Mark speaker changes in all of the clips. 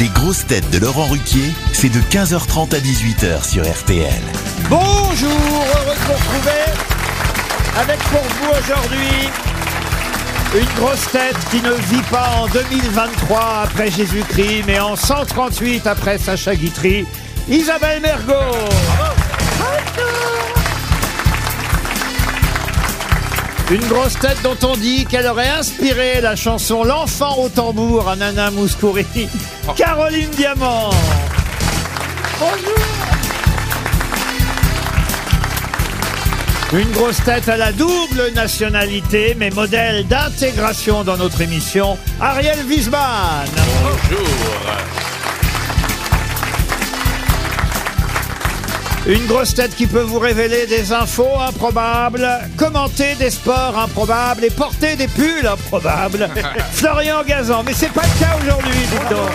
Speaker 1: Les grosses têtes de Laurent Ruquier, c'est de 15h30 à 18h sur RTL.
Speaker 2: Bonjour, heureux de vous retrouver avec pour vous aujourd'hui une grosse tête qui ne vit pas en 2023 après Jésus-Christ, mais en 138 après Sacha Guitry, Isabelle Mergot. Une grosse tête dont on dit qu'elle aurait inspiré la chanson L'enfant au tambour à Nana Mouskouri, Caroline Diamant. Une grosse tête à la double nationalité, mais modèle d'intégration dans notre émission, Ariel Wiesmann. Une grosse tête qui peut vous révéler des infos improbables, commenter des sports improbables et porter des pulls improbables. Florian Gazan, mais c'est pas le cas aujourd'hui, dites donc.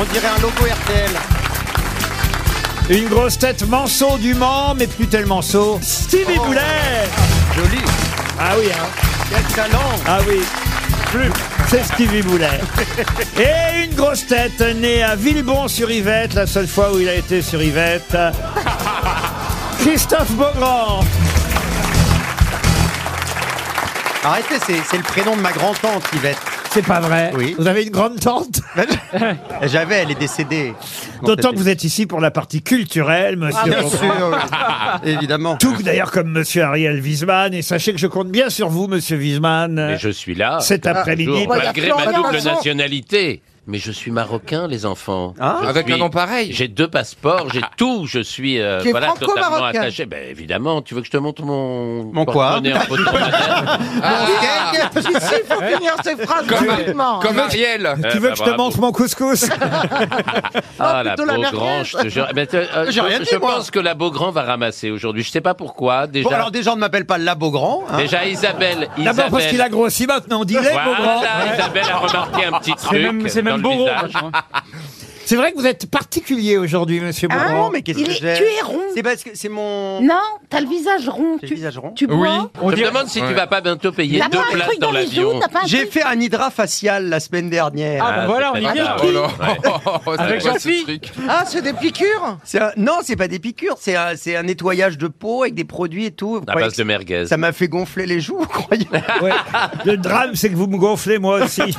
Speaker 3: On dirait un logo RTL.
Speaker 2: Une grosse tête manceau du Mans, mais plus tellement sot, Stevie
Speaker 3: Oh.
Speaker 2: Boulet.
Speaker 3: Joli.
Speaker 2: Ah oui, hein.
Speaker 3: Quel talent.
Speaker 2: Ah oui, plus, c'est Stevie Boulet. Et une grosse tête née à Villebon-sur-Yvette, la seule fois où il a été sur Yvette, Christophe
Speaker 3: Oh.
Speaker 2: Beaugrand.
Speaker 3: Arrêtez, c'est, c'est le prénom de ma grand-tante, Yvette.
Speaker 2: C'est pas vrai
Speaker 3: Oui. Ben,
Speaker 2: Vous avez une grande tante
Speaker 3: J'avais, elle est décédée.
Speaker 2: D'autant que vous êtes ici pour la partie culturelle, monsieur.
Speaker 3: Ah, Bien sûr, oui. évidemment.
Speaker 2: Tout d'ailleurs comme monsieur Ariel Wiesman. Et sachez que je compte bien sur vous, monsieur Wiesman.
Speaker 4: Mais je suis là.
Speaker 2: Cet après-midi.
Speaker 4: toujours, malgré ma double
Speaker 5: Vincent.
Speaker 4: nationalité. Mais je suis marocain, les enfants.
Speaker 3: Ah.
Speaker 4: Je
Speaker 5: Avec
Speaker 4: suis-
Speaker 5: un nom pareil.
Speaker 4: J'ai deux passports, j'ai tout. Je suis euh,
Speaker 5: Tu es
Speaker 4: voilà, totalement
Speaker 5: franco-marocain.
Speaker 4: attaché. Ben, évidemment, tu veux que je te montre mon.
Speaker 3: Mon quoi
Speaker 4: porte-monnaie en photo modèle
Speaker 5: Ah,
Speaker 3: Quel-
Speaker 5: faut finir ces phrases
Speaker 4: Eh.
Speaker 5: complètement.
Speaker 6: Comme Ariel.
Speaker 2: Tu
Speaker 4: Euh,
Speaker 2: veux
Speaker 4: bah,
Speaker 2: que je te
Speaker 4: bravo.
Speaker 2: montre mon couscous
Speaker 4: Ah, la
Speaker 5: plutôt la merguez.
Speaker 4: Beaugrand, je te jure. Ben, t'as- euh,
Speaker 3: J'ai rien
Speaker 4: je
Speaker 3: dit,
Speaker 4: je
Speaker 3: moi.
Speaker 4: pense que la Beaugrand va ramasser aujourd'hui. Je sais pas pourquoi. Déjà,
Speaker 3: Bon, alors des gens ne m'appellent pas Labogrand. Hein.
Speaker 4: déjà Isabelle.
Speaker 2: D'abord parce
Speaker 4: Isabelle-
Speaker 2: qu'il a grossi maintenant, on dit
Speaker 4: Voilà, Isabelle a remarqué un petit truc.
Speaker 7: c'est
Speaker 4: dans
Speaker 7: même
Speaker 4: le
Speaker 7: beau
Speaker 4: visage.
Speaker 2: C'est vrai que vous êtes particulier aujourd'hui, monsieur
Speaker 3: Ah,
Speaker 2: Beaugrand.
Speaker 3: mais qu'est-ce
Speaker 5: Il
Speaker 3: que
Speaker 5: est-
Speaker 3: j'ai
Speaker 5: tu es rond.
Speaker 3: C'est parce que c'est mon...
Speaker 5: Non, t'as le visage rond.
Speaker 3: J'ai
Speaker 5: Tu,
Speaker 3: le visage rond.
Speaker 5: tu bois
Speaker 4: Je me demande si tu
Speaker 6: Ouais.
Speaker 4: vas pas bientôt payer
Speaker 5: T'as
Speaker 4: deux
Speaker 5: pas un
Speaker 4: places
Speaker 5: truc
Speaker 4: dans
Speaker 5: dans les yeux
Speaker 4: l'avion.
Speaker 5: T'as pas un
Speaker 3: J'ai
Speaker 5: truc
Speaker 3: fait un hydra facial la semaine dernière.
Speaker 2: bah
Speaker 7: Ah, bon, voilà, on y
Speaker 4: c'est
Speaker 7: vient.
Speaker 4: pas grave.
Speaker 2: Oh,
Speaker 4: Ouais.
Speaker 7: Avec
Speaker 6: jean
Speaker 7: Jean-Phi.
Speaker 5: Ah, c'est des piqûres
Speaker 3: C'est un- Non, c'est pas des piqûres, c'est un, c'est un nettoyage de peau avec des produits et tout. Vous
Speaker 4: À
Speaker 3: croyez
Speaker 4: base
Speaker 3: que
Speaker 4: de merguez.
Speaker 3: Ça m'a fait gonfler les joues, vous croyez
Speaker 2: Ouais. Le drame, c'est que vous me gonflez moi aussi.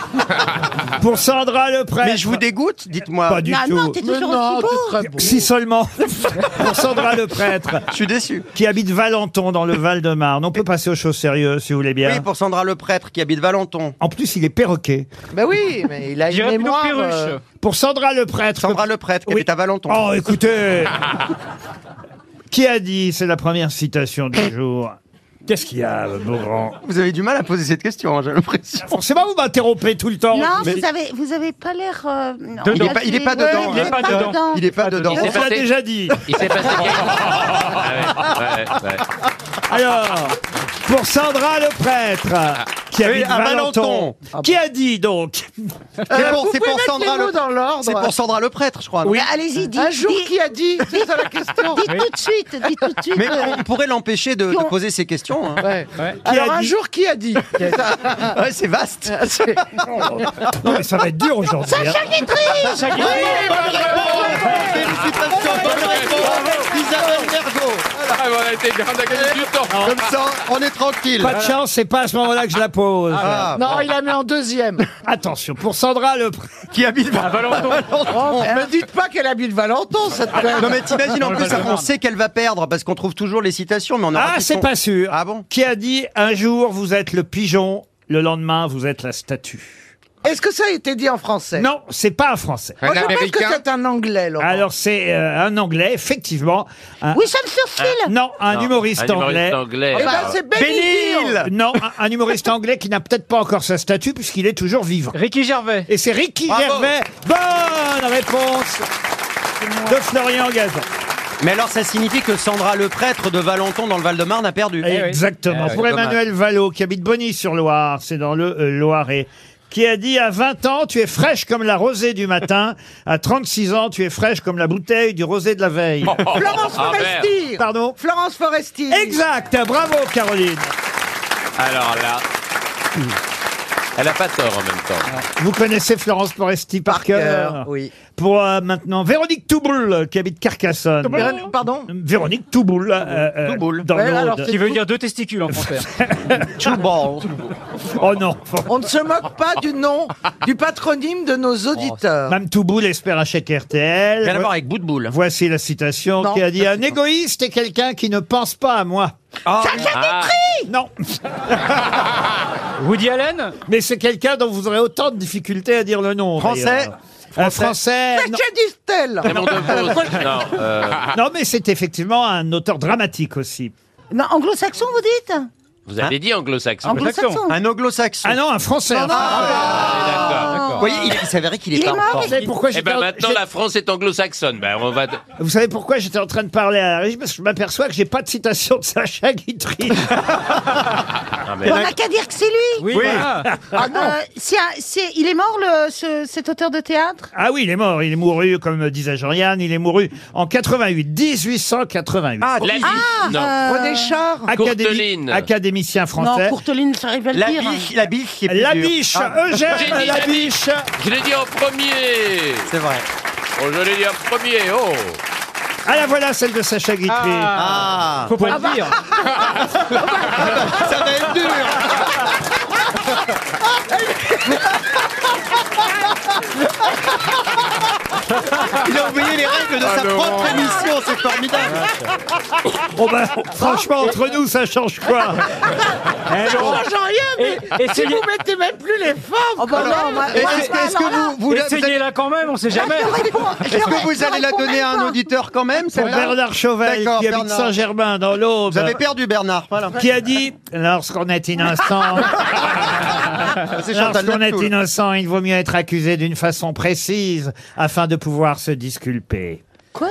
Speaker 2: Pour Sandra le prêtre.
Speaker 3: Mais je vous dégoûte, dites-moi.
Speaker 2: Pas du
Speaker 5: Non,
Speaker 2: tout.
Speaker 5: non, t'es toujours aussi beau.
Speaker 2: Si seulement. Pour Sandra le prêtre,
Speaker 3: Je suis déçu.
Speaker 2: qui habite Valenton dans le Val-de-Marne. On peut passer aux choses sérieuses si vous voulez bien.
Speaker 3: Oui, pour Sandra le prêtre qui habite Valenton.
Speaker 2: En plus, il est perroquet.
Speaker 5: Bah oui, mais il a
Speaker 7: J'irais plutôt
Speaker 5: euh,
Speaker 7: perruche.
Speaker 2: Pour Sandra le prêtre.
Speaker 3: Sandra le prêtre qui
Speaker 2: Oui.
Speaker 3: habite à Valenton.
Speaker 2: Oh,
Speaker 5: euh,
Speaker 2: écoutez Qui a dit C'est la première citation du jour. Qu'est-ce qu'il y a, euh, Beaugrand
Speaker 3: Vous avez du mal à poser cette question, hein, j'ai l'impression.
Speaker 2: Forcément, vous m'interrompez tout le temps.
Speaker 5: Non,
Speaker 2: Mais-
Speaker 5: vous avez, vous avez pas l'air. euh,
Speaker 3: Il est pas- il est pas dedans, hein.
Speaker 5: Ouais, Il
Speaker 8: hein.
Speaker 5: est pas dedans.
Speaker 3: Il est pas dedans.
Speaker 2: On
Speaker 4: s'est
Speaker 2: se l'a
Speaker 4: passé-
Speaker 2: déjà dit.
Speaker 4: Il s'est passé quelque Ah ouais, ouais, ouais.
Speaker 2: Alors, pour Sandra le prêtre, qui habite
Speaker 3: à
Speaker 2: Valenton,
Speaker 3: Valenton. Ah
Speaker 2: qui a dit donc
Speaker 5: Euh,
Speaker 3: C'est pour, c'est pour Sandra le
Speaker 5: dans l'ordre.
Speaker 3: c'est pour Sandra le prêtre, je crois. non
Speaker 5: Oui. Allez-y, dites. Un jour qui a dit C'est ça la question. Dites tout de suite, dites tout de suite.
Speaker 3: Mais
Speaker 5: euh,
Speaker 3: on pourrait l'empêcher de, de poser ces questions. hein.
Speaker 2: Qui a dit
Speaker 5: jour qui a dit
Speaker 3: Ouais, c'est vaste.
Speaker 5: Ah,
Speaker 2: Non, mais ça va être dur aujourd'hui. hein.
Speaker 5: Sacha Guitry
Speaker 3: Félicitations, bonne réponse, Isabelle Mergo.
Speaker 6: Ah, mais on a été bien, on a gagné du temps.
Speaker 3: Comme ça, on est tranquille.
Speaker 2: Pas de chance, c'est pas à ce moment-là que je la pose.
Speaker 3: Ah,
Speaker 5: Non, il la mis en deuxième.
Speaker 2: Attention, pour Sandra le prêtre.
Speaker 3: qui habite Valenton.
Speaker 5: Ah, Me dites pas qu'elle habite Valenton, cette
Speaker 3: Ah,
Speaker 2: Ah,
Speaker 5: Oh, bah,
Speaker 3: Non mais t'imagines en plus, on sait qu'elle va perdre parce qu'on trouve toujours les citations, mais on aura
Speaker 2: Ah,
Speaker 3: tout
Speaker 2: c'est
Speaker 3: son-
Speaker 2: pas sûr.
Speaker 3: Ah bon
Speaker 2: Qui a dit un jour vous êtes le pigeon, le lendemain vous êtes la statue
Speaker 5: Est-ce que ça a été dit en français Oh,
Speaker 2: Non, c'est pas un français.
Speaker 6: Un américain.
Speaker 5: un anglais, Laurent.
Speaker 2: Alors c'est euh, un anglais, effectivement. Un-
Speaker 5: Wilson Churchill
Speaker 2: Non, un
Speaker 4: Non,
Speaker 2: humoriste anglais.
Speaker 4: anglais.
Speaker 5: Eh ben,
Speaker 4: Ah,
Speaker 5: c'est Benny Hill
Speaker 3: Bénil
Speaker 2: Non, un, un humoriste anglais qui n'a peut-être pas encore sa statue puisqu'il est toujours vivant.
Speaker 7: Ricky Gervais.
Speaker 2: Et c'est Ricky
Speaker 3: Bravo.
Speaker 2: Gervais. Bonne réponse de Florian Gazan.
Speaker 3: Mais alors ça signifie que Sandra le prêtre de Valenton dans le Val-de-Marne a perdu.
Speaker 9: Ah,
Speaker 2: Exactement.
Speaker 3: Eh oui,
Speaker 2: Pour
Speaker 3: dommage.
Speaker 2: Emmanuel Vallot, qui habite Bonny-sur-Loire, c'est dans le euh, Loiret, qui a dit à 20 ans, tu es fraîche comme la rosée du matin. À 36 ans, tu es fraîche comme la bouteille du rosé de la veille.
Speaker 9: Oh,
Speaker 5: Florence
Speaker 4: Ah,
Speaker 5: Foresti
Speaker 2: Pardon
Speaker 5: Florence Foresti
Speaker 2: Ah, Exact. Bravo, Caroline.
Speaker 4: Alors là, Elle a pas tort en même temps.
Speaker 2: Vous connaissez Florence Foresti par cœur.
Speaker 5: oui.
Speaker 2: Pour euh, maintenant, Véronique Touboul, qui habite Carcassonne. Euh,
Speaker 5: Véron- Pardon
Speaker 2: Véronique Touboul, euh, euh,
Speaker 9: Touboul.
Speaker 2: dans
Speaker 5: Ouais,
Speaker 2: l'Aude.
Speaker 5: alors c'est
Speaker 10: Qui veut
Speaker 5: tout-
Speaker 10: dire deux testicules en français.
Speaker 9: Two balls.
Speaker 2: Oh non,
Speaker 5: On ne se moque pas du nom, du patronyme de nos auditeurs.
Speaker 2: Mme Touboul espère un chèque RTL.
Speaker 9: Rien à voir avec bout de boule.
Speaker 2: Voici la citation
Speaker 5: Non.
Speaker 2: qui a dit Un égoïste est quelqu'un qui ne pense pas à moi.
Speaker 9: Ah,
Speaker 4: Ah,
Speaker 2: Non,
Speaker 10: Woody Allen
Speaker 2: mais c'est quelqu'un dont vous aurez autant de difficultés à dire le nom.
Speaker 9: Français.
Speaker 2: d'ailleurs. Un français. non.
Speaker 5: Sacha Distel
Speaker 4: Raymond DeVos. Non, euh,
Speaker 2: Non, mais c'est effectivement un auteur dramatique aussi.
Speaker 8: Non, anglo-saxon, vous dites
Speaker 4: vous avez dit Hein anglo-saxon.
Speaker 8: Anglo-saxon.
Speaker 9: un anglo-saxon.
Speaker 2: Ah non, un français. un français.
Speaker 4: D'accord.
Speaker 9: Vous voyez, il, il s'avérait qu'il
Speaker 8: Il
Speaker 9: est
Speaker 8: est
Speaker 9: pas en
Speaker 8: mort,
Speaker 9: forme.
Speaker 2: Vous savez pourquoi
Speaker 4: Eh
Speaker 2: j'étais
Speaker 4: ben
Speaker 2: en-
Speaker 4: maintenant
Speaker 2: j'ai-
Speaker 4: la France est anglo-saxonne. Ben on va.
Speaker 2: Vous savez pourquoi j'étais en train de parler à la régie Parce que je m'aperçois que j'ai pas de citation de Sacha Guitry.
Speaker 4: Ah, mais-
Speaker 8: On n'a qu'à dire que c'est lui.
Speaker 10: Oui. voilà.
Speaker 8: Euh, c'est un- c'est- il est mort, le, ce- cet auteur de théâtre
Speaker 2: ah oui, il est mort. Il est mouru, comme disait Jean-Yann, il est mouru en 88, 1888.
Speaker 9: Ah,
Speaker 4: La
Speaker 9: dis-
Speaker 4: vie. non.
Speaker 8: euh,
Speaker 5: René Char
Speaker 4: Courteline.
Speaker 2: académicien
Speaker 8: Non,
Speaker 2: français.
Speaker 8: Courteline, j'arrive à le
Speaker 9: la
Speaker 8: dire. hein.
Speaker 9: biche, la biche qui est plus
Speaker 2: la
Speaker 9: dure.
Speaker 2: biche,
Speaker 9: Ah,
Speaker 4: J'ai
Speaker 2: Eugène
Speaker 4: dit
Speaker 2: la
Speaker 4: la
Speaker 2: biche.
Speaker 4: Je l'ai dit en premier.
Speaker 9: c'est vrai.
Speaker 4: Oh, je l'ai dit en premier. Oh.
Speaker 2: Ah la voilà celle de Sacha Guitry. bah.
Speaker 9: Ah,
Speaker 10: Faut pas le dire.
Speaker 9: ça va être dur. Il a oublié les règles de sa propre émission, c'est formidable.
Speaker 2: Oh ben, franchement entre nous ça change quoi
Speaker 10: Eh, Laurent,
Speaker 5: Oh, J'en rien, mais si
Speaker 10: et- essayez,
Speaker 5: vous mettez même plus les femmes
Speaker 8: Oh, bah
Speaker 5: quand
Speaker 8: non,
Speaker 5: même.
Speaker 8: moi-
Speaker 5: Et-
Speaker 8: moi,
Speaker 5: et-
Speaker 8: moi,
Speaker 5: est-ce que
Speaker 8: alors là,
Speaker 5: vous-
Speaker 10: vous essayez-la quand même, on sait jamais.
Speaker 8: je réponds- je
Speaker 5: Est-ce que
Speaker 8: réponds-
Speaker 5: vous
Speaker 8: je
Speaker 5: allez la
Speaker 8: réponds
Speaker 5: donner à
Speaker 8: même
Speaker 5: un
Speaker 8: pas.
Speaker 5: auditeur quand même
Speaker 2: Pour Bernard Chauvel
Speaker 5: D'accord,
Speaker 2: qui habite
Speaker 5: Bernard.
Speaker 2: Saint-Germain dans l'Aube.
Speaker 5: avez perdu Bernard, voilà.
Speaker 2: Qui a dit lorsqu'on est innocent,
Speaker 5: C'est
Speaker 2: lorsqu'on est
Speaker 5: Latour.
Speaker 2: innocent, il vaut mieux être accusé d'une façon précise afin de pouvoir se disculper.
Speaker 8: Quoi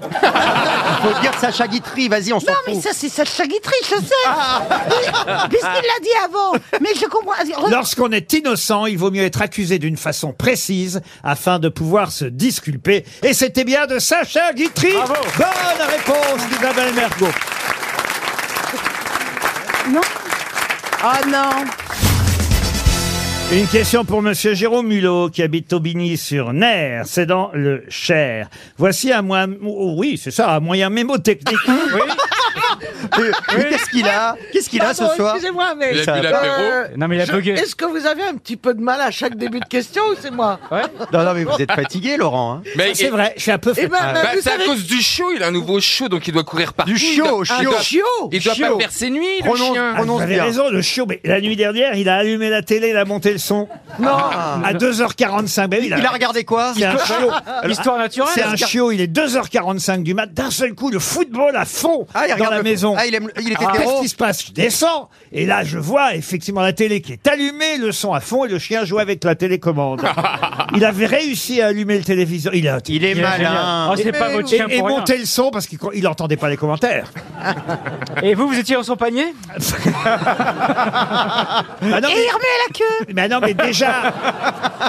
Speaker 5: Faut dire Sacha Guitry, vas-y, on s'en
Speaker 8: Non, mais ça, c'est Sacha Guitry, je
Speaker 9: Ah.
Speaker 8: sais. Puisqu'il l'a dit avant. Mais je comprends. Re-
Speaker 2: Lorsqu'on est innocent, il vaut mieux être accusé d'une façon précise afin de pouvoir se disculper. Et c'était bien de Sacha Guitry.
Speaker 10: Bravo.
Speaker 2: Bonne réponse d'Isabelle Mergo.
Speaker 8: Non.
Speaker 5: Ah non
Speaker 2: Une question pour Monsieur Jérôme Mulot qui habite Aubigny-sur-Ner, c'est dans le Cher. Voici un moyen, oh oui, c'est ça, un moyen mémotechnique.
Speaker 5: Mais- mais Qu'est-ce qu'il a Qu'est-ce qu'il a ce
Speaker 8: Pardon,
Speaker 5: soir
Speaker 8: Excusez-moi, mais.
Speaker 7: Il a bu
Speaker 5: Euh,
Speaker 7: l'apéro.
Speaker 10: Non, mais il a
Speaker 5: je-
Speaker 10: bugué.
Speaker 5: Est-ce que vous avez un petit peu de mal à chaque début de question ou c'est moi
Speaker 9: Non, non, mais vous êtes fatigué, Laurent. hein.
Speaker 7: Mais
Speaker 2: c'est vrai, je suis un peu
Speaker 5: Eh
Speaker 2: fatigué.
Speaker 5: ben,
Speaker 7: Bah,
Speaker 5: vous
Speaker 7: c'est à
Speaker 5: savez-
Speaker 7: cause du chiot, il a un nouveau chiot, donc il doit courir partout.
Speaker 5: Du chiot,
Speaker 7: il doit, Ah,
Speaker 5: chiot.
Speaker 7: il doit-
Speaker 5: Chiot,
Speaker 7: Il doit
Speaker 10: chiot.
Speaker 7: pas faire ses nuits, le
Speaker 5: Prononce-
Speaker 7: chien.
Speaker 5: prononce-
Speaker 2: Ah, Vous avez
Speaker 5: bien.
Speaker 2: raison, le chiot, mais la nuit dernière, il a allumé la télé, il a monté le son. Non À 2h45, ben oui, il a,
Speaker 9: regardé quoi
Speaker 2: c'est un chiot.
Speaker 10: Histoire
Speaker 2: C'est
Speaker 10: naturelle.
Speaker 2: un chiot, il est 2h45 du mat, d'un seul coup, le football à fond dans la maison. Ah.
Speaker 5: il, aime, il est
Speaker 2: Qu'est-ce qui se passe Je descends et là je vois effectivement la télé qui est allumée, le son à fond et le chien joue avec la télécommande. il avait réussi à allumer le téléviseur. Il a
Speaker 9: Il est
Speaker 10: Il est génial.
Speaker 9: malin.
Speaker 10: Oh, c'est pas votre
Speaker 2: et,
Speaker 10: chien
Speaker 2: et
Speaker 10: pour rien.
Speaker 2: monter le son parce qu'il il entendait pas les commentaires. Bah
Speaker 10: Et vous, vous étiez dans son panier
Speaker 2: Ah non,
Speaker 8: Et il remet la queue.
Speaker 2: mais, mais non, mais déjà,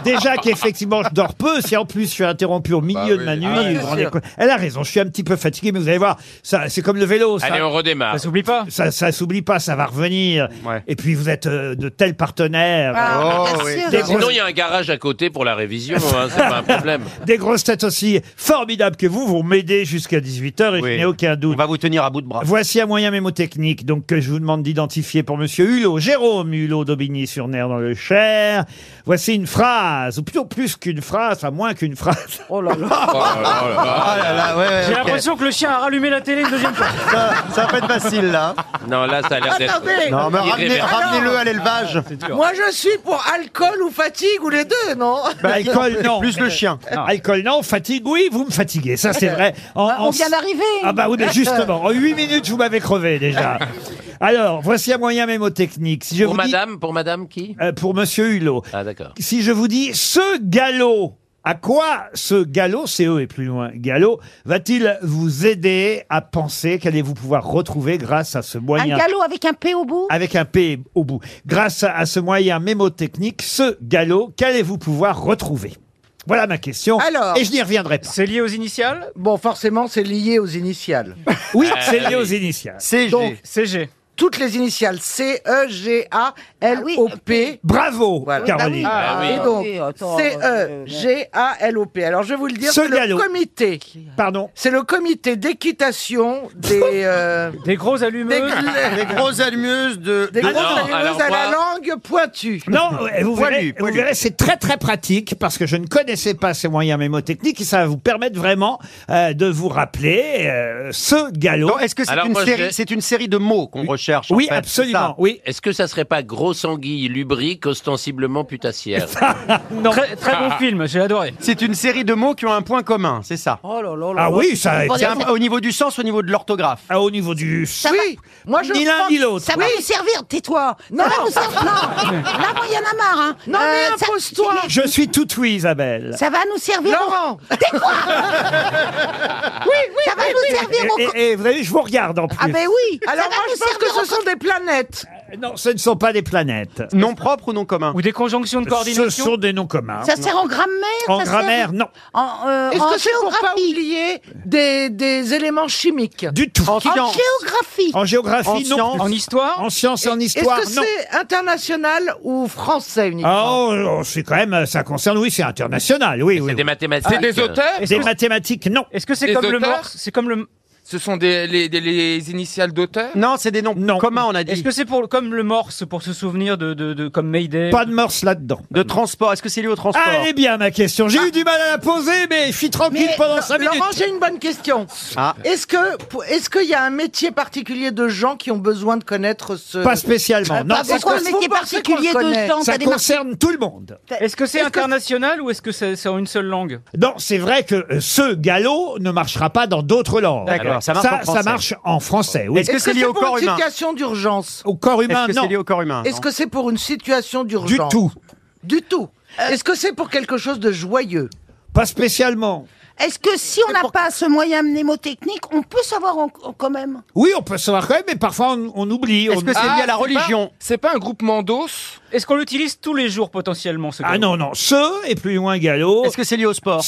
Speaker 2: déjà qu'effectivement je dors peu. Si en plus je suis interrompu au milieu de ma
Speaker 7: oui.
Speaker 2: nuit,
Speaker 5: Ah,
Speaker 2: vous
Speaker 5: c'est
Speaker 2: vous rendez
Speaker 5: sûr.
Speaker 2: compte elle a raison. Je suis un petit peu fatigué, mais vous allez voir, ça c'est comme le vélo. Ça,
Speaker 4: Allez, on redémarre.
Speaker 10: Ça s'oublie pas.
Speaker 2: ça, ça s'oublie pas, ça va revenir.
Speaker 9: Ouais.
Speaker 2: Et puis vous êtes euh, de tels partenaires.
Speaker 8: Ah,
Speaker 5: Oh,
Speaker 8: bien
Speaker 5: oui.
Speaker 8: sûr.
Speaker 2: Des grosses-
Speaker 4: Sinon, il y a un garage à côté pour la révision, hein, c'est pas un problème.
Speaker 2: Des grosses têtes aussi formidables que vous vont m'aider jusqu'à 18h et je
Speaker 9: Oui.
Speaker 2: n'ai aucun
Speaker 9: On
Speaker 2: doute.
Speaker 9: va vous tenir à bout de bras.
Speaker 2: Voici un moyen mémotechnique donc que je vous demande d'identifier pour monsieur Hulot, Jérôme Hulot d'Aubigny-sur-Ner dans le Cher. Voici une phrase, ou plutôt plus qu'une phrase, enfin moins qu'une phrase.
Speaker 9: Oh.
Speaker 5: Oh
Speaker 4: Oh
Speaker 9: Ah là là, ouais, ouais,
Speaker 10: J'ai
Speaker 9: ok.
Speaker 10: l'impression que le chien a rallumé la télé une deuxième fois.
Speaker 9: Ça, ça va pas être facile, là.
Speaker 4: Non, là, ça a l'air d'être.
Speaker 5: Attendez.
Speaker 9: Non, mais ramenez-
Speaker 4: Irréversible.
Speaker 9: ramenez-le à l'élevage.
Speaker 5: Moi, je suis pour alcool ou fatigue ou les deux, non
Speaker 2: Ben, alcool, non.
Speaker 9: Plus le chien.
Speaker 2: Alcool, non. Fatigue, oui, vous me fatiguez. Ça, c'est vrai. En-
Speaker 8: Eh ben, On
Speaker 2: en-
Speaker 8: vient d'arriver.
Speaker 2: Ah bah oui, mais justement, en 8 minutes, vous m'avez crevé déjà. Alors, voici un moyen mémotechnique. Si je
Speaker 4: Pour
Speaker 2: vous dis-
Speaker 4: madame, pour madame qui
Speaker 2: Euh, pour monsieur Hulot.
Speaker 4: Ah, d'accord.
Speaker 2: si je vous dis ce galop, à quoi ce galop, CE et plus loin, galop, va-t-il vous aider à penser qu'allez-vous pouvoir retrouver grâce à ce
Speaker 8: Un
Speaker 2: moyen
Speaker 8: galop avec un P au bout.
Speaker 2: avec un P au bout. Grâce à, à ce moyen mémotechnique, ce galop, qu'allez-vous pouvoir retrouver Voilà ma question.
Speaker 5: Alors.
Speaker 2: et je n'y reviendrai pas.
Speaker 10: C'est lié aux initiales
Speaker 5: Bon, forcément, c'est lié aux initiales.
Speaker 9: Ah,
Speaker 2: Oui, c'est lié
Speaker 10: Euh,
Speaker 4: oui.
Speaker 2: aux initiales.
Speaker 9: CG.
Speaker 5: Donc,
Speaker 10: CG.
Speaker 5: toutes les initiales C, E, G, A, L, O, P.
Speaker 2: Bravo,
Speaker 5: Voilà.
Speaker 2: Caroline.
Speaker 4: Ah oui.
Speaker 5: Et donc,
Speaker 8: Ah Oui, attends,
Speaker 5: C, E,
Speaker 8: euh,
Speaker 5: G, A, L, O, P. Alors, je vais vous le dire,
Speaker 2: Ce
Speaker 5: c'est le
Speaker 2: galop.
Speaker 5: comité.
Speaker 2: Pardon.
Speaker 5: C'est le comité d'équitation des, euh,
Speaker 10: Des gros
Speaker 5: des,
Speaker 10: allumeux.
Speaker 9: Les grosses allumeuses de.
Speaker 5: des
Speaker 4: Ah
Speaker 5: grosses
Speaker 4: non,
Speaker 5: allumeuses
Speaker 4: alors
Speaker 5: à la
Speaker 4: moi-
Speaker 5: langue pointue.
Speaker 2: Non, ouais, vous
Speaker 9: Poilu,
Speaker 2: verrez,
Speaker 9: poilu.
Speaker 2: vous verrez, c'est très très pratique parce que je ne connaissais pas ces moyens mémotechniques et ça va vous permettre vraiment euh, de vous rappeler euh, ce galop.
Speaker 9: Non, Est-ce que c'est
Speaker 4: Alors,
Speaker 9: une
Speaker 4: moi, je
Speaker 9: série
Speaker 4: vais-
Speaker 9: C'est une série de mots qu'on recherche. en
Speaker 2: oui,
Speaker 9: fait, c'est
Speaker 2: absolument.
Speaker 9: ça
Speaker 2: Oui.
Speaker 4: Est-ce que ça serait pas grosse anguille lubrique ostensiblement putassière
Speaker 2: Ah, Non.
Speaker 10: Très, très
Speaker 9: Ah.
Speaker 10: bon film, j'ai adoré.
Speaker 9: C'est une série de mots qui ont un point commun, c'est ça.
Speaker 8: Oh là là là
Speaker 2: Ah
Speaker 8: là.
Speaker 2: oui, ça.
Speaker 8: Bon,
Speaker 9: C'est un- au niveau du sens, au niveau de l'orthographe.
Speaker 2: Ah, au niveau du.
Speaker 8: Ça va-
Speaker 5: oui, moi je
Speaker 2: Ni l'un
Speaker 5: crois-
Speaker 2: ni l'autre.
Speaker 8: Ça va nous servir, tais-toi Non, ça va nous servir, non Là, moi, il y en a marre, hein
Speaker 5: Non, mais
Speaker 8: ça-
Speaker 5: impose-toi.
Speaker 2: Je suis tout oui, Isabelle.
Speaker 8: Ça va nous servir au-
Speaker 5: Laurent,
Speaker 8: Ça va nous servir au...
Speaker 2: Et, et vous avez, je vous regarde en plus. Euh,
Speaker 8: Ah ben oui
Speaker 5: alors
Speaker 8: ça va
Speaker 5: moi
Speaker 8: nous
Speaker 5: je pense que
Speaker 8: servir
Speaker 5: ce sont des planètes.
Speaker 2: Non, ce ne sont pas des planètes.
Speaker 9: Nom propre ou nom commun
Speaker 10: Ou des conjonctions de
Speaker 2: Ce
Speaker 10: coordination.
Speaker 2: sont des noms communs.
Speaker 8: au- Ça sert en grammaire
Speaker 2: en
Speaker 8: ça sert-
Speaker 2: grammaire, non.
Speaker 8: En, euh,
Speaker 5: Est-ce
Speaker 8: en
Speaker 5: que c'est pour pas
Speaker 8: géographie
Speaker 5: oublier des, des éléments chimiques
Speaker 2: Du tout. En,
Speaker 9: En
Speaker 8: En
Speaker 9: science.
Speaker 8: géographie
Speaker 2: géographie,
Speaker 9: en
Speaker 2: non.
Speaker 9: science.
Speaker 2: plus.
Speaker 10: En histoire
Speaker 2: En science et en
Speaker 5: Est-ce
Speaker 2: histoire,
Speaker 5: que
Speaker 2: non.
Speaker 5: c'est international ou français uniquement
Speaker 2: Ah, oh, oh, c'est quand même, ça concerne, oui, c'est international, oui, oui.
Speaker 4: C'est des
Speaker 2: oui.
Speaker 4: mathématiques.
Speaker 7: C'est des auteurs
Speaker 2: Des mathématiques, non.
Speaker 10: Est-ce que c'est
Speaker 7: Les
Speaker 10: comme le
Speaker 7: auteurs
Speaker 10: morse C'est comme le.
Speaker 7: Ce sont des, les, les- les initiales d'auteurs
Speaker 9: Non, c'est des noms
Speaker 2: Non.
Speaker 9: communs, on a dit.
Speaker 10: Est-ce que c'est pour comme le morse pour se souvenir de, de, de- comme Mayday
Speaker 2: Pas de morse là-dedans.
Speaker 9: De transport. Est-ce que c'est lié au transport
Speaker 2: Allez bien ma question. J'ai eu du mal à la poser, mais je suis tranquille pendant 5 minutes.
Speaker 5: Laurent, j'ai une bonne question.
Speaker 9: Ah.
Speaker 5: Est-ce que pour- est-ce qu'il y a un métier particulier de gens qui ont besoin de connaître ce
Speaker 9: Euh,
Speaker 2: Pas
Speaker 9: Ah,
Speaker 2: spécialement. Non,
Speaker 5: bah,
Speaker 2: ça,
Speaker 5: parce
Speaker 8: Pourquoi
Speaker 5: que
Speaker 8: un
Speaker 5: vous
Speaker 8: métier
Speaker 5: pensez qu'on
Speaker 8: particulier
Speaker 5: le
Speaker 8: de
Speaker 5: connaît
Speaker 8: sang
Speaker 2: ça
Speaker 8: T'as des marques-
Speaker 2: concerne tout le monde.
Speaker 10: Est-ce que c'est
Speaker 5: Est-ce que-
Speaker 10: international ou est-ce que c'est c'est en une seule langue
Speaker 2: Non, c'est vrai que euh, ce galop ne marchera pas dans d'autres langues.
Speaker 9: D'accord, ça marche en
Speaker 2: ça
Speaker 9: français.
Speaker 2: marche en français. Oui.
Speaker 9: Est-ce que c'est lié au
Speaker 5: pour
Speaker 9: corps
Speaker 5: une
Speaker 9: humain
Speaker 5: situation d'urgence
Speaker 2: Au corps
Speaker 9: Est-ce
Speaker 2: humain,
Speaker 9: que
Speaker 2: non.
Speaker 9: c'est lié au corps humain
Speaker 5: Est-ce
Speaker 9: non
Speaker 5: que c'est pour une situation
Speaker 2: Du
Speaker 5: d'urgence
Speaker 2: tout.
Speaker 5: Du tout. Est-ce que c'est pour quelque chose de joyeux
Speaker 2: Pas spécialement.
Speaker 8: Est-ce que si on n'a pas ce moyen mnémotechnique, on peut savoir en- en- quand même
Speaker 2: Oui, on peut savoir quand même, mais parfois on, on oublie.
Speaker 9: Est-ce
Speaker 2: on- Ah,
Speaker 9: que c'est lié à la religion
Speaker 7: pas- C'est pas un groupement d'os
Speaker 10: Est-ce qu'on l'utilise tous les jours potentiellement ce
Speaker 2: Ah
Speaker 10: galop
Speaker 2: non, non. Ce, et plus loin galop. E
Speaker 9: Est-ce que c'est lié au sport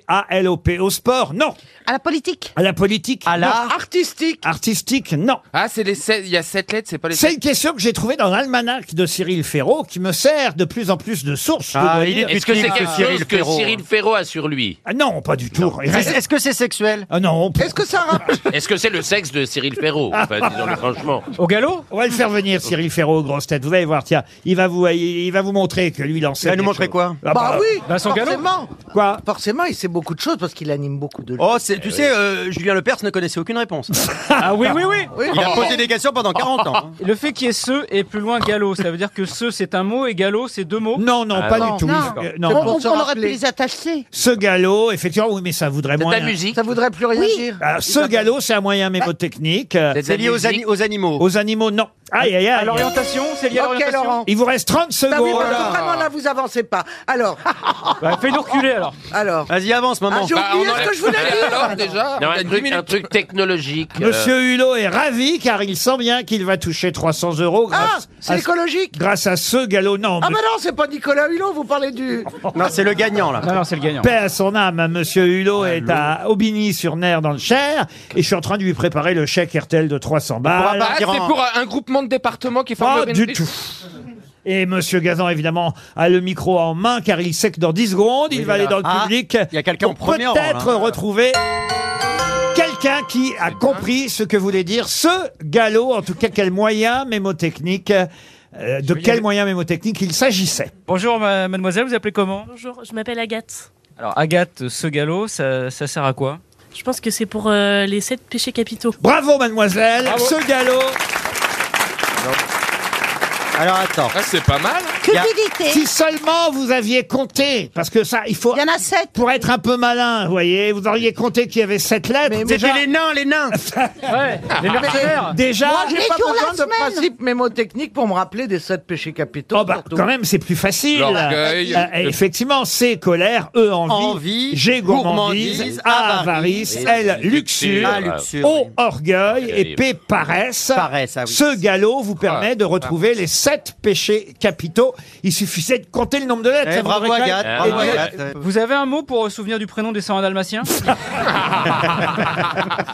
Speaker 2: C-E-G-A-L-O-P. Au sport, non.
Speaker 8: À la politique
Speaker 2: À la politique,
Speaker 9: À
Speaker 2: non.
Speaker 9: l'art
Speaker 5: Artistique
Speaker 2: Artistique, non.
Speaker 7: Ah, c'est les sept- il y a sept lettres, c'est pas les
Speaker 2: C'est
Speaker 7: sept
Speaker 2: une question que j'ai trouvée dans l'almanach de Cyril Ferraud qui me sert de plus en plus de source. je
Speaker 9: Ah,
Speaker 2: dois
Speaker 9: il
Speaker 2: dire.
Speaker 9: est-
Speaker 4: Est-ce que c'est
Speaker 9: Utile que
Speaker 4: quelque
Speaker 9: Cyril
Speaker 4: chose que
Speaker 9: Ferraud.
Speaker 4: Cyril Ferraud a sur lui
Speaker 2: Ah non, pas du tout. Il reste-
Speaker 9: Est-ce est-ce que c'est sexuel
Speaker 2: Ah non, on, peut-
Speaker 5: Est-ce que ça rapproche
Speaker 4: Est-ce que c'est le sexe de Cyril Ferraud Enfin, disons-le franchement.
Speaker 10: Au galop
Speaker 2: on va le faire venir, Cyril Ferraud, aux grosses têtes. Vous allez voir, tiens, il va vous, il va vous montrer que lui, il en sait.
Speaker 9: Il va nous
Speaker 2: des
Speaker 9: montrer
Speaker 2: choses.
Speaker 9: quoi
Speaker 2: Ah
Speaker 5: Bah oui,
Speaker 10: Vincent Gallo
Speaker 5: forcément.
Speaker 2: Quoi
Speaker 5: Forcément, il sait beaucoup de choses parce qu'il anime beaucoup de
Speaker 9: Oh, c'est- tu sais, euh, Julien Lepers ne connaissait aucune réponse.
Speaker 10: Ah oui oui oui.
Speaker 5: Oui.
Speaker 9: Il a posé des questions pendant 40 ans. hein.
Speaker 10: Le fait qu'il y ait ce et plus loin galop, ça veut dire que ce c'est un mot et galop c'est deux mots.
Speaker 2: Non, non,
Speaker 4: Ah,
Speaker 2: pas
Speaker 5: non.
Speaker 2: du tout.
Speaker 8: Non.
Speaker 2: Euh,
Speaker 8: On,
Speaker 2: non.
Speaker 5: pour se
Speaker 8: on aurait pu
Speaker 5: rappeler.
Speaker 8: les attacher.
Speaker 2: Ce galop, effectivement, oui, mais ça voudrait
Speaker 4: C'est
Speaker 2: moins.
Speaker 4: la musique.
Speaker 5: Ça voudrait plus rien
Speaker 8: Oui.
Speaker 5: dire.
Speaker 2: Ah, ce galop, c'est un moyen mémotechnique. Euh,
Speaker 4: C'est
Speaker 9: C'est lié aux, ani- aux animaux.
Speaker 2: Aux animaux, non. Aïe, aïe,
Speaker 10: À
Speaker 2: aïe.
Speaker 10: l'orientation, c'est lié à
Speaker 5: Ok
Speaker 10: l'orientation.
Speaker 5: Laurent.
Speaker 2: Il vous reste 30
Speaker 5: T'as vu,
Speaker 2: secondes.
Speaker 5: parce que bah, vraiment là vous avancez pas. Alors,
Speaker 10: Bah, fais-nous reculer alors.
Speaker 5: alors.
Speaker 9: Vas-y, avance,
Speaker 5: Ah,
Speaker 9: maman.
Speaker 5: j'ai
Speaker 4: Bah,
Speaker 5: oublié
Speaker 7: on
Speaker 5: ce
Speaker 7: enlève-
Speaker 5: que je voulais
Speaker 7: Et
Speaker 5: dire.
Speaker 7: alors, déjà
Speaker 4: Non,
Speaker 7: on a
Speaker 4: un,
Speaker 7: dix
Speaker 4: truc,
Speaker 7: minutes.
Speaker 4: un truc technologique. euh,
Speaker 2: Monsieur Hulot est ravi car il sent bien qu'il va toucher 300 euros
Speaker 5: Ah,
Speaker 2: grâce,
Speaker 5: c'est
Speaker 2: à,
Speaker 5: écologique.
Speaker 2: grâce à ce galop. Non,
Speaker 5: Ah
Speaker 2: monsieur-
Speaker 5: bah non, c'est pas Nicolas Hulot, vous parlez du...
Speaker 9: Non, c'est le gagnant, là.
Speaker 10: Non non, c'est le gagnant.
Speaker 2: Paix à son âme, hein. Monsieur Hulot est à Aubigny-sur-Ner dans le Cher, et je suis en train de lui préparer le chèque RTL de 300 balles.
Speaker 7: Ah, c'est
Speaker 9: Iran.
Speaker 7: pour un, un groupement de départements qui forme
Speaker 2: Pas
Speaker 7: le
Speaker 2: du
Speaker 7: BNP.
Speaker 2: tout. Et Monsieur Gazan, évidemment, a le micro en main car il sait que dans 10 secondes, il va aller dans le
Speaker 9: Ah,
Speaker 2: public.
Speaker 9: il y a quelqu'un
Speaker 2: pour
Speaker 9: en premier hein. rang,
Speaker 7: hein.
Speaker 2: Peut-être
Speaker 9: là.
Speaker 2: retrouver quelqu'un qui
Speaker 7: Eh ben.
Speaker 2: a compris ce que voulait dire ce galop, en tout cas quel moyen mémotechnique, euh, de quel moyen mémotechnique il s'agissait.
Speaker 10: Bonjour ma- mademoiselle, vous appelez comment
Speaker 11: Bonjour, je m'appelle Agathe.
Speaker 10: Alors Agathe, ce galop, ça, ça sert à quoi
Speaker 11: Je pense que c'est pour euh, les sept péchés capitaux.
Speaker 2: Bravo, mademoiselle. Ce galop.
Speaker 9: Alors, attends.
Speaker 7: Ah, c'est pas mal.
Speaker 8: Cupidité
Speaker 2: Si seulement vous aviez compté, parce que ça, il faut.
Speaker 8: Il y en a sept
Speaker 2: Pour être un peu malin, vous voyez, vous auriez compté qu'il y avait sept lettres.
Speaker 5: Mais
Speaker 2: euh, déjà,
Speaker 9: C'était les nains, les nains Ah,
Speaker 10: Ouais, les mercenaires.
Speaker 2: Ah, déjà.
Speaker 5: Moi, j'ai
Speaker 8: les
Speaker 5: pas
Speaker 8: jours la
Speaker 5: besoin de
Speaker 8: semaine.
Speaker 5: principe mémotechnique pour me rappeler des sept péchés capitaux.
Speaker 2: Oh bah,
Speaker 5: surtout.
Speaker 2: quand même, c'est plus facile.
Speaker 7: L'orgueil.
Speaker 2: Euh, effectivement, C, colère, E, envie,
Speaker 9: Envie,
Speaker 2: G, gourmandise,
Speaker 9: gourmandise,
Speaker 2: A, avarice,
Speaker 9: avarice,
Speaker 2: L, luxure,
Speaker 9: Ah, luxure,
Speaker 2: O,
Speaker 9: oui.
Speaker 2: orgueil et P, paresse.
Speaker 9: Paresse, ah oui.
Speaker 2: Ce galop vous permet de retrouver les sept péchés capitaux Gallo, il suffisait de compter le nombre de lettres.
Speaker 9: Eh,
Speaker 2: ça vous
Speaker 9: bravo,
Speaker 2: rendrait
Speaker 9: Agathe,
Speaker 2: compte Et
Speaker 9: bravo,
Speaker 2: Dieu-
Speaker 9: Agathe.
Speaker 10: Vous avez un mot pour euh, souvenir du prénom des 101 dalmatiens
Speaker 2: Ouf,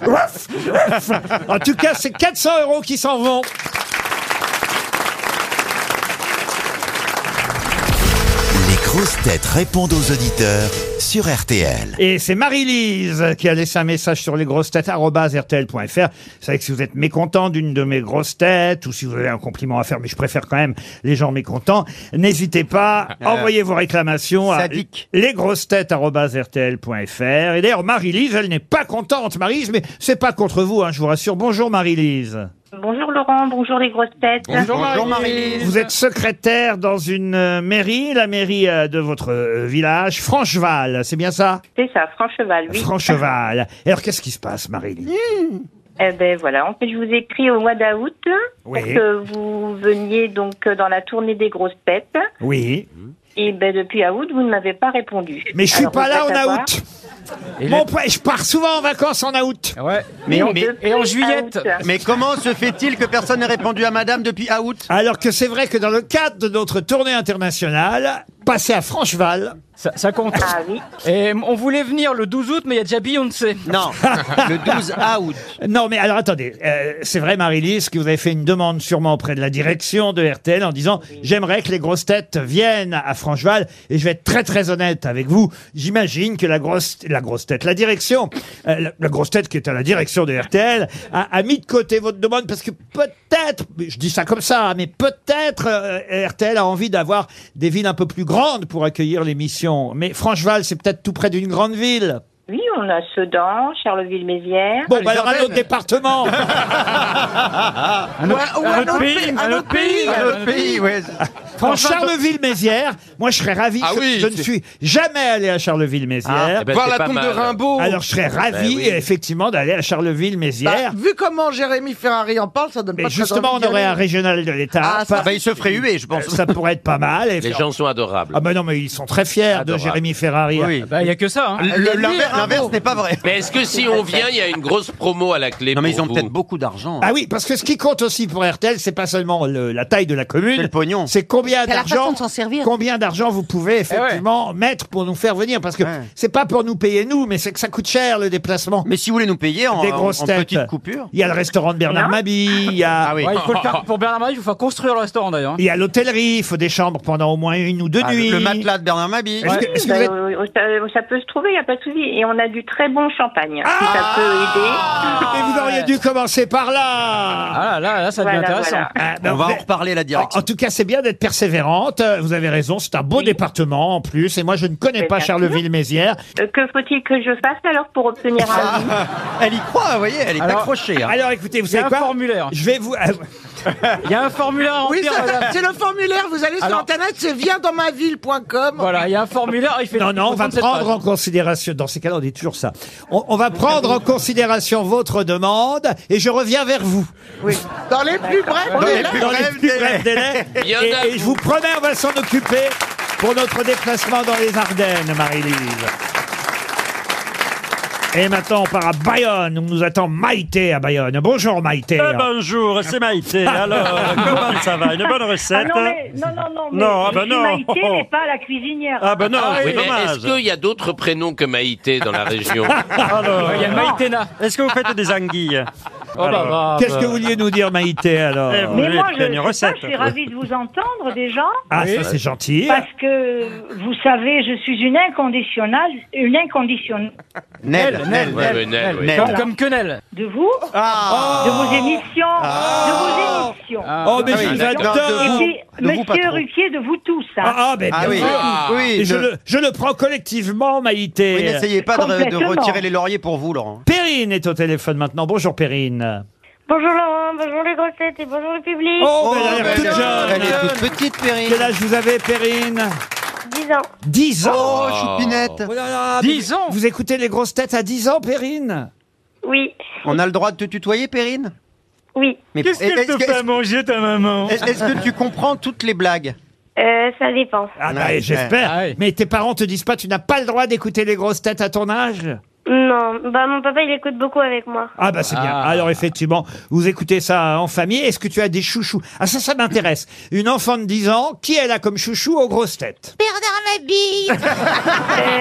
Speaker 2: ouf. En tout cas, c'est 400 euros qui s'en vont.
Speaker 1: Les grosses têtes répondent aux auditeurs sur RTL.
Speaker 2: Et c'est Marie-Lise qui a laissé un message sur les grosses lesgrossetêtes.rtl.fr. Vous savez que si vous êtes mécontent d'une de mes grosses têtes ou si vous avez un compliment à faire, mais je préfère quand même les gens mécontents, n'hésitez pas, envoyez vos réclamations à
Speaker 9: Ah. Sadique.
Speaker 2: lesgrossetêtes.rtl.fr. Et d'ailleurs, Marie-Lise, elle n'est pas contente, Marie-Lise, mais c'est pas contre vous, hein, je vous rassure. Bonjour Marie-Lise.
Speaker 12: Bonjour Laurent, bonjour les grosses têtes.
Speaker 9: Bonjour Marie.
Speaker 2: Vous êtes secrétaire dans une euh, mairie, la mairie euh, de votre euh, village, Francheval, c'est bien ça
Speaker 12: C'est ça, Francheval, oui.
Speaker 2: Francheval. Alors, qu'est-ce qui se passe, Marie-Lise
Speaker 12: Eh ben voilà, en fait, je vous écris au mois d'août là,
Speaker 2: Oui.
Speaker 12: pour que vous veniez donc euh, dans la tournée des grosses têtes.
Speaker 2: Oui.
Speaker 12: Et ben depuis à août, vous ne m'avez pas répondu.
Speaker 2: Mais je suis
Speaker 12: Alors,
Speaker 2: pas
Speaker 12: vous
Speaker 2: là
Speaker 12: faites
Speaker 2: en
Speaker 12: avoir.
Speaker 2: août. Mon pa- Je pars souvent en vacances en août.
Speaker 10: Ouais.
Speaker 9: Mais, mais,
Speaker 12: depuis
Speaker 10: et en
Speaker 12: à
Speaker 10: juillet.
Speaker 12: août.
Speaker 9: mais comment se fait-il que personne n'ait répondu à madame depuis à août
Speaker 2: Alors que c'est vrai que dans le cadre de notre tournée internationale, passer à Francheval,
Speaker 10: Ça, ça compte.
Speaker 12: Ah oui.
Speaker 10: Et on voulait venir le 12 août, mais il y a déjà Beyoncé.
Speaker 9: Non, le 12 août.
Speaker 2: Non, mais alors attendez, euh, c'est vrai, Marie-Lise, que vous avez fait une demande sûrement auprès de la direction de RTL en disant J'aimerais que les grosses têtes viennent à Francheval. Et je vais être très très honnête avec vous. J'imagine que la grosse, la grosse tête, la direction, euh, la, la grosse tête qui est à la direction de RTL, a, a mis de côté votre demande parce que peut-être, je dis ça comme ça, hein, mais peut-être euh, RTL a envie d'avoir des villes un peu plus grandes pour accueillir l'émission. Mais Francheval, c'est peut-être tout près d'une grande ville.
Speaker 12: Oui, on a Sedan, Charleville-Mézières.
Speaker 2: Bon,
Speaker 10: les
Speaker 2: bah, alors un
Speaker 10: urbaines.
Speaker 2: autre département
Speaker 5: Ou à- ou à un autre pays, un autre pays.
Speaker 9: Un autre pays, ouais.
Speaker 2: En Charleville-Mézières, moi je serais ravi.
Speaker 7: Ah
Speaker 2: je,
Speaker 7: oui,
Speaker 2: je ne
Speaker 7: c'est-
Speaker 2: suis jamais allé à Charleville-Mézières.
Speaker 4: Eh ben,
Speaker 7: Voir
Speaker 4: c'est
Speaker 7: la
Speaker 4: pas
Speaker 7: tombe de
Speaker 4: mal. Bah
Speaker 7: Rimbaud.
Speaker 2: Alors je serais ravi,
Speaker 4: oui.
Speaker 2: effectivement, d'aller à
Speaker 5: Bah,
Speaker 2: Charleville-Mézières.
Speaker 5: vu comment Jérémy Ferrari en parle, ça donne
Speaker 2: mais
Speaker 5: pas
Speaker 2: justement, on aurait un régional de l'État.
Speaker 5: Ah, ça-
Speaker 2: Pas-
Speaker 9: Bah, il se ferait huer, je pense.
Speaker 2: ça pourrait être pas mal.
Speaker 4: Les
Speaker 2: Et faire-
Speaker 4: gens sont adorables.
Speaker 2: Ah ben non, mais ils sont très fiers de
Speaker 4: Adorable.
Speaker 2: Jérémy Ferrari.
Speaker 9: Oui.
Speaker 10: Bah, il y a que
Speaker 4: Ah,
Speaker 10: ça. hein.
Speaker 9: Le-
Speaker 5: Mais lui,
Speaker 9: L'inverse
Speaker 5: Rimbaud.
Speaker 9: l'inverse n'est pas vrai.
Speaker 4: Mais est-ce que si on vient, il y a une grosse promo à la clé
Speaker 9: Non, mais ils
Speaker 4: pour
Speaker 9: ont
Speaker 4: vous
Speaker 9: peut-être beaucoup d'argent. hein.
Speaker 2: Ah oui, parce que ce qui compte aussi pour RTL, c'est pas seulement le- la taille de la
Speaker 9: C'est
Speaker 2: commune,
Speaker 9: le pognon. Eh
Speaker 2: c'est combien
Speaker 8: C'est la façon
Speaker 2: d'argent,
Speaker 8: de s'en servir.
Speaker 2: combien d'argent vous pouvez effectivement mettre pour nous faire venir, parce que
Speaker 9: Ouais.
Speaker 2: c'est pas pour nous payer nous, mais c'est que ça coûte cher le déplacement.
Speaker 9: Mais si vous voulez nous payer en,
Speaker 2: Des grosses
Speaker 9: en
Speaker 2: têtes.
Speaker 9: petite coupure.
Speaker 2: Il y a le restaurant de Bernard
Speaker 12: Non.
Speaker 2: Mabille, il y a,
Speaker 9: Ah oui.
Speaker 10: Ouais, il faut le faire pour Bernard Marie, il faut faire construire le restaurant d'ailleurs. hein.
Speaker 2: il y a l'hôtellerie, il faut des chambres pendant au moins une ou deux
Speaker 9: Ah,
Speaker 2: nuits.
Speaker 9: le matelas de Bernard Mabille.
Speaker 2: Est-ce que- est-ce que
Speaker 12: Ben,
Speaker 2: vous êtes-
Speaker 12: euh, ça, ça peut se trouver, il n'y a pas de souci. Et on a du très bon champagne. hein, si ça peut aider.
Speaker 2: Ah Mais vous auriez dû commencer par là.
Speaker 10: Ah là, là, là, ça devient
Speaker 12: Voilà,
Speaker 10: intéressant.
Speaker 12: voilà.
Speaker 2: Ah, ben,
Speaker 9: On va
Speaker 2: vous
Speaker 9: en
Speaker 2: êtes-
Speaker 9: reparler la
Speaker 2: en,
Speaker 9: direction.
Speaker 2: en tout cas, c'est bien d'être persévérante. Euh, Vous avez raison, c'est un beau département en plus. Et moi, je ne connais
Speaker 12: Mais
Speaker 2: pas
Speaker 12: bien
Speaker 2: Charleville-Mézières. Ah,
Speaker 12: Euh, que faut-il que je fasse alors pour obtenir un oui
Speaker 9: Elle y croit, vous voyez, elle est
Speaker 10: Alors-
Speaker 9: accrochée. hein.
Speaker 2: Alors, écoutez, vous
Speaker 10: Il y a
Speaker 2: savez
Speaker 10: un
Speaker 2: quoi
Speaker 10: formulaire.
Speaker 2: Je vais vous. ah,
Speaker 10: Il y a un formulaire à
Speaker 5: Oui,
Speaker 10: remplir,
Speaker 5: ça-
Speaker 2: euh,
Speaker 10: madame.
Speaker 5: c'est le formulaire. Vous allez sur
Speaker 10: Alors-
Speaker 5: internet, c'est viensdansmaville.com.
Speaker 10: Voilà, il y a un formulaire, il fait
Speaker 2: Non, non, on va
Speaker 10: 37
Speaker 2: prendre
Speaker 10: pages.
Speaker 2: en considération. Dans ces cas-là, on dit toujours ça. On, on va prendre en considération votre demande et je reviens vers vous.
Speaker 5: Oui. Dans les plus brefs
Speaker 9: Dans
Speaker 5: délais.
Speaker 9: les plus
Speaker 2: dans les
Speaker 9: brefs
Speaker 2: plus
Speaker 9: délais.
Speaker 2: brefs délais.
Speaker 4: Bien
Speaker 2: Et-
Speaker 4: à
Speaker 2: et, je vous promets, on va s'en occuper pour notre déplacement dans les Ardennes, Marie-Lise. Et maintenant, on part à Bayonne, où nous attend Maïté à Bayonne. Bonjour Maïté.
Speaker 13: Eh,
Speaker 3: Eh ben,
Speaker 13: bonjour, c'est Maïté.
Speaker 2: Ah.
Speaker 13: Alors, comment ça va Une bonne
Speaker 12: Ah
Speaker 13: recette
Speaker 12: non, mais, non, non, non, mais
Speaker 13: Non, ah bah
Speaker 2: ben
Speaker 12: je suis
Speaker 13: non.
Speaker 12: Maïté, mais pas la cuisinière.
Speaker 13: Ah ben non,
Speaker 4: Oui,
Speaker 13: c'est
Speaker 4: mais
Speaker 13: dommage.
Speaker 4: est-ce qu'il y a d'autres prénoms que Maïté dans la région
Speaker 2: Ah
Speaker 13: Alors,
Speaker 10: Ah Il y a Maïtena.
Speaker 13: est-ce que vous faites des anguilles
Speaker 10: Oh là
Speaker 13: Alors,
Speaker 10: là.
Speaker 2: Qu'est-ce que vous vouliez nous dire, Maïté, alors
Speaker 13: Eh, vous-
Speaker 12: mais moi,
Speaker 13: voulez
Speaker 12: je,
Speaker 13: faire une
Speaker 12: je sais pas,
Speaker 13: recette
Speaker 12: je suis ravie de vous entendre déjà,
Speaker 2: Ah, ça, c'est gentil.
Speaker 12: parce que vous savez, je suis une inconditionnelle, une inconditionnelle
Speaker 9: Nel, Nel,
Speaker 4: Ouais,
Speaker 9: Nel.
Speaker 4: ouais, Nel, ouais.
Speaker 9: Nel.
Speaker 10: Comme, comme Quenelle.
Speaker 12: de vous, de vos émissions, de vos émissions.
Speaker 2: Oh, mais
Speaker 9: Ah oui,
Speaker 2: je vous
Speaker 9: d'accord.
Speaker 12: Et
Speaker 2: adore
Speaker 9: De vous-
Speaker 12: puis,
Speaker 9: de vous,
Speaker 12: monsieur
Speaker 9: patron.
Speaker 12: Ruquier, de vous tous, hein.
Speaker 2: Ah, ah, ben,
Speaker 9: Ah
Speaker 2: bien
Speaker 9: oui,
Speaker 2: sûr.
Speaker 9: oui,
Speaker 2: Et je,
Speaker 9: ne-
Speaker 2: le, je le prends collectivement, Maïté.
Speaker 9: oui, n'essayez pas de, de
Speaker 12: Complètement.
Speaker 9: retirer les lauriers pour vous, Laurent.
Speaker 2: Perrine est au téléphone maintenant. Bonjour, Perrine.
Speaker 12: Bonjour Laurent, bonjour les grossettes et bonjour le public.
Speaker 2: Oh, ben, elle a l'air
Speaker 9: elle,
Speaker 2: toute jeune.
Speaker 9: elle est toute petite, Perrine.
Speaker 2: Quel âge vous avez, Perrine
Speaker 12: 10 ans.
Speaker 2: 10 ans
Speaker 9: Oh, choupinette.
Speaker 2: Oh là là,
Speaker 10: 10
Speaker 2: mais
Speaker 10: ans
Speaker 2: Vous écoutez les grosses têtes à 10 ans, Perrine
Speaker 12: Oui,
Speaker 9: On a le droit de te tutoyer, Perrine
Speaker 12: oui.
Speaker 9: Mais
Speaker 13: Qu'est-ce
Speaker 9: est-ce
Speaker 13: qu'elle te
Speaker 9: que-
Speaker 13: fait à manger, ta maman
Speaker 9: est-ce- est-ce que tu comprends toutes les blagues
Speaker 12: Euh, ça dépend.
Speaker 2: Ah
Speaker 9: Ouais,
Speaker 2: bah,
Speaker 9: ouais.
Speaker 2: j'espère.
Speaker 10: Ah ouais.
Speaker 2: Mais tes parents te disent pas, tu n'as pas le droit d'écouter les grosses têtes à ton âge
Speaker 14: Non, bah mon papa il écoute beaucoup avec moi.
Speaker 2: Ah bah c'est bien. Alors effectivement, vous écoutez ça en famille. Est-ce que tu as des chouchous Ah ça, ça m'intéresse. Une enfant de 10 ans, qui elle a comme chouchou aux grosses têtes
Speaker 14: Bernard Mabille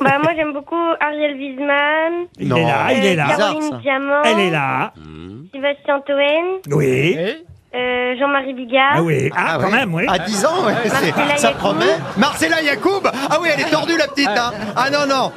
Speaker 14: Bah moi j'aime beaucoup Ariel Wiesman.
Speaker 2: Il est là, il est là.
Speaker 14: Caroline
Speaker 2: Bizarre, ça.
Speaker 14: Diamant.
Speaker 2: Elle est là.
Speaker 14: Sébastien Toen.
Speaker 2: Oui.
Speaker 14: Euh, Jean-Marie Bigard.
Speaker 2: Ah oui, ah, quand même, oui.
Speaker 3: À 10 ans, ouais, c'est-
Speaker 14: Marcella
Speaker 3: ça
Speaker 14: Yacoub.
Speaker 3: promet. Marcella Yacoub Ah oui, elle est tordue la petite. hein. Ah non, non.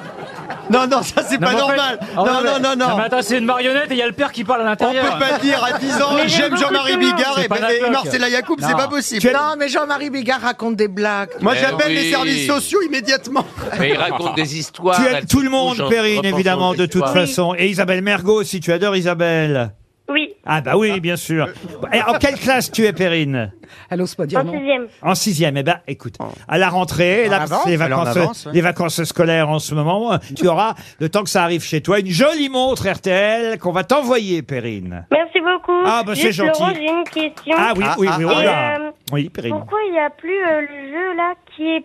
Speaker 3: Non, non, ça c'est
Speaker 10: Non,
Speaker 3: pas
Speaker 10: mais en fait-
Speaker 3: normal.
Speaker 10: Oh,
Speaker 3: Non, non,
Speaker 10: mais-
Speaker 3: non, non.
Speaker 10: mais attends, c'est une marionnette et il y a le père qui parle à l'intérieur.
Speaker 3: On peut pas dire à 10 ans, Mais j'aime j'aime beaucoup Jean-Marie tout le monde. Bigard et- Ben
Speaker 10: C'est pas
Speaker 3: et
Speaker 10: Matlock.
Speaker 3: Marcella Yacoub, c'est
Speaker 10: Non.
Speaker 3: pas possible.
Speaker 10: Tu as-
Speaker 5: Non, mais Jean-Marie Bigard raconte des blagues.
Speaker 3: Moi
Speaker 4: Eh
Speaker 3: j'appelle
Speaker 4: oui.
Speaker 3: les services sociaux immédiatement.
Speaker 4: Mais il raconte des histoires.
Speaker 2: Tu
Speaker 4: elle
Speaker 2: aimes
Speaker 4: se
Speaker 2: tout le
Speaker 4: bouge
Speaker 2: monde,
Speaker 4: en
Speaker 2: Perrine,
Speaker 4: repensant
Speaker 2: évidemment,
Speaker 4: aux
Speaker 2: de toute
Speaker 4: histoires.
Speaker 2: façon. Et Isabelle Mergot, si tu adores Isabelle.
Speaker 14: Oui.
Speaker 2: Ah bah oui, bien sûr. Et en quelle classe tu es, Perrine
Speaker 5: Elle n'ose pas
Speaker 14: En sixième.
Speaker 2: En sixième, eh ben, écoute, à la rentrée, là,
Speaker 3: En
Speaker 2: parce que
Speaker 3: avance,
Speaker 2: c'est les
Speaker 3: elle est en
Speaker 2: vacances,
Speaker 3: avance, ouais.
Speaker 2: les vacances scolaires en ce moment, euh, tu auras, le temps que ça arrive chez toi, une jolie montre RTL qu'on va t'envoyer, Perrine.
Speaker 14: Merci beaucoup.
Speaker 2: Ah, bah, c'est
Speaker 14: Juste,
Speaker 2: gentil.
Speaker 14: Laurent, j'ai une question.
Speaker 2: Ah oui, oui, oui,
Speaker 14: Et,
Speaker 2: oh là.
Speaker 14: euh,
Speaker 2: Oui, Perrine.
Speaker 14: Pourquoi il n'y a plus euh, le jeu là qui est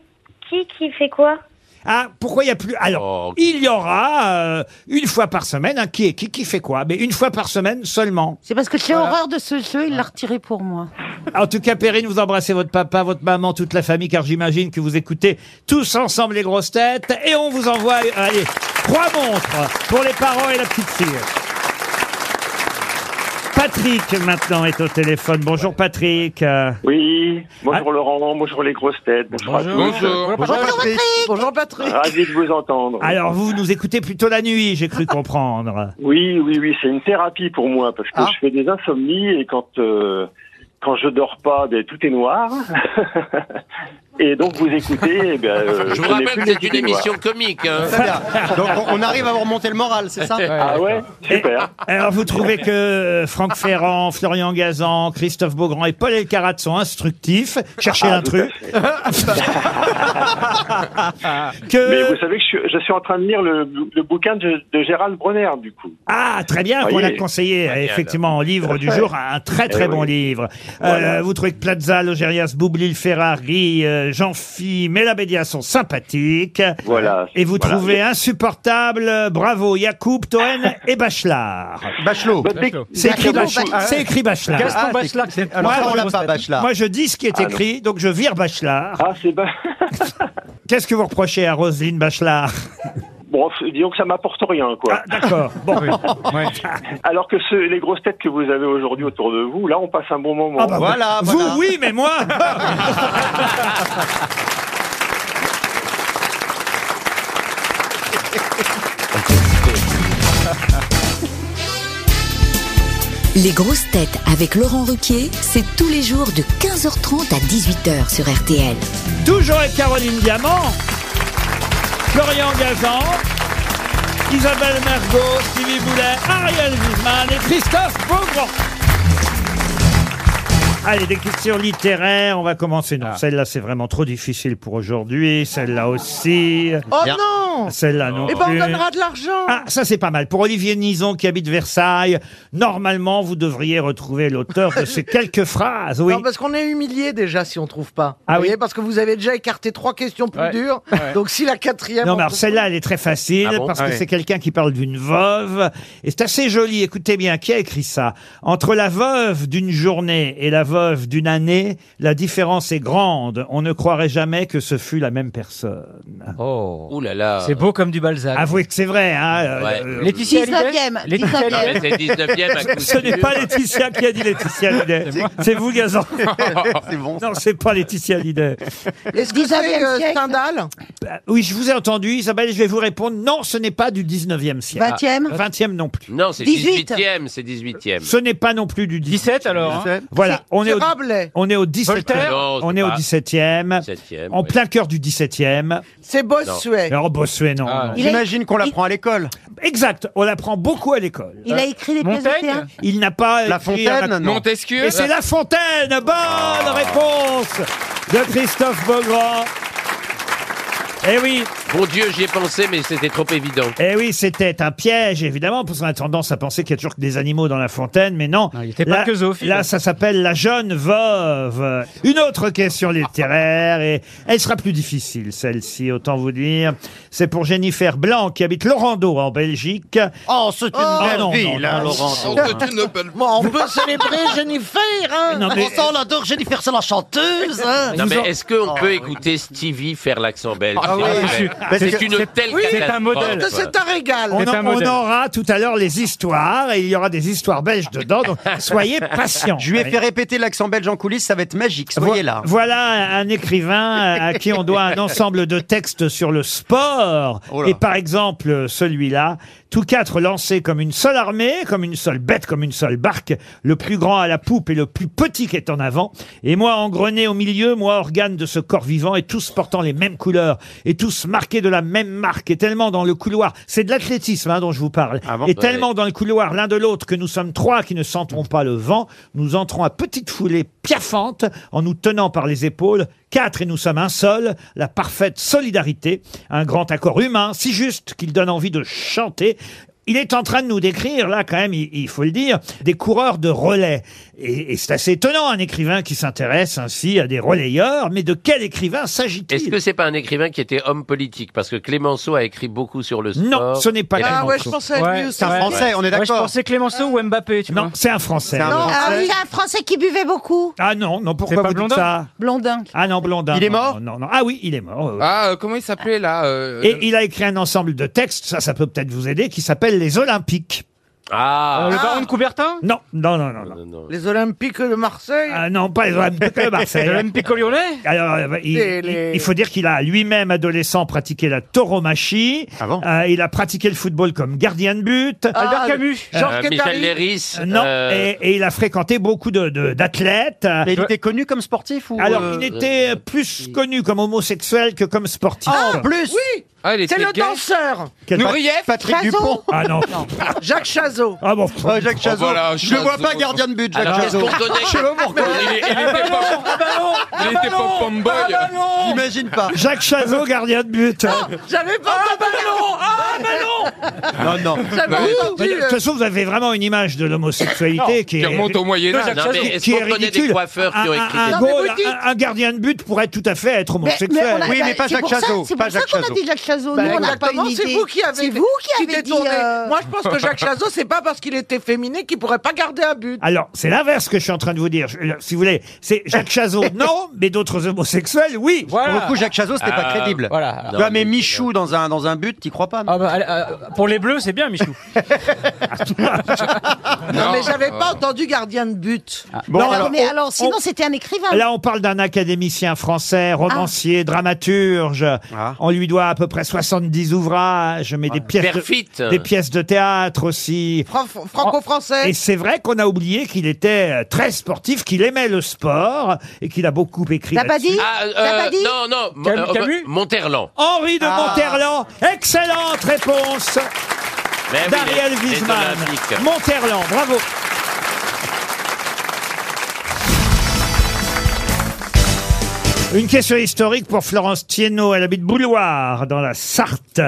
Speaker 14: qui qui fait quoi
Speaker 2: Ah, pourquoi il n'y a plus
Speaker 4: Oh,
Speaker 2: Alors, il y aura euh, une fois par semaine, hein, qui est qui, qui fait quoi, mais une fois par semaine seulement.
Speaker 8: C'est parce que j'ai horreur de ce jeu, il l'a retiré pour moi.
Speaker 2: En tout cas, Perrine, vous embrassez votre papa, votre maman, toute la famille, car j'imagine que vous écoutez tous ensemble les grosses têtes. Et on vous envoie, euh, allez, trois montres pour les parents et la petite fille. Patrick, maintenant, est au téléphone. Bonjour, Patrick. Euh,
Speaker 15: Oui, bonjour Laurent, bonjour les grosses têtes, bonjour, à tous.
Speaker 2: Bonjour. Bonjour,
Speaker 5: Patrick. Bonjour Patrick.
Speaker 15: Ravi de vous entendre.
Speaker 2: Alors, vous nous écoutez plutôt la nuit, j'ai cru comprendre.
Speaker 15: Oui, oui, oui, c'est une thérapie pour moi parce que
Speaker 5: Ah.
Speaker 15: je fais des insomnies et quand euh, quand je dors pas, ben, tout est noir. et donc vous écoutez, eh ben, euh,
Speaker 4: Je vous
Speaker 15: n'ai plus
Speaker 4: rappelle que
Speaker 15: les
Speaker 4: c'est une
Speaker 15: idées noires.
Speaker 4: émission comique. hein.
Speaker 15: Très bien.
Speaker 3: Donc on, on arrive à vous remonter le moral, c'est ça
Speaker 15: Ah ouais Super.
Speaker 2: Alors, vous trouvez que euh, Franck Ferrand, Florian Gazan, Christophe Beaugrand et Paul Elkarat sont instructifs. Cherchez
Speaker 15: Ah, tout à
Speaker 2: l'intrus.
Speaker 15: Mais vous savez que je suis, je suis en train de lire le, le bouquin de, de Gérald Bronner du coup.
Speaker 2: Ah, très bien, qu'on a
Speaker 15: Voyez.
Speaker 2: conseillé
Speaker 15: Très bien,
Speaker 2: effectivement en livre du
Speaker 15: Parfait.
Speaker 2: jour, un très très
Speaker 15: Eh
Speaker 2: bon
Speaker 15: oui.
Speaker 2: livre.
Speaker 15: Voilà.
Speaker 2: Euh, vous trouvez que Plaza, Logérias, Boublil, Ferrari, euh, Jean-Phi, Mélabédia sont sympathiques.
Speaker 15: Voilà.
Speaker 2: Et vous
Speaker 15: Voilà.
Speaker 2: trouvez insupportable, euh, bravo, Yacoub, Toen et Bachelard.
Speaker 3: Bachelot.
Speaker 2: C'est écrit
Speaker 3: Bachelot.
Speaker 2: Bachelot. C'est écrit Bachelard.
Speaker 3: Gaston
Speaker 2: Ah, c'est-
Speaker 3: Bachelard,
Speaker 2: c'est-
Speaker 3: alors ça, on l'a pas, Bachelard.
Speaker 2: Moi, je dis ce qui est
Speaker 3: Ah, non.
Speaker 2: écrit, donc je vire Bachelard.
Speaker 15: Ah, c'est bien.
Speaker 2: Qu'est-ce que vous reprochez à Roselyne Bachelard
Speaker 15: Bon, disons que ça m'apporte rien, quoi.
Speaker 2: Ah, D'accord. Bon.
Speaker 15: Alors que ce- les grosses têtes que vous avez aujourd'hui autour de vous, là, on passe un bon moment.
Speaker 2: Ah bah, Vous, oui, mais moi Ah,
Speaker 16: Les grosses têtes avec Laurent Ruquier, c'est tous les jours de 15h30 à 18h sur RTL.
Speaker 2: Toujours avec Caroline Diamant, Florian Gazan, Isabelle Mergot, Stevie Boulet, Ariel Wiesman et Christophe Beaugrand. Allez, des questions littéraires. On va commencer. Non, celle-là, c'est vraiment trop difficile pour aujourd'hui. Celle-là aussi.
Speaker 5: Oh non
Speaker 2: Celle-là non.
Speaker 5: Eh ben on
Speaker 2: plus.
Speaker 5: donnera de l'argent
Speaker 2: Ah, ça c'est pas mal. Pour Olivier Nison qui habite Versailles, normalement vous devriez retrouver l'auteur de ces quelques phrases. Oui.
Speaker 5: Non, parce qu'on est humilié déjà si on trouve pas.
Speaker 2: Ah
Speaker 5: vous
Speaker 2: oui.
Speaker 5: voyez, parce que vous avez déjà écarté trois questions plus
Speaker 2: Ouais.
Speaker 5: dures.
Speaker 2: Ouais.
Speaker 5: Donc si la quatrième.
Speaker 2: Non,
Speaker 5: on
Speaker 2: mais alors
Speaker 5: trouve-
Speaker 2: celle-là, elle est très facile
Speaker 5: Ah bon
Speaker 2: parce
Speaker 5: Ah
Speaker 2: que
Speaker 5: oui.
Speaker 2: c'est quelqu'un qui parle d'une veuve. Et c'est assez joli. Écoutez bien, qui a écrit ça Entre la veuve d'une journée et la veuve d'une année, la différence est grande. On ne croirait jamais que ce fut la même personne.
Speaker 9: Oh.
Speaker 4: Ouh là là.
Speaker 10: C'est beau comme du Balzac.
Speaker 2: Avouez que c'est vrai, hein. euh,
Speaker 4: Ouais.
Speaker 2: euh,
Speaker 10: Laetitia Hallyday
Speaker 8: 19e,
Speaker 10: Laetitia Hallyday
Speaker 4: Ouais, c'est 19e à coup
Speaker 2: Ce n'est
Speaker 4: sûr.
Speaker 2: pas Laetitia qui a dit Laetitia Hallyday. C'est vous, Gazan.
Speaker 3: C'est bon,
Speaker 2: Non, c'est pas Laetitia Hallyday.
Speaker 5: Est-ce que c'est euh, Stendhal
Speaker 2: Bah, Oui, je vous ai entendu, Isabelle, je vais vous répondre. Non, ce n'est pas du 19e siècle.
Speaker 4: 20e?
Speaker 2: 20e non plus.
Speaker 4: Non, c'est
Speaker 2: 18.
Speaker 4: 18e, c'est 18e.
Speaker 2: Ce n'est pas non plus du 17
Speaker 10: alors, hein. 17.
Speaker 2: Voilà, on est,
Speaker 5: C'est
Speaker 2: au,
Speaker 5: Rabelais.
Speaker 2: on est au 17
Speaker 4: Voltaire Non, c'est
Speaker 2: On est au
Speaker 4: pas.
Speaker 2: 17e. en
Speaker 4: oui.
Speaker 2: plein cœur du 17e.
Speaker 5: C'est Bossuet.
Speaker 2: Alors Bossuet non.
Speaker 3: Ah,
Speaker 9: Ah,
Speaker 2: non.
Speaker 3: J'imagine qu'on l'apprend à l'école.
Speaker 2: Exact, on l'apprend beaucoup à l'école.
Speaker 8: Il a écrit des pièces de
Speaker 3: Montaigne
Speaker 8: théâtre.
Speaker 2: Il n'a pas
Speaker 3: La
Speaker 2: écrit
Speaker 3: Fontaine,
Speaker 2: un-
Speaker 3: non. Montesquieu.
Speaker 2: Et c'est La Fontaine. Bonne réponse de Christophe Beaugrand. Eh oui.
Speaker 4: Mon Dieu, j'y ai pensé, mais c'était trop évident.
Speaker 2: Eh oui, c'était un piège, évidemment, parce qu'on a tendance à penser qu'il y a toujours que des animaux dans la fontaine, mais non.
Speaker 10: était pas
Speaker 2: Là-
Speaker 10: que zoophile.
Speaker 2: Là, ça s'appelle la jeune veuve. Une autre question littéraire, et elle sera plus difficile, celle-ci, autant vous dire. C'est pour Jennifer Blanc, qui habite Lorando, en Belgique.
Speaker 6: Oh, c'est une
Speaker 2: Oh,
Speaker 6: belle
Speaker 2: non,
Speaker 6: ville,
Speaker 2: non,
Speaker 6: hein,
Speaker 2: non.
Speaker 6: Laurent.
Speaker 2: Oh, c'est
Speaker 6: une belle On peut célébrer Jennifer, hein.
Speaker 2: Non, mais-
Speaker 6: Bon sang, on l'adore, Jennifer, c'est la chanteuse, hein.
Speaker 4: Non, mais
Speaker 6: Nous en-
Speaker 4: est-ce qu'on
Speaker 6: Oh,
Speaker 4: peut
Speaker 6: oui.
Speaker 4: écouter Stevie faire l'accent belge
Speaker 6: Ah
Speaker 4: s'il
Speaker 6: oui,
Speaker 4: vous plaît
Speaker 6: c'est-
Speaker 4: C'est
Speaker 6: c'est-
Speaker 4: une
Speaker 6: c'est-
Speaker 4: telle
Speaker 6: oui,
Speaker 4: catastrophe.
Speaker 2: On, en- on aura tout à l'heure les histoires, et il y aura des histoires belges dedans, donc soyez patients.
Speaker 9: Je lui ai fait
Speaker 2: Allez.
Speaker 9: répéter l'accent belge en coulisses, ça va être magique. Soyez
Speaker 2: Vo-
Speaker 9: là.
Speaker 2: Voilà un- un écrivain euh, à à qui on doit un ensemble de textes sur le sport.
Speaker 9: Oh là.
Speaker 2: Et par exemple, euh, celui-là, tous quatre lancés comme une seule armée, comme une seule bête, comme une seule barque, le plus grand à la poupe et le plus petit qui est en avant. Et moi engrené au milieu, moi organe de ce corps vivant et tous portant les mêmes couleurs et tous marqués de la même marque et tellement dans le couloir. C'est de l'athlétisme hein, dont je vous parle. et
Speaker 9: Ah
Speaker 3: Ouais.
Speaker 9: bah,
Speaker 2: tellement dans le couloir l'un de l'autre que nous sommes trois qui ne sentons pas le vent, nous entrons à petite foulée piaffante en nous tenant par les épaules, quatre et nous sommes un seul, la parfaite solidarité, un grand accord humain, si juste qu'il donne envie de chanter. Il est en train de nous décrire, là quand même, il, il faut le dire, des coureurs de relais. Et, et c'est assez étonnant, un écrivain qui s'intéresse ainsi à des relayeurs, mais de quel écrivain s'agit-il
Speaker 4: Est-ce que c'est pas un écrivain qui était homme politique Parce que Clémenceau a écrit beaucoup sur le sport.
Speaker 2: Non, ce n'est pas
Speaker 4: Et-
Speaker 2: Clémenceau.
Speaker 6: Ah
Speaker 10: Ouais, je pensais Clémenceau ou Mbappé, tu
Speaker 2: Non, c'est un Français.
Speaker 8: Non, ah oui, c'est un Français qui buvait beaucoup.
Speaker 2: Ah non, non,
Speaker 10: C'est
Speaker 2: pourquoi vous
Speaker 10: pas
Speaker 2: dites
Speaker 10: Blondin
Speaker 2: ça
Speaker 8: Blondin.
Speaker 2: Ah non, Blondin.
Speaker 7: Il est
Speaker 2: non,
Speaker 7: mort
Speaker 2: non, non, non. Ah oui, il est mort. ouais, ouais.
Speaker 7: Ah, euh, comment il s'appelait là euh,
Speaker 2: Et il a écrit un ensemble de textes, ça, ça peut peut-être vous aider, qui s'appelle Les Olympiques. Euh,
Speaker 4: Ah
Speaker 10: Euh, Le baron de Coubertin
Speaker 2: Non, non, non, non. non.
Speaker 5: Les Olympiques de Marseille
Speaker 2: Ah non, pas les Olympiques de Marseille.
Speaker 10: Les Olympiques lyonnais
Speaker 2: Alors, euh, il,
Speaker 10: Les-
Speaker 2: il-
Speaker 10: les-
Speaker 2: il faut dire qu'il a lui-même, adolescent, pratiqué la tauromachie. Euh, il a pratiqué le football comme gardien de but.
Speaker 10: Ah Albert Ah, Camus. Georges
Speaker 4: Euh,
Speaker 2: Euh,
Speaker 4: Michel Guettari. Léris,
Speaker 2: Non,
Speaker 4: euh,
Speaker 2: et, et il a fréquenté beaucoup de- de- d'athlètes. De,
Speaker 9: Mais il était connu comme sportif ou
Speaker 2: Alors,
Speaker 9: euh,
Speaker 2: il était euh, plus connu comme homosexuel que comme sportif.
Speaker 5: Ah, Oui
Speaker 6: Ah,
Speaker 4: Ah,
Speaker 5: C'est le danseur
Speaker 2: Quel
Speaker 5: Nourrief
Speaker 9: Patrick Dupont.
Speaker 2: Ah non.
Speaker 5: Jacques Chazot
Speaker 2: Ah bon
Speaker 6: Oh,
Speaker 5: Ah, Jacques
Speaker 6: Chazot. Ah, Je le vois pas gardien de but, Jacques
Speaker 5: Alors,
Speaker 6: Chazot.
Speaker 5: qu'est-ce qu'on donnait
Speaker 6: Je sais pas pourquoi.
Speaker 5: Il est- il était pas-
Speaker 6: Il était pas fanboy. J'imagine pas.
Speaker 2: Ah, bah Jacques Chazot, gardien de but.
Speaker 5: J'avais pas Ah ballon Ah
Speaker 6: Non, non.
Speaker 5: J'avais
Speaker 2: Mais-
Speaker 5: entendu, euh,
Speaker 2: mais de toute façon, vous avez vraiment une image de l'homosexualité
Speaker 7: Non,
Speaker 2: qui,
Speaker 7: qui
Speaker 2: est-
Speaker 7: remonte au Moyen Âge. Non, mais
Speaker 2: qui-
Speaker 7: est-ce
Speaker 2: qui
Speaker 7: qu'on
Speaker 2: est
Speaker 7: connaît des
Speaker 2: ridicule.
Speaker 7: coiffeurs qui
Speaker 2: un,
Speaker 7: ont
Speaker 2: un-
Speaker 7: écrit
Speaker 2: un
Speaker 7: ça
Speaker 2: goal,
Speaker 7: Non, mais vous
Speaker 2: un-
Speaker 7: dites-
Speaker 2: un gardien de but pourrait tout à fait être homosexuel.
Speaker 8: on a- bah, c'est pour ça- C'est pour ça qu'on a dit Jacques Chazot.
Speaker 2: Bah,
Speaker 8: Nous, on
Speaker 6: Ah,
Speaker 8: n'a pas une
Speaker 5: Exactement,
Speaker 8: idée.
Speaker 5: Bah, c'est vous qui avez,
Speaker 8: C'est vous qui
Speaker 5: qui
Speaker 8: avez dit...
Speaker 5: détournez.
Speaker 8: euh,
Speaker 5: Moi, je pense que Jacques Chazot, c'est pas parce qu'il était féminin qu'il pourrait pas garder un but.
Speaker 2: Alors, c'est l'inverse que je suis en train de vous dire. Je- si vous voulez, c'est Jacques Chazot, non, mais d'autres homosexuels, oui.
Speaker 9: Pour le coup, Jacques Chazot, c'était pas
Speaker 8: Euh,
Speaker 2: Ah,
Speaker 9: crédible.
Speaker 2: voilà.
Speaker 9: Tu vois, mais Michou dans un, dans un but, t'y crois pas
Speaker 2: Ah,
Speaker 9: non
Speaker 2: bah, euh,
Speaker 10: Pour les Bleus, c'est bien, Michou.
Speaker 5: Non, mais j'avais
Speaker 2: euh.
Speaker 5: pas entendu gardien de but.
Speaker 2: Bon, Non, alors,
Speaker 8: mais
Speaker 2: on-
Speaker 8: alors, sinon,
Speaker 2: on-
Speaker 8: c'était un écrivain.
Speaker 2: Là, on parle d'un académicien français, romancier, dramaturge.
Speaker 4: Ah.
Speaker 2: On lui doit à peu près 70 ouvrages, mais des, pièces
Speaker 4: Perfite.
Speaker 2: de, des pièces de théâtre aussi.
Speaker 5: Franf- Franco-français.
Speaker 2: Et c'est vrai qu'on a oublié qu'il était euh, très sportif, qu'il aimait le sport et qu'il a beaucoup écrit. là-dessus.
Speaker 4: Ah, euh, Non, non, Mo-
Speaker 2: Camus-
Speaker 4: euh,
Speaker 2: Camus
Speaker 4: Monterland.
Speaker 2: Henri de
Speaker 4: Ah.
Speaker 2: Monterland, excellente réponse
Speaker 4: Mais Ben oui,
Speaker 2: d'Ariel
Speaker 4: les- les
Speaker 2: Wiesmann.
Speaker 4: Olympiques.
Speaker 2: Monterland, bravo. Une question historique pour Florence Thiénot. Elle habite Bouloir, dans la Sarthe.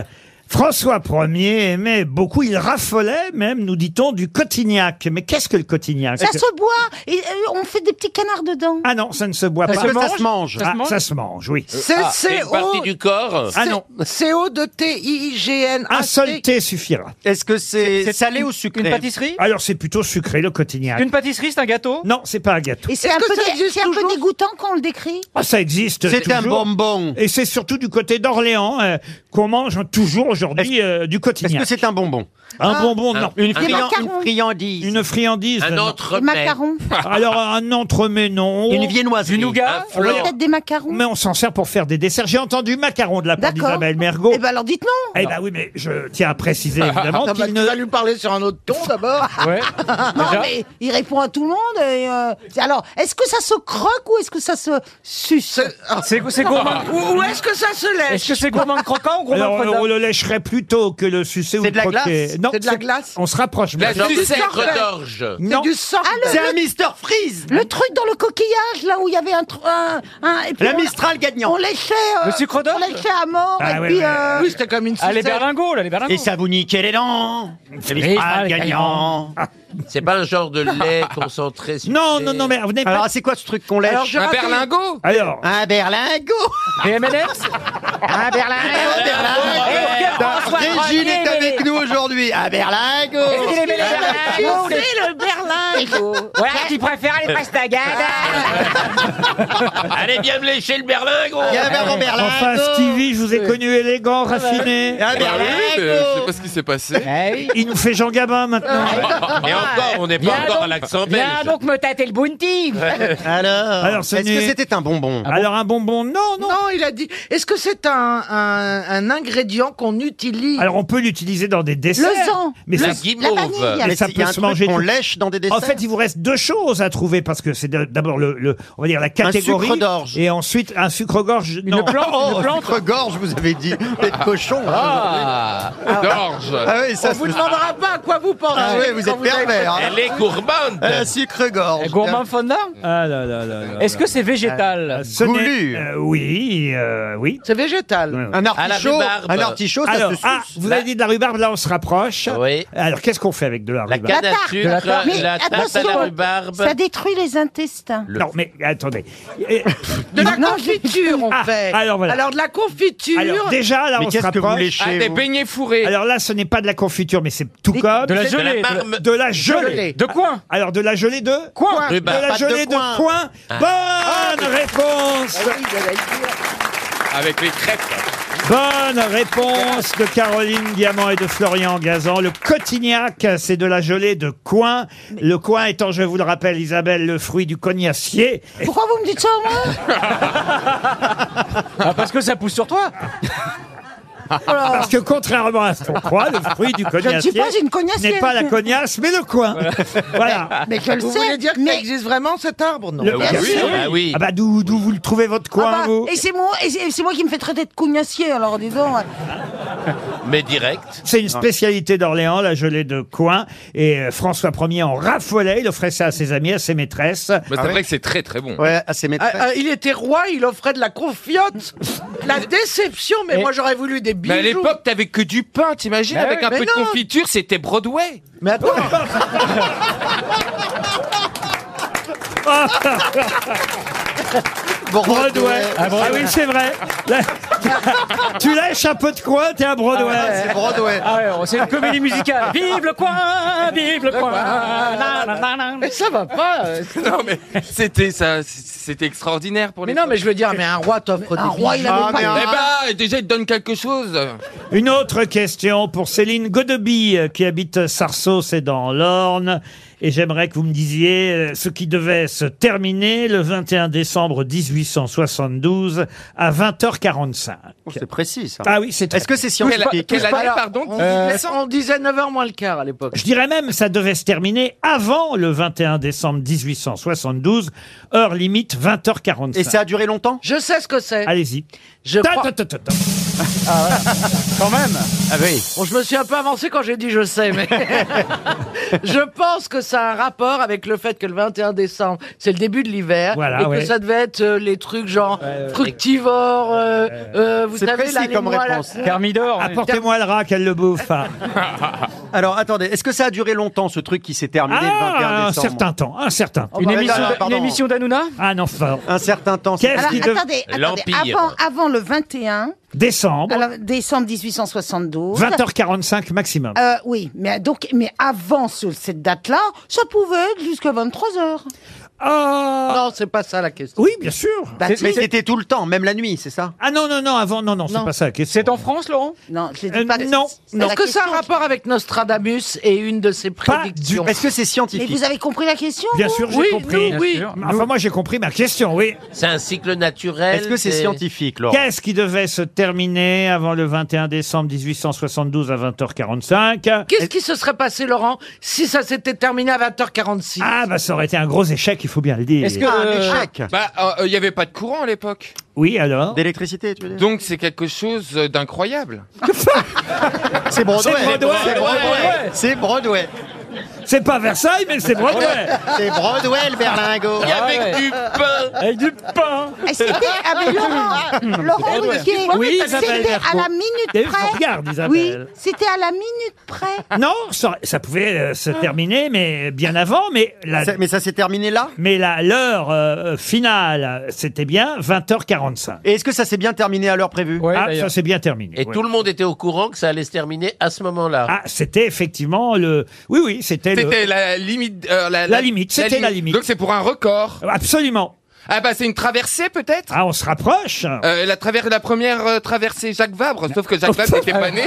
Speaker 2: François Ier aimait beaucoup, il raffolait même, nous dit-on, du Cotignac. Mais qu'est-ce que le Cotignac
Speaker 8: Ça se boit. et, euh, on fait des petits canards dedans.
Speaker 2: Ah non, ça ne se boit
Speaker 8: Ça
Speaker 2: pas.
Speaker 8: se Est-ce que mange ça se mange
Speaker 2: Ah,
Speaker 8: Ça se mange
Speaker 2: ça se mange, oui.
Speaker 5: C'est c'est
Speaker 4: Ah, une partie du corps
Speaker 2: Ah non.
Speaker 5: CO de T I I G N
Speaker 2: Un seul thé suffira.
Speaker 9: Est-ce que c'est
Speaker 2: C'est
Speaker 9: salé
Speaker 2: une-
Speaker 9: ou sucré
Speaker 2: une pâtisserie Alors c'est plutôt sucré le Cotignac.
Speaker 10: Une pâtisserie, c'est un gâteau
Speaker 2: Non, c'est pas un gâteau.
Speaker 8: Et c'est un, peu, dé- c'est un peu dégoûtant quand on le décrit.
Speaker 2: Ah, ça existe.
Speaker 9: C'est un
Speaker 2: bonbon. Et c'est surtout du côté d'Orléans euh, qu'on mange toujours aujourd'hui euh, du Cotignac.
Speaker 9: Est-ce que c'est un bonbon
Speaker 2: Un
Speaker 9: Ah.
Speaker 2: bonbon,
Speaker 9: Un-
Speaker 2: non.
Speaker 9: une Des friand- macarons. une
Speaker 2: friandise. Une friandise.
Speaker 9: Un
Speaker 2: non.
Speaker 9: entremets. Des macarons.
Speaker 2: Alors, un entremets, non.
Speaker 9: Une viennoiserie. Du nougat. Un flan.
Speaker 8: Peut-être des macarons.
Speaker 2: Mais on s'en sert pour faire des desserts. J'ai entendu macarons de la part
Speaker 8: D'accord.
Speaker 2: d'Isabelle Mergot. Eh
Speaker 8: ben alors dites non.
Speaker 2: Eh ben oui, mais je tiens à préciser évidemment
Speaker 5: Ah bah,
Speaker 2: qu'il ne...
Speaker 5: Tu vas lui parler sur un autre ton d'abord.
Speaker 8: non, mais il répond à tout le monde. et, euh, c'est- alors, est-ce que ça se croque ou est-ce que ça se suce
Speaker 10: C'est- c'est gourmand.
Speaker 5: Ou, ou est-ce que ça se lèche
Speaker 10: Est-ce que c'est gourmand de croquant ou gourmand
Speaker 2: Alors, euh, oh,
Speaker 10: de
Speaker 2: on le lècherait croquerait plutôt que le sucer ou
Speaker 5: C'est
Speaker 2: le
Speaker 5: de la
Speaker 2: croquer.
Speaker 5: glace C'est de la glace
Speaker 2: On se rapproche.
Speaker 5: La
Speaker 2: mais-
Speaker 5: sucette.
Speaker 4: d'orge.
Speaker 2: Non.
Speaker 8: du sang.
Speaker 5: C'est un
Speaker 8: Mister Freeze. Ah, Le truc dans le coquillage, là où il y avait un. tr- un, un- et puis
Speaker 5: La
Speaker 8: on-
Speaker 5: Mistral gagnant.
Speaker 8: On léchait. euh,
Speaker 5: Le sucre
Speaker 8: On léchait à mort.
Speaker 2: Ah
Speaker 8: et puis. euh,
Speaker 5: Oui, c'était comme une
Speaker 8: Ah, les
Speaker 5: sucette.
Speaker 10: berlingots, là, les berlingots.
Speaker 9: Et ça vous niquait les dents. C'est
Speaker 4: Ah,
Speaker 9: l'Israël gagnant.
Speaker 4: gagnant. C'est pas un genre de lait concentré. sucré.
Speaker 9: Non, non, non, mais vous n'avez pas- Alors, c'est quoi ce truc qu'on lèche
Speaker 4: Alors, je raconte-
Speaker 2: Alors.
Speaker 9: Un berlingot
Speaker 10: Les M&M's
Speaker 9: Un
Speaker 6: Ah,
Speaker 9: berlingot,
Speaker 3: Putain, Régine est avec nous aujourd'hui. Ah, berlingo
Speaker 6: Est-ce qu'il aimait les berlingots ou les-
Speaker 8: le berlingot.
Speaker 6: Ouais, tu préfères les pastagades
Speaker 4: Allez, viens me lécher le berlingot.
Speaker 2: Ah, Enfin, Stevie, je vous ai connu élégant, raffiné.
Speaker 7: Bah oui, mais je sais pas ce qui s'est passé.
Speaker 5: Eh
Speaker 2: Il nous fait Jean Gabin maintenant.
Speaker 4: Et encore, on n'est pas encore à l'accent belge.
Speaker 6: Viens donc me tâter le bounty
Speaker 2: Alors, ce
Speaker 9: est-ce que
Speaker 2: n'est-
Speaker 9: c'était un bonbon
Speaker 10: Ah
Speaker 2: Alors, un bonbon, non,
Speaker 5: non. Non, il a dit. Est-ce que c'est un, un, un ingrédient qu'on utilise
Speaker 2: Alors on peut l'utiliser dans des desserts.
Speaker 5: sang, le- la vanille. Mais
Speaker 2: Mais ça
Speaker 5: s'il y
Speaker 2: peut
Speaker 5: a un
Speaker 2: se
Speaker 5: truc
Speaker 2: manger.
Speaker 5: qu'on
Speaker 2: tout-
Speaker 5: lèche dans des desserts.
Speaker 2: En fait, il vous reste deux choses à trouver parce que c'est de- d'abord le, le- on va dire la catégorie
Speaker 3: sucre d'orge.
Speaker 2: et ensuite un sucre gorge. Non.
Speaker 3: oh, gorge, vous avez dit. Tête de cochon.
Speaker 5: hein,
Speaker 2: Ah.
Speaker 3: D'orge. Ah oui, ça
Speaker 5: On vous demandera pas à quoi vous pensez.
Speaker 3: Ah oui, vous
Speaker 5: quand
Speaker 3: êtes pervers. hein.
Speaker 4: Elle est gourmande.
Speaker 3: Euh, sucre-gorge.
Speaker 10: Gourmand fondant
Speaker 2: Ah là là là. là
Speaker 10: Est-ce
Speaker 2: là.
Speaker 10: que c'est végétal
Speaker 3: Ah,
Speaker 2: Ce n'est- euh, oui, euh, oui.
Speaker 5: C'est végétal.
Speaker 3: Un artichaut. Un artichaut, ça
Speaker 2: Alors,
Speaker 3: se suce.
Speaker 2: ah, vous avez dit de la rhubarbe, là on se rapproche.
Speaker 4: Oui.
Speaker 2: Alors qu'est-ce qu'on fait avec de la rhubarbe
Speaker 4: canne à tarte. sucre,
Speaker 8: Mais
Speaker 4: la tarte à la
Speaker 8: attention,
Speaker 4: rhubarbe.
Speaker 8: Ça détruit les intestins.
Speaker 2: Non, mais attendez.
Speaker 5: De la confiture, on fait.
Speaker 2: Ah, alors voilà.
Speaker 5: de la confiture.
Speaker 2: Alors déjà, là, on se rapproche.
Speaker 5: beignets
Speaker 2: fourrés. Alors là, ce n'est pas de la confiture, mais c'est tout comme.
Speaker 10: de la gelée, de la
Speaker 2: De la, de la gelée.
Speaker 10: De coin.
Speaker 2: Alors de la gelée de
Speaker 10: Coin.
Speaker 6: Eh ben,
Speaker 2: De
Speaker 10: Rhubarbe.
Speaker 2: la
Speaker 10: Pâte de
Speaker 2: gelée de
Speaker 10: coin.
Speaker 2: coin.
Speaker 10: Ah.
Speaker 2: Bonne
Speaker 6: Ah
Speaker 2: réponse.
Speaker 7: Avec les crêpes.
Speaker 2: Bonne réponse de Caroline Diamant et de Florian Gazan. Le Cotignac, c'est de la gelée de coin. Le coin étant, je vous le rappelle, Isabelle, le fruit du cognacier.
Speaker 8: Pourquoi vous me dites ça, moi
Speaker 10: Ah, parce que ça pousse sur toi.
Speaker 2: Ah, Parce que contrairement à ce qu'on croit, le fruit du
Speaker 8: Je ne suis
Speaker 2: cognacier
Speaker 8: pas une cognacière.
Speaker 2: n'est pas la cognasse, mais le coin. Voilà.
Speaker 8: Mais je le
Speaker 5: Vous
Speaker 8: sais,
Speaker 5: voulez dire que ça existe vraiment cet arbre Non.
Speaker 2: Le- Ah bah, d'où d'où vous le trouvez votre coin,
Speaker 8: Ah bah,
Speaker 2: vous
Speaker 8: et c'est moi, et c'est et c'est moi qui me fais traiter de cognacier, alors dis donc.
Speaker 4: Mais direct.
Speaker 2: C'est
Speaker 10: Ah.
Speaker 2: une spécialité d'Orléans, la gelée de coin. Et euh, François Ier en raffolait. Il offrait ça à ses amis, à ses maîtresses.
Speaker 10: Ah
Speaker 7: Bah, c'est vrai que c'est très très bon.
Speaker 5: Ah, ah, il était roi, il offrait de la confiote. la déception, mais
Speaker 7: Et-
Speaker 5: moi j'aurais voulu des bijoux.
Speaker 7: Mais à l'époque, t'avais que du pain, t'imagines
Speaker 5: Mais
Speaker 7: Avec
Speaker 5: oui,
Speaker 7: un
Speaker 5: mais
Speaker 7: peu de
Speaker 5: non.
Speaker 7: confiture, c'était Broadway.
Speaker 5: Mais attends.
Speaker 2: Broadway. Ah, oui, c'est vrai. Là- tu lèches un peu de coin, t'es à Broadway.
Speaker 10: Ah ouais, c'est Broadway. Ah ouais, c'est une comédie musicale. Vive le coin, vive le coin. Na, na, na, na.
Speaker 5: Mais ça va pas. euh, c'est-
Speaker 7: Non mais c'était ça, c'était extraordinaire pour
Speaker 5: mais
Speaker 7: les.
Speaker 5: non, mais je veux dire, mais un roi t'offre des
Speaker 7: Un roi, il
Speaker 5: bijoux.
Speaker 7: avait
Speaker 5: Ah, mais un-
Speaker 7: Eh bah, déjà, il te donne quelque chose.
Speaker 2: Une autre question pour Céline Godeby, euh, qui habite Sarceau, c'est dans l'Orne. Et j'aimerais que vous me disiez euh, ce qui devait se terminer le 21 décembre 1872 à 20h45.
Speaker 3: Oh, C'est précis, ça.
Speaker 2: Ah oui, c'est très
Speaker 3: Est-ce que c'est
Speaker 2: précis.
Speaker 3: scientifique
Speaker 5: Alors, on,
Speaker 2: Euh,
Speaker 5: disait, on disait 9h moins le quart à l'époque.
Speaker 2: Je dirais même ça devait se terminer avant le 21 décembre 1872, heure limite 20h45.
Speaker 5: Et ça
Speaker 2: a duré longtemps
Speaker 5: Je sais ce que c'est.
Speaker 2: Allez-y.
Speaker 5: Je
Speaker 2: Ta-
Speaker 5: crois-
Speaker 2: ta- ta- ta- ta.
Speaker 5: Quand même.
Speaker 2: Ah oui.
Speaker 5: Bon, je me suis un peu avancé quand j'ai dit je sais, mais je pense que ça a un rapport avec le fait que le 21 décembre, c'est le début de l'hiver,
Speaker 2: Voilà,
Speaker 5: et que
Speaker 2: ouais.
Speaker 5: ça devait être euh, les trucs genre fructivores, euh, euh, vous
Speaker 3: C'est
Speaker 5: savez,
Speaker 3: précis
Speaker 5: là, les
Speaker 3: comme
Speaker 5: mois à la
Speaker 3: réponse.
Speaker 5: cour.
Speaker 3: Thermidor, oui.
Speaker 2: Apportez-moi le rat qu'elle le bouffe. Ah,
Speaker 3: Alors, attendez, est-ce que ça a duré longtemps, ce truc qui s'est terminé le 21
Speaker 2: Ah, un
Speaker 3: décembre
Speaker 2: certain temps, un certain temps.
Speaker 3: Une bah, émission- là, pardon. une émission
Speaker 10: d'Anouna
Speaker 2: Ah non, fort.
Speaker 3: Un certain temps.
Speaker 2: Qu'est-ce
Speaker 8: Alors,
Speaker 2: qui devait...
Speaker 8: attendez, attendez. Avant, avant le 21
Speaker 2: Décembre,
Speaker 8: alors, décembre 1872.
Speaker 2: 20h45 maximum.
Speaker 8: Euh, oui, mais, donc, mais avant ce- cette date-là, ça pouvait être jusqu'à 23h.
Speaker 5: Non, c'est pas ça la question.
Speaker 2: Ah. Oui, bien sûr.
Speaker 8: Bah,
Speaker 3: mais
Speaker 8: tu-
Speaker 3: c'était tout le temps, même la nuit, c'est ça
Speaker 2: Ah non, non, non, avant, non, non, c'est
Speaker 5: Non.
Speaker 2: pas ça la question.
Speaker 10: C'est en France, Laurent
Speaker 8: Non, je
Speaker 2: Euh, non, non.
Speaker 5: Est-ce que ça a un rapport avec Nostradamus et une de ses prédictions
Speaker 3: Est-ce que c'est
Speaker 8: Mais
Speaker 3: scientifique
Speaker 8: vous avez compris la question
Speaker 2: Bien
Speaker 8: vous
Speaker 2: sûr, j'ai compris. Enfin, moi, j'ai compris ma question, oui.
Speaker 4: C'est un cycle naturel.
Speaker 3: Est-ce que c'est scientifique, Laurent
Speaker 2: Qu'est-ce qui devait se terminer avant le 21 décembre 1872 à 20h45
Speaker 5: Qu'est-ce qui se serait passé, Laurent, si ça s'était terminé à 20h46
Speaker 2: Ah, bah, ça aurait été un gros échec il faut bien le dire.
Speaker 7: Est-ce que
Speaker 5: Ah,
Speaker 7: Bah, euh, il n'y avait pas de courant à l'époque.
Speaker 2: Oui, alors
Speaker 7: D'électricité, tu veux dire Donc c'est quelque chose euh, d'incroyable.
Speaker 3: C'est Broadway.
Speaker 7: C'est Broadway.
Speaker 3: C'est Broadway. C'est Broadway.
Speaker 2: C'est pas Versailles, mais c'est Broadway. Ah,
Speaker 3: C'est Broadway, le berlingot.
Speaker 7: Et avec du pain.
Speaker 2: Avec du pain.
Speaker 8: Et c'était- ah, mais Laurent, Laurent
Speaker 2: Oui,
Speaker 8: Ruquier,
Speaker 2: Oui, Isabelle
Speaker 8: c'était à la
Speaker 2: Mergo. D'ailleurs,
Speaker 8: minute
Speaker 2: je
Speaker 8: près.
Speaker 2: regarde, Isabelle.
Speaker 8: Oui, c'était à la minute près.
Speaker 2: Non, ça, ça pouvait euh, se terminer, mais bien avant. Mais,
Speaker 3: Ça-
Speaker 2: mais ça s'est terminé là Mais la- l'heure euh, finale, c'était bien 20h45.
Speaker 3: Et est-ce que ça s'est bien terminé à l'heure prévue
Speaker 2: ah, ça s'est bien terminé.
Speaker 4: Et
Speaker 2: ouais.
Speaker 4: tout le monde était au courant que ça allait se terminer à ce moment-là.
Speaker 2: Ah, c'était effectivement le. Oui, oui, c'était le.
Speaker 7: C'était la limite. euh, la,
Speaker 2: La limite, c'était la limite.
Speaker 7: Donc c'est pour un record.
Speaker 2: Absolument.
Speaker 7: Ah bah c'est une traversée peut-être
Speaker 2: Ah, on se rapproche
Speaker 7: Euh, la, travers- la première euh, traversée Jacques Vabre, sauf que Jacques Vabre n'était pas né.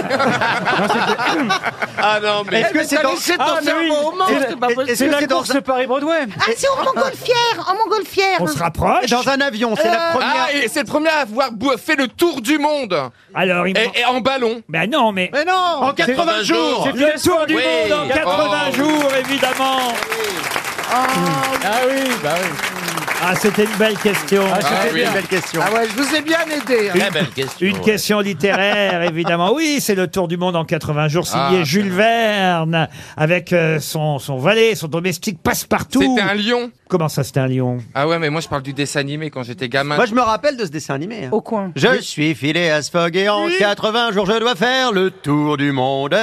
Speaker 7: ah non mais...
Speaker 3: Est-ce que c'est dans...
Speaker 5: Ah, mais oui. C'est la-
Speaker 3: Est-ce que c'est dans...
Speaker 5: Paris-Broadway.
Speaker 8: Ah, c'est en montgolfière, en montgolfière. Euh,
Speaker 3: Dans un avion, c'est la première...
Speaker 7: Ah, et c'est le premier à avoir bou- fait le tour du monde
Speaker 2: Alors, il
Speaker 7: et, et en ballon.
Speaker 2: Mais non, mais.
Speaker 3: Mais non En
Speaker 7: 80 jours. C'est
Speaker 2: Le tour du
Speaker 7: Oui.
Speaker 2: monde en 80
Speaker 7: Oh.
Speaker 2: jours, évidemment
Speaker 5: Ah oui, bah oui.
Speaker 2: Ah, c'était une belle question.
Speaker 5: Ah, c'était Ah, oui. bien.
Speaker 3: Une belle question.
Speaker 5: Ah ouais, je vous ai bien aidé. hein.
Speaker 2: Une question littéraire, évidemment. Oui, c'est le tour du monde en 80 jours, signé
Speaker 7: Ah,
Speaker 2: Jules Verne, avec euh, son, son valet, son domestique passe-partout.
Speaker 7: C'était un lion.
Speaker 2: Comment ça, c'était un lion
Speaker 7: Ah ouais mais moi je parle du dessin animé quand j'étais gamin.
Speaker 3: Moi, je me rappelle de ce dessin animé. hein.
Speaker 5: Au coin.
Speaker 3: Je suis filé à Sfog et en 80 jours, je dois faire le tour du monde.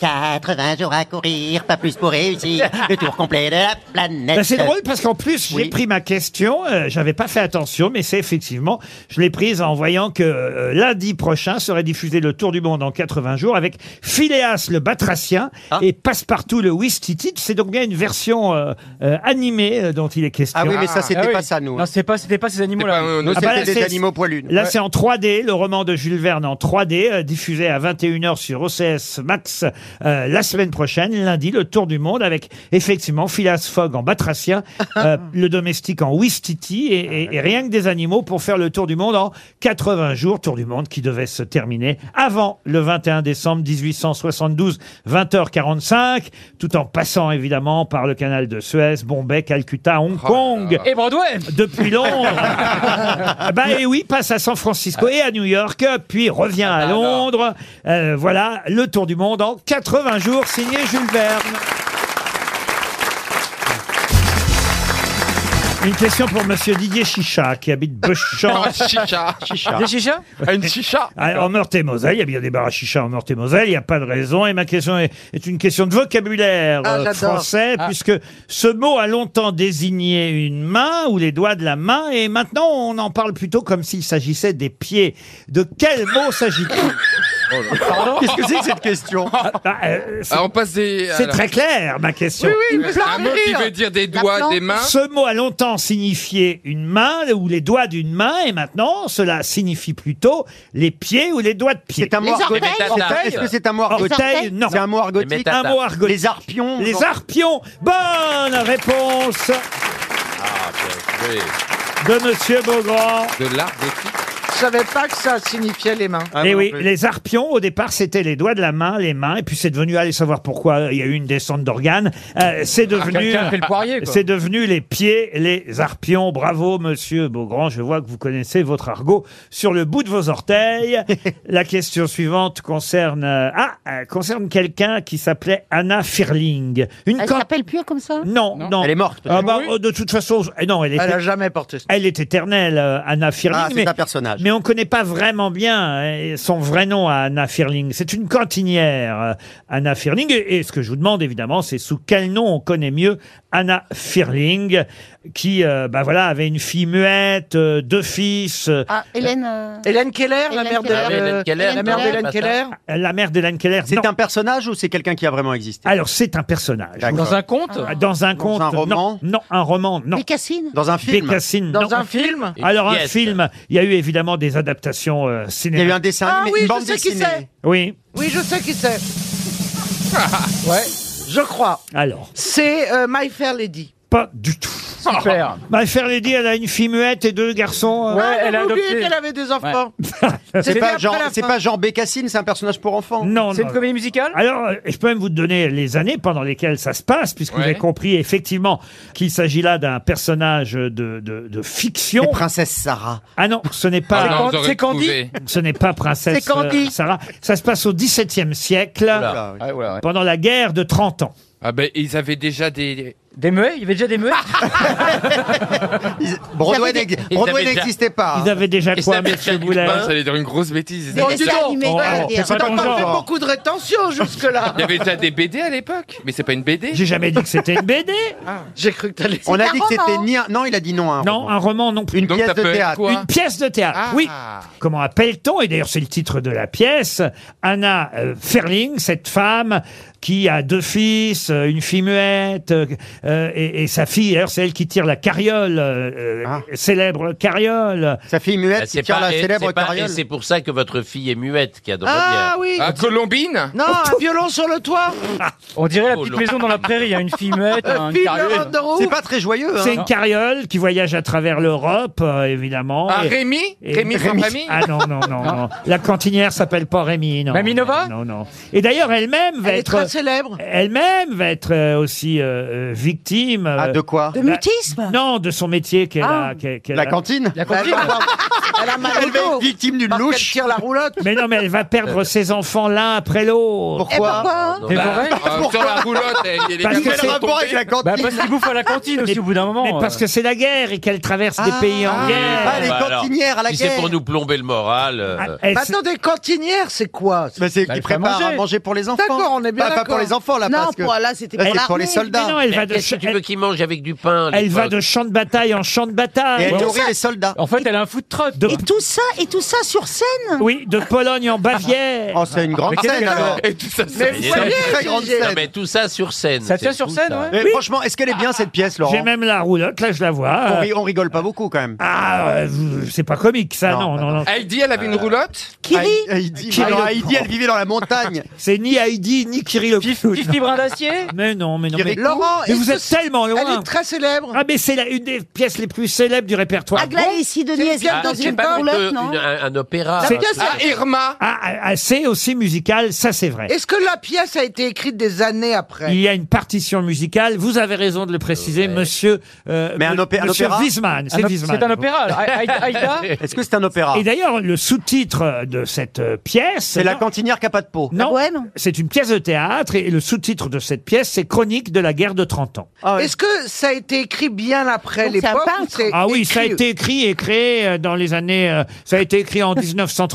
Speaker 8: 80 jours à courir, pas plus pour réussir. Le tour complet de la planète.
Speaker 2: Ben, c'est drôle parce qu'en plus, j'ai pris ma question, euh, j'avais pas fait attention, mais c'est effectivement, je l'ai prise en voyant que euh, lundi prochain serait diffusé le Tour du Monde en 80 jours avec Phileas le Batracien
Speaker 3: Ah.
Speaker 2: et Passepartout le Ouistiti. C'est donc bien une version euh, euh, animée euh, dont il est question.
Speaker 3: Ah oui, mais ça, c'était
Speaker 10: Ah oui.
Speaker 3: pas ça, nous.
Speaker 10: Non, c'était pas, c'était pas ces animaux-là.
Speaker 3: Nous,
Speaker 2: Ah bah
Speaker 3: euh, c'était
Speaker 2: là,
Speaker 3: des
Speaker 2: c'est-
Speaker 3: animaux poilus. nous.
Speaker 2: Là, c'est en 3D, le roman de Jules Verne en 3D, euh, diffusé à 21h sur OCS Max euh, la semaine prochaine, lundi, le tour du monde, avec effectivement Phileas Fogg en batracien, euh, le domestique en Ouistiti, et, et- et rien que des animaux pour faire le tour du monde en 80 jours. Tour du monde qui devait se terminer avant le 21 décembre 1872, 20h45, tout en passant évidemment par le canal de Suez, Bombay, Calcutta,
Speaker 3: Oh
Speaker 2: Hong Kong.
Speaker 10: Et Broadway
Speaker 2: Depuis Londres. Ah bah et oui, passe à San Francisco et à New York, puis revient à Londres. Euh, voilà, le tour du monde en 80 jours, signé Jules Verne. Une question pour Monsieur Didier Chicha, qui habite Beauchamp.
Speaker 6: Ah,
Speaker 7: chicha.
Speaker 10: Des chichas
Speaker 7: Ah, Une chicha.
Speaker 2: Ah, En Meurthe-et-Moselle, il y a bien des bars à chicha en Meurthe-et-Moselle, il n'y a pas de raison. Et ma question est, est une question de vocabulaire
Speaker 5: Ah,
Speaker 2: euh,
Speaker 5: j'adore.
Speaker 2: français, puisque ce mot a longtemps désigné une main ou les doigts de la main, et maintenant on en parle plutôt comme s'il s'agissait des pieds. De quel mot s'agit-il
Speaker 6: Oh
Speaker 3: Qu'est-ce que c'est que cette question
Speaker 2: Ah, euh, c'est-
Speaker 7: Ah, on passe des...
Speaker 2: C'est
Speaker 7: alors.
Speaker 2: très clair, ma question.
Speaker 7: Un mot qui veut dire des doigts, des mains.
Speaker 2: Ce mot a longtemps signifié une main ou les doigts d'une main, et maintenant, cela signifie plutôt les pieds ou les doigts de pied.
Speaker 3: C'est un mot
Speaker 8: Les
Speaker 3: argotique.
Speaker 8: orteils.
Speaker 3: C'est un- Est-ce que c'est un mot argotique
Speaker 2: Orteil, non.
Speaker 3: C'est un mot
Speaker 4: Les
Speaker 3: argotique.
Speaker 4: métatards.
Speaker 2: Un mot argotique.
Speaker 3: Les arpions.
Speaker 2: Les
Speaker 3: non.
Speaker 2: arpions. Bonne réponse
Speaker 4: Ah, bien joué.
Speaker 2: de Monsieur Beaugrand.
Speaker 7: De l'art des
Speaker 5: Je savais pas que ça signifiait les mains.
Speaker 10: Ah
Speaker 2: et Eh oui, les arpions, au départ, c'était les doigts de la main, les mains, et puis c'est devenu, allez savoir pourquoi, il y a eu une descente d'organes, Euh, c'est devenu,
Speaker 10: Ah,
Speaker 2: Ah,
Speaker 10: quelqu'un a fait le poirier, quoi.
Speaker 2: c'est devenu les pieds, les arpions. Bravo, monsieur Beaugrand, je vois que vous connaissez votre argot sur le bout de vos orteils. la question suivante concerne, euh, ah, euh, concerne quelqu'un qui s'appelait Anna Firling. Une
Speaker 8: Elle
Speaker 2: can-
Speaker 8: s'appelle plus comme ça
Speaker 2: Non, non.
Speaker 3: Elle est morte. peut-être.
Speaker 2: Ah bah, oh, de toute façon, je- eh non, elle est,
Speaker 5: Elle a jamais porté ça.
Speaker 2: elle est éternelle, euh, Anna Firling.
Speaker 3: Ah, c'est
Speaker 2: mais-
Speaker 3: un personnage.
Speaker 2: mais on ne connaît pas vraiment bien euh, son vrai nom à Anna Firling. C'est une cantinière, euh, Anna Firling. Et et ce que je vous demande, évidemment, c'est sous quel nom on connaît mieux Anna Firling, qui euh, bah voilà, avait une fille muette, euh, deux fils. euh,
Speaker 8: Ah, Hélène. euh,
Speaker 5: Hélène Keller, la
Speaker 8: Hélène
Speaker 5: mère de
Speaker 8: Keller.
Speaker 4: Ah oui, Hélène Keller,
Speaker 5: la mère
Speaker 4: Hélène
Speaker 5: d'Hélène Keller.
Speaker 4: Keller.
Speaker 2: Euh, La mère d'Hélène Keller. non.
Speaker 3: C'est un personnage ou c'est quelqu'un qui a vraiment existé
Speaker 2: Alors, c'est un personnage.
Speaker 3: D'accord.
Speaker 10: Dans un conte
Speaker 2: Dans un conte.
Speaker 3: un
Speaker 2: non,
Speaker 3: roman
Speaker 2: Non, un roman, non.
Speaker 8: Les Cassines
Speaker 3: Dans un film
Speaker 2: Bécassine,
Speaker 5: Dans
Speaker 2: non.
Speaker 5: un film
Speaker 4: Une
Speaker 2: Alors, un
Speaker 4: pièce.
Speaker 2: film, il y a eu évidemment des adaptations euh,
Speaker 3: Il y a eu
Speaker 2: cinéma.
Speaker 3: un dessin
Speaker 5: Ah
Speaker 3: animé,
Speaker 5: oui,
Speaker 3: une
Speaker 5: je
Speaker 3: bande
Speaker 5: sais qui
Speaker 3: dessinée.
Speaker 2: Oui,
Speaker 5: Oui, je sais qui c'est. ouais, je crois.
Speaker 2: alors,
Speaker 5: C'est euh, My Fair Lady.
Speaker 2: pas du tout.
Speaker 10: Super.
Speaker 2: Marie Ferlédi, Bah, elle a une fille muette et deux garçons. euh.
Speaker 5: ah, elle a oublié qu'elle avait des enfants.
Speaker 9: C'est
Speaker 5: C'était
Speaker 9: pas,
Speaker 5: après
Speaker 9: Jean,
Speaker 5: la
Speaker 9: c'est
Speaker 5: fin.
Speaker 9: pas Jean Bécassine, c'est un personnage pour enfants.
Speaker 2: Non,
Speaker 9: C'est
Speaker 2: non.
Speaker 9: une comédie
Speaker 10: musicale
Speaker 2: Alors, euh, je peux même vous donner les années pendant lesquelles ça se passe, puisque vous
Speaker 9: Ouais.
Speaker 2: avez compris effectivement qu'il s'agit là d'un personnage de, de, de fiction.
Speaker 3: princesse Sarah.
Speaker 2: Ah non, ce n'est pas.
Speaker 3: Ah non, vous aurez C'est Candy trouvé.
Speaker 2: Ce n'est pas princesse
Speaker 3: C'est Candy.
Speaker 2: euh, Sarah. Ça se passe au XVIIe siècle,
Speaker 7: Oula. Ah, oula, ouais.
Speaker 2: pendant la guerre de 30 ans.
Speaker 7: Ah ben, ils avaient déjà des...
Speaker 10: Des muets Il y avait déjà des muets
Speaker 3: Ah, Broadway n'ex- Broadway n'existait pas.
Speaker 2: Ils avaient déjà quoi,
Speaker 7: Monsieur
Speaker 2: Boulet
Speaker 7: Ça allait dire une grosse bêtise. Ils
Speaker 5: Bon,
Speaker 7: avaient
Speaker 5: dis
Speaker 7: déjà-
Speaker 5: donc,
Speaker 7: Oh,
Speaker 5: ouais,
Speaker 7: c'est
Speaker 5: t'as
Speaker 7: pas ton
Speaker 5: pas fait
Speaker 7: genre.
Speaker 5: beaucoup de rétention jusque-là.
Speaker 7: Il y avait déjà des BD à l'époque, mais c'est pas une Ah. BD.
Speaker 2: J'ai jamais dit que c'était une BD.
Speaker 5: J'ai cru que t'allais.
Speaker 3: On a
Speaker 5: C'est
Speaker 3: dit
Speaker 5: un
Speaker 3: que c'était
Speaker 7: hein.
Speaker 5: roman.
Speaker 3: ni un... Non, il a dit non à un
Speaker 2: Non, un roman non plus.
Speaker 3: Une pièce
Speaker 2: ça
Speaker 3: de
Speaker 2: peut être
Speaker 3: théâtre. Ah.
Speaker 2: quoi Une pièce de théâtre, oui.
Speaker 7: Ah.
Speaker 2: Comment appelle-t-on, et d'ailleurs c'est le titre de la pièce, Anna euh, Ferling, cette femme qui a deux fils, euh, une fille muette, euh, euh, et, et sa fille, d'ailleurs c'est elle qui tire la carriole, euh, euh, célèbre carriole.
Speaker 3: Sa fille
Speaker 4: Ah, c'est pas- et- c'est pas- et C'est pour ça que votre fille est muette qui a dans
Speaker 5: Ah oui.
Speaker 7: Ah, Colombine
Speaker 5: Non, un violon sur le toit.
Speaker 10: On dirait la petite
Speaker 4: Colombine.
Speaker 10: maison dans la hein, prairie, il y a une fille muette,
Speaker 5: Euh,
Speaker 10: un
Speaker 5: fille
Speaker 10: carriole.
Speaker 5: Laurent Doroux. C'est pas
Speaker 3: très joyeux. hein.
Speaker 2: C'est une carriole qui voyage à travers l'Europe, euh, évidemment.
Speaker 7: Ah,
Speaker 2: Et-
Speaker 7: Rémi
Speaker 2: et-
Speaker 7: Rémi sans famille
Speaker 2: Ah non, non, non, non. La cantinière s'appelle pas Rémi, non. Maminova Non, non. Et d'ailleurs, elle-même va
Speaker 5: Elle est
Speaker 2: être... euh,
Speaker 5: très célèbre.
Speaker 2: Elle-même va être euh, aussi euh, euh, victime... de
Speaker 3: quoi
Speaker 2: De mutisme Non, de son métier qu'elle a... qu'elle- qu'elle
Speaker 3: La
Speaker 2: a-
Speaker 3: cantine La cantine.
Speaker 5: Ah. Elle a mal au dos.
Speaker 3: victime d'une
Speaker 5: louche. Elle tire la roulotte.
Speaker 2: Mais non, mais elle va perdre ses enfants l'un après l'autre.
Speaker 5: Pourquoi Et pourquoi
Speaker 2: Dévorés.
Speaker 7: Ah, Sur la roulotte, elle- elle est
Speaker 2: Parce que
Speaker 7: elle
Speaker 2: c'est-
Speaker 7: est tombée.
Speaker 10: Bah, parce qu'ils bouffent à la cantine aussi au bout d'un moment. euh.
Speaker 2: Mais parce que c'est la guerre et qu'elle traverse des pays en guerre.
Speaker 4: Ah,
Speaker 3: les cantinières à la
Speaker 4: si
Speaker 3: guerre.
Speaker 4: c'est pour nous plomber le moral. euh,
Speaker 5: Maintenant, des cantinières, c'est quoi
Speaker 3: Bah, c'est qui
Speaker 5: elle fait
Speaker 3: prépare
Speaker 5: manger.
Speaker 3: à manger pour les enfants.
Speaker 5: D'accord, on est bien
Speaker 3: Pas- Pas
Speaker 5: d'accord.
Speaker 3: pour les enfants là,
Speaker 5: Non,
Speaker 3: parce que
Speaker 5: pour- là, c'était pour
Speaker 3: c'est
Speaker 5: l'armée,
Speaker 3: les soldats.
Speaker 2: mais non, elle va de-
Speaker 4: Qu'est-ce que tu
Speaker 2: elle-
Speaker 4: veux qu'ils mangent avec du pain les
Speaker 2: Elle va
Speaker 4: pauvres
Speaker 2: de champ de bataille en champ de bataille.
Speaker 3: Et elle nourrit les soldats.
Speaker 10: En fait, elle a un foot truck.
Speaker 2: De-
Speaker 8: Et tout ça, et tout ça sur scène
Speaker 2: Oui, de Pologne en Bavière.
Speaker 3: Oh, c'est une grande
Speaker 4: Mais qu'est-ce
Speaker 3: scène
Speaker 4: qu'elle a-
Speaker 3: alors.
Speaker 4: Et tout ça,
Speaker 3: Mais
Speaker 4: c'est
Speaker 3: vous voyez,
Speaker 4: une
Speaker 3: très grande
Speaker 4: Non,
Speaker 3: scène.
Speaker 4: mais tout ça sur scène.
Speaker 3: Ça
Speaker 10: tient
Speaker 4: c'est
Speaker 10: sur
Speaker 4: tout
Speaker 10: scène,
Speaker 4: ça.
Speaker 10: ouais.
Speaker 3: Mais franchement, est-ce qu'elle est bien cette pièce, Laurent
Speaker 2: J'ai même la roulotte, là je la vois.
Speaker 3: On ri- On rigole pas beaucoup quand même.
Speaker 2: Ah, euh, vous- c'est pas comique ça, non, non, non.
Speaker 7: Heidi, elle avait une roulotte
Speaker 3: Heidi, Heidi,
Speaker 2: Kiri.
Speaker 3: alors, Heidi, elle vivait dans la montagne.
Speaker 2: C'est ni Heidi, ni Kirill le
Speaker 10: Fif,
Speaker 2: Clown.
Speaker 10: fif brin d'acier
Speaker 2: Mais non, mais non. Mais,
Speaker 5: Laurent,
Speaker 2: mais
Speaker 5: est-ce
Speaker 2: vous
Speaker 5: que
Speaker 2: êtes tellement
Speaker 5: Elle
Speaker 2: loin.
Speaker 5: est très célèbre.
Speaker 2: Ah, mais c'est la- une des pièces les plus célèbres du répertoire.
Speaker 8: Aglaé ici de
Speaker 4: Ah,
Speaker 5: C'est
Speaker 8: Nice,
Speaker 5: bien
Speaker 8: dans
Speaker 5: dans
Speaker 8: une
Speaker 5: une barre,
Speaker 8: bourlotte,
Speaker 3: euh,
Speaker 4: Une-
Speaker 8: non
Speaker 4: une- un, un opéra.
Speaker 2: C'est-
Speaker 4: un
Speaker 5: Bien
Speaker 4: truc.
Speaker 5: sûr.
Speaker 7: Ah, Irma
Speaker 2: Ah, ah, ah, c'est aussi musical, ça c'est vrai.
Speaker 5: Est-ce que la pièce a été écrite des années après
Speaker 2: Il y a une partition musicale, vous avez raison de le préciser, monsieur, euh,
Speaker 3: Mais un opé- un
Speaker 2: monsieur
Speaker 3: opéra
Speaker 2: Wiesmann.
Speaker 10: Un
Speaker 2: C'est
Speaker 10: op-
Speaker 2: Wiesmann.
Speaker 10: C'est un opéra. alors. Aïda- Aïda
Speaker 3: Est-ce que c'est un opéra
Speaker 2: Et d'ailleurs, le sous-titre de cette euh, pièce.
Speaker 3: Ah. C'est la
Speaker 2: non,
Speaker 3: cantinière qui a pas de peau.
Speaker 2: Non,
Speaker 8: Bohème
Speaker 2: c'est une pièce de théâtre et le sous-titre de cette pièce, c'est Chronique de la guerre de 30 ans.
Speaker 3: Ah ouais.
Speaker 5: Est-ce que ça a été écrit bien après
Speaker 8: Donc c'est un
Speaker 5: l'époque
Speaker 8: peintre.
Speaker 5: ou c'est
Speaker 2: Ah oui, ça a
Speaker 5: écrit
Speaker 2: été écrit et créé euh, dans les années. euh, ça a été écrit en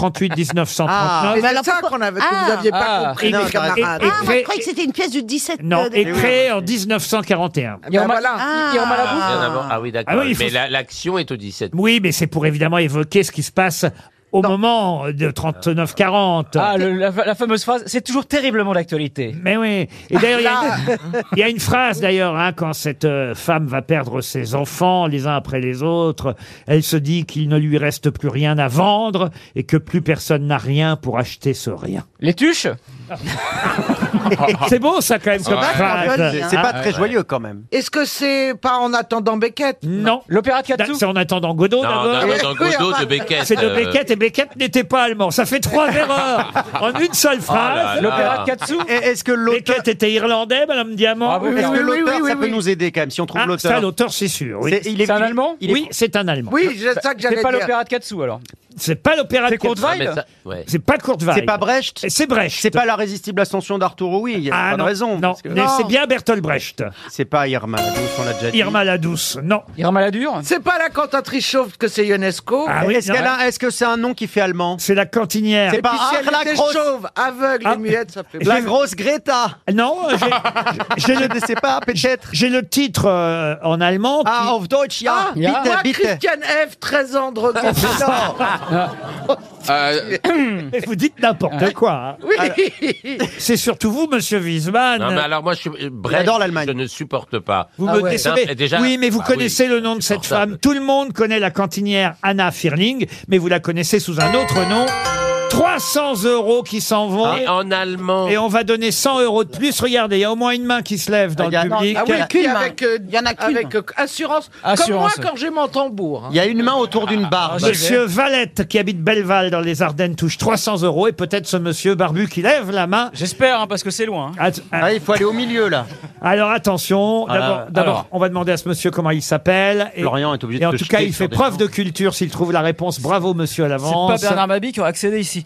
Speaker 2: 1938-1939.
Speaker 5: Ah, mais
Speaker 8: Mais alors
Speaker 5: c'est ça
Speaker 8: pourquoi-
Speaker 5: qu'on avait, que
Speaker 8: Ah.
Speaker 5: vous n'aviez pas
Speaker 10: Ah.
Speaker 5: compris,
Speaker 2: Et-
Speaker 5: mes
Speaker 2: et-
Speaker 5: camarades.
Speaker 2: et-
Speaker 8: Ah, moi
Speaker 2: Écrit-
Speaker 8: je croyais que c'était une pièce du 17
Speaker 2: non,
Speaker 8: euh,
Speaker 2: et
Speaker 8: de- Ah.
Speaker 2: créé en 1941.
Speaker 5: Ben
Speaker 10: Il y a Omar-
Speaker 5: voilà.
Speaker 10: il y a Omar Labouf.
Speaker 4: Bien avant. Ah oui, d'accord.
Speaker 2: Ah oui, il faut-
Speaker 4: mais la- l'action est au 17.
Speaker 2: Oui, mais c'est pour évidemment évoquer ce qui se passe au moment de 39-40.
Speaker 10: Ah, le- la, la fameuse phrase, c'est toujours terriblement d'actualité.
Speaker 2: Mais oui. Et d'ailleurs, il y
Speaker 10: Ah,
Speaker 2: a une- il y, a une phrase d'ailleurs, hein, quand cette euh, femme va perdre ses enfants les uns après les autres, elle se dit qu'il ne lui reste plus rien à vendre et que plus personne n'a rien pour acheter ce rien.
Speaker 10: Les tuches
Speaker 2: Ah, C'est beau ça quand même Ah, comme
Speaker 7: Ouais.
Speaker 2: phrase.
Speaker 3: Ah, C'est c'est pas
Speaker 4: ouais,
Speaker 3: très
Speaker 4: ouais.
Speaker 3: joyeux quand même.
Speaker 5: Est-ce que c'est pas en attendant Beckett
Speaker 2: Non. Bah,
Speaker 10: L'opéra de Katsu
Speaker 2: C'est en attendant
Speaker 4: Non,
Speaker 2: Godot
Speaker 4: non,
Speaker 2: d'abord.
Speaker 4: non, dans Godot de Beckett.
Speaker 2: C'est de
Speaker 4: euh,
Speaker 2: Beckett et Beckett n'était pas allemand. Ça fait trois erreurs en une seule phrase.
Speaker 4: Ah là là.
Speaker 10: L'opéra de Katsu
Speaker 3: Et Est-ce que l'auteur,
Speaker 2: Beckett était irlandais, Madame Diamant.
Speaker 10: Ah oui,
Speaker 3: est-ce que
Speaker 5: oui,
Speaker 3: l'auteur,
Speaker 5: oui,
Speaker 3: ça
Speaker 5: oui,
Speaker 3: peut
Speaker 5: oui.
Speaker 3: nous aider quand même si on trouve
Speaker 2: Ah, ça,
Speaker 3: l'auteur
Speaker 2: l'auteur, c'est sûr. Oui,
Speaker 3: C'est- il est-
Speaker 10: C'est un Allemand
Speaker 3: il est-
Speaker 2: Oui, c'est un Allemand.
Speaker 5: Oui, c'est ça que j'allais
Speaker 10: C'est pas
Speaker 5: dire.
Speaker 10: l'opéra de Katsu alors.
Speaker 2: C'est pas l'opéra
Speaker 10: C'est
Speaker 2: de Katsu.
Speaker 4: ah, mais
Speaker 10: Courtevaille
Speaker 4: ça- ouais.
Speaker 2: C'est pas Courtevaille.
Speaker 3: C'est pas Brecht.
Speaker 2: C'est Brecht.
Speaker 3: C'est pas la résistible ascension d'Arturo. Oui, il y a
Speaker 2: Ah
Speaker 3: pas de
Speaker 2: non,
Speaker 3: raison.
Speaker 2: non,
Speaker 3: parce que-
Speaker 2: mais c'est bien Bertolt Brecht.
Speaker 3: C'est pas Irma Larousse, on l'a déjà dit.
Speaker 2: Irma la douce, non.
Speaker 10: Irma Ladur
Speaker 5: C'est pas la cantatrice chauve que c'est Ionesco
Speaker 2: Ah oui,
Speaker 3: Est-ce
Speaker 2: non.
Speaker 3: qu'elle a- est-ce que c'est un nom qui fait allemand
Speaker 2: C'est la cantinière.
Speaker 3: C'est
Speaker 5: Puis
Speaker 3: pas
Speaker 5: si elle
Speaker 3: Arla
Speaker 5: était
Speaker 3: Grosse.
Speaker 5: chauve, aveugle
Speaker 2: Ah.
Speaker 5: et muette, ça fait
Speaker 2: La-
Speaker 3: La grosse Greta.
Speaker 2: Non, euh, j'ai- j'ai
Speaker 3: Je
Speaker 2: le,
Speaker 3: ne sais pas, peut-être.
Speaker 2: j'ai le titre euh, en allemand. qui-
Speaker 3: Ah, auf Deutsch, ja.
Speaker 10: ja.
Speaker 5: Moi,
Speaker 3: Bitte, Ah, bitte.
Speaker 5: Christiane F, 13 ans, droguée.
Speaker 7: Euh,
Speaker 2: Et vous dites
Speaker 4: euh,
Speaker 2: n'importe quoi. hein.
Speaker 5: Oui,
Speaker 2: C'est surtout vous, Monsieur Wiesmann.
Speaker 4: Non, mais alors moi, je suis. euh, Bref,
Speaker 3: adore l'Allemagne.
Speaker 4: Je ne supporte pas.
Speaker 2: Vous
Speaker 5: Ah
Speaker 2: me
Speaker 5: ouais.
Speaker 2: décevez.
Speaker 4: Non, déjà-
Speaker 2: oui, mais vous
Speaker 4: bah
Speaker 2: connaissez
Speaker 4: oui,
Speaker 2: le nom de cette
Speaker 4: supportable.
Speaker 2: femme. Tout le monde connaît la cantinière Anna Firling, mais vous la connaissez sous un autre nom. 300 euros qui s'en vont.
Speaker 4: Et en allemand.
Speaker 2: Et on va donner 100 euros de plus. Regardez, il y a au moins une main qui se lève dans le public.
Speaker 5: Ah oui, avec, euh, avec, euh, assurance. Comme moi
Speaker 2: Assurance.
Speaker 5: quand j'ai mon tambour. hein.
Speaker 2: y a une main autour d'une
Speaker 10: Ah,
Speaker 2: barre.
Speaker 5: j'y vais.
Speaker 2: Monsieur Valette, qui habite Belleval dans les Ardennes, touche 300 euros. Et peut-être ce monsieur barbu qui lève la main.
Speaker 10: J'espère, hein, parce que c'est loin. hein.
Speaker 2: Ah, il faut aller au milieu, là. Alors attention,
Speaker 10: Ah,
Speaker 2: d'abord- d'abord,
Speaker 10: alors.
Speaker 2: on va demander à ce monsieur comment il s'appelle. Et-
Speaker 10: Florian est obligé de
Speaker 2: Et en
Speaker 10: te
Speaker 2: tout cas,
Speaker 10: jeter
Speaker 2: il
Speaker 10: sur
Speaker 2: fait
Speaker 10: des
Speaker 2: preuve de culture s'il trouve la réponse. Bravo, monsieur, à
Speaker 10: C'est
Speaker 2: l'avance.
Speaker 10: pas Bernard Mabi qui aura accédé ici.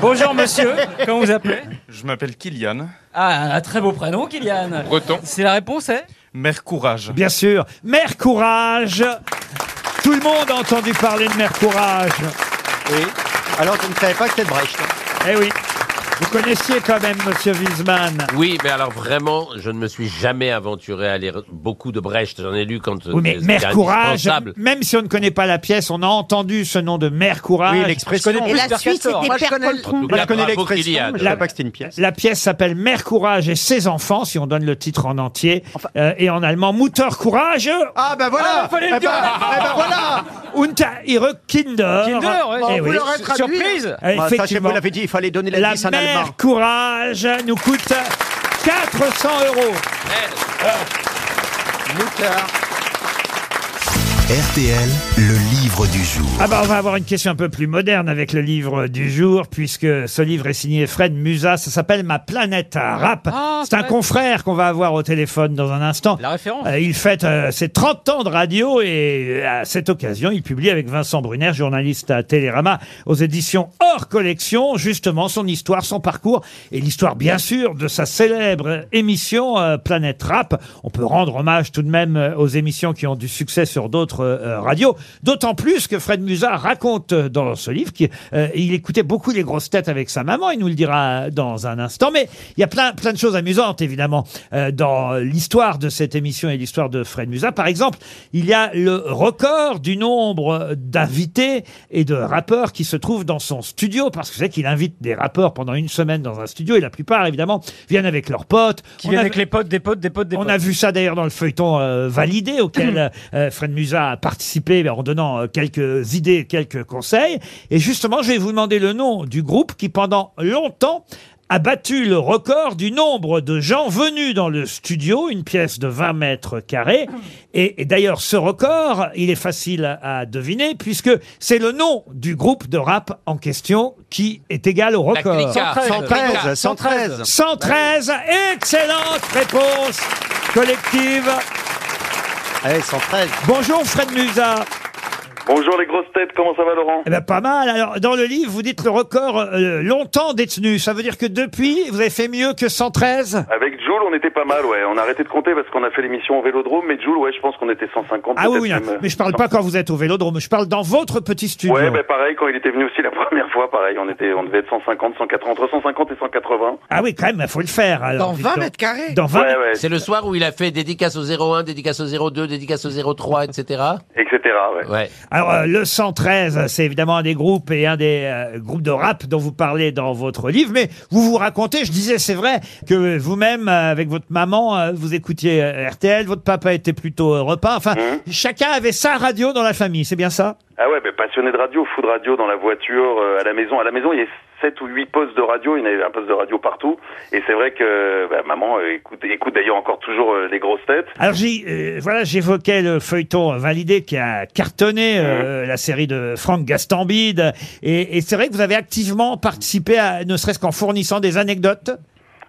Speaker 10: Bonjour monsieur, comment vous appelez
Speaker 6: Je m'appelle Kylian.
Speaker 10: Ah, un très beau prénom, Kylian.
Speaker 6: Breton.
Speaker 10: C'est la réponse, hein est
Speaker 6: Mère Courage.
Speaker 2: Bien sûr. Mère Courage. Tout le monde a entendu parler de Mère Courage. Oui. Alors, vous ne savez pas que c'est Brecht. Eh oui. Vous connaissiez quand même Monsieur Wiesmann.
Speaker 4: Oui, mais alors vraiment, je ne me suis jamais aventuré à lire beaucoup de Brecht. J'en ai lu quand.
Speaker 2: Oui, mais
Speaker 4: c'était
Speaker 2: Mère Courage,
Speaker 4: Euh, indispensable.
Speaker 2: même si on ne connaît pas la pièce, on a entendu ce nom de Mère Courage.
Speaker 4: Oui, l'expression.
Speaker 2: Je connais
Speaker 8: Et
Speaker 2: plus
Speaker 8: la
Speaker 2: Père
Speaker 8: suite,
Speaker 2: Castor.
Speaker 8: c'était Moi, je Père connais- Coltron.
Speaker 4: en tout cas,
Speaker 2: Moi, je connais
Speaker 4: bravo,
Speaker 2: l'expression,
Speaker 4: Kylian.
Speaker 2: mais je savais pas que c'était une pièce. La pièce s'appelle Mère Courage et ses enfants, si on donne le titre en entier, Euh, et en allemand Mutter Courage.
Speaker 3: Ah ben voilà
Speaker 2: Ah, fallait le
Speaker 3: Eh ben-
Speaker 2: dire en
Speaker 3: eh ben voilà
Speaker 2: Unter ihre Kinder.
Speaker 3: Kinder, ouais.
Speaker 2: Eh
Speaker 3: Vous l'aurez traduit. Surprise. Bah,
Speaker 2: Eh,
Speaker 3: ça, je
Speaker 2: effectivement.
Speaker 3: vous l'avais dit, il fallait donner la
Speaker 2: La
Speaker 3: 10 en
Speaker 2: Mère
Speaker 3: allemand.
Speaker 2: Courage nous coûte 400 euros.
Speaker 3: Eh.
Speaker 2: Euh.
Speaker 1: RTL, le livre du jour.
Speaker 2: Ah bah on va avoir une question un peu plus moderne avec le livre du jour, puisque ce livre est signé Fred Musa, ça s'appelle Ma planète à rap.
Speaker 10: Ah,
Speaker 2: C'est un
Speaker 10: Fred.
Speaker 2: confrère qu'on va avoir au téléphone dans un instant.
Speaker 10: La référence.
Speaker 2: Euh, il fête euh, ses 30 ans de radio et euh, à cette occasion, il publie avec Vincent Brunner, journaliste à Télérama, aux éditions Hors Collection, justement son histoire, son parcours et l'histoire, bien sûr, de sa célèbre émission euh, Planète Rap. On peut rendre hommage tout de même euh, aux émissions qui ont du succès sur d'autres euh, radios, d'autant plus que Fred Musa raconte euh, dans ce livre qu'il euh, il écoutait beaucoup les grosses têtes avec sa maman, il nous le dira euh, dans un instant, mais il y a plein, plein de choses amusantes, évidemment, euh, dans l'histoire de cette émission et l'histoire de Fred Musa. Par exemple, il y a le record du nombre d'invités et de rappeurs qui se trouvent dans son studio, parce que c'est qu'il invite des rappeurs pendant une semaine dans un studio, et la plupart, évidemment, viennent avec leurs potes.
Speaker 10: Qui
Speaker 2: On
Speaker 10: viennent
Speaker 2: a-
Speaker 10: avec les potes, des potes, des potes, des
Speaker 2: on
Speaker 10: potes.
Speaker 2: a vu ça d'ailleurs dans le feuilleton euh, validé auquel euh, Fred Musa a participé ben, en donnant euh, quelques idées, quelques conseils. Et justement, je vais vous demander le nom du groupe qui pendant longtemps a battu le record du nombre de gens venus dans le studio, une pièce de 20 mètres carrés. Et, et d'ailleurs, ce record, il est facile à, à deviner puisque c'est le nom du groupe de rap en question qui est égal au
Speaker 3: La
Speaker 2: record.
Speaker 3: Clica. 113, 113.
Speaker 2: 113, excellente réponse collective.
Speaker 3: Allez, 113.
Speaker 2: Bonjour Fred Musa.
Speaker 17: Bonjour les grosses têtes, comment ça va Laurent
Speaker 2: Eh ben, pas mal. Alors, dans le livre, vous dites le record euh, longtemps détenu. Ça veut dire que depuis, vous avez fait mieux que 113
Speaker 17: Avec Joule, on était pas mal, ouais. On a arrêté de compter parce qu'on a fait l'émission au Vélodrome, mais Joule, ouais, je pense qu'on était 150.
Speaker 2: Ah oui,
Speaker 17: peut-être
Speaker 2: oui,
Speaker 17: même, euh,
Speaker 2: mais je parle pas quand vous êtes au vélodrome, je parle dans votre petit studio.
Speaker 17: Ouais, bah pareil, quand il était venu aussi la première fois, pareil, on était, on devait être 150, 180, entre 150 et 180.
Speaker 2: Ah oui, quand même, il faut le faire. alors, dites donc.
Speaker 17: carrés
Speaker 2: Dans 20
Speaker 17: ouais, ouais,
Speaker 4: C'est le soir où il a fait dédicace au 01, dédicace au 02, dédicace au 03, etc.
Speaker 17: etc. Ouais.
Speaker 2: Alors, euh, le 113, c'est évidemment un des groupes et un des euh, groupes de rap dont vous parlez dans votre livre, mais vous vous racontez, je disais, c'est vrai, que vous-même, euh, avec votre maman, euh, vous écoutiez euh, RTL, votre papa était plutôt euh, repas, enfin, chacun avait sa radio dans la famille, c'est bien ça
Speaker 17: Ah ouais, bah, passionné de radio, fou de radio dans la voiture, euh, à la maison. À la maison, il y a sept ou huit postes de radio, il y en avait un poste de radio partout. Et c'est vrai que bah, maman euh, écoute, écoute d'ailleurs encore toujours euh, les grosses têtes.
Speaker 2: Alors j'ai, euh, voilà, j'évoquais le feuilleton validé qui a cartonné euh, la série de Franck Gastambide, et, et c'est vrai que vous avez activement participé, à, ne serait-ce qu'en fournissant des anecdotes.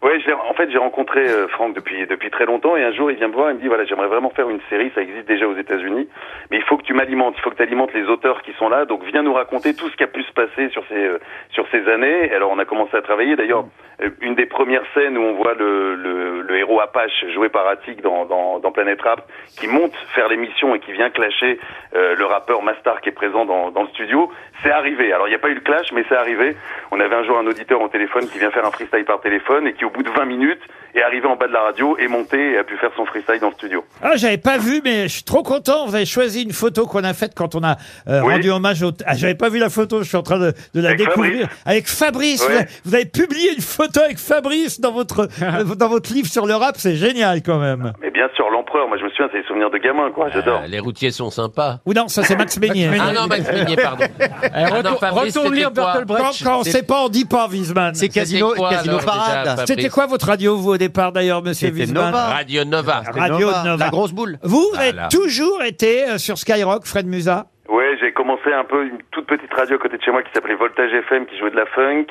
Speaker 17: Ouais, j'ai- en fait, j'ai rencontré euh, Franck depuis depuis très longtemps et un jour, il vient me voir, il me dit voilà, j'aimerais vraiment faire une série, ça existe déjà aux États-Unis, mais il faut que tu m'alimentes, il faut que tu alimentes les auteurs qui sont là, donc viens nous raconter tout ce qui a pu se passer sur ces euh, sur ces années. Et alors, on a commencé à travailler. D'ailleurs, euh, une des premières scènes où on voit le le, le héros Apache joué par Attic dans dans, dans Planet Rap, qui monte faire l'émission et qui vient clasher euh, le rappeur Mastar qui est présent dans dans le studio, c'est arrivé. Alors, il n'y a pas eu le clash, mais c'est arrivé. On avait un jour un auditeur au téléphone qui vient faire un freestyle par téléphone et qui au bout bout de 20 minutes est arrivé en bas de la radio, est monté et a pu faire son freestyle dans le studio.
Speaker 2: Ah, j'avais pas vu, mais je suis trop content. Vous avez choisi une photo qu'on a faite quand on a euh,
Speaker 17: Oui.
Speaker 2: rendu hommage au. Ah, j'avais pas vu la photo, je suis en train de, de la
Speaker 17: Avec
Speaker 2: découvrir.
Speaker 17: Fabrice.
Speaker 2: Avec Fabrice.
Speaker 17: Ouais.
Speaker 2: Vous, avez, vous avez publié une photo avec Fabrice dans votre, euh, dans votre livre sur le rap, c'est génial quand même.
Speaker 17: Mais bien sûr, l'empereur, moi je me souviens, c'est des souvenirs de gamin, quoi, j'adore.
Speaker 4: les routiers sont sympas.
Speaker 2: Ou non, ça c'est Max Beignet.
Speaker 4: Ah non, Max Beignet, pardon. Ah non,
Speaker 2: retourne-
Speaker 4: Fabrice, c'était
Speaker 2: retourne lire
Speaker 4: quoi
Speaker 2: Quand, quand on sait pas, on dit pas, Wiesmann.
Speaker 4: C'est Casino- C'était quoi, Casino alors, Parade. déjà, Fabrice
Speaker 2: C'était quoi votre radio, vous, au départ, d'ailleurs, monsieur
Speaker 4: C'était
Speaker 2: Wiesmann
Speaker 4: Nova. Radio Nova.
Speaker 2: Radio Nova. Vous, vous avez
Speaker 17: Voilà.
Speaker 2: toujours été euh, sur Skyrock, Fred Musa
Speaker 17: Ouais, j'ai commencé un peu une toute petite radio à côté de chez moi qui s'appelait Voltage FM, qui jouait de la funk.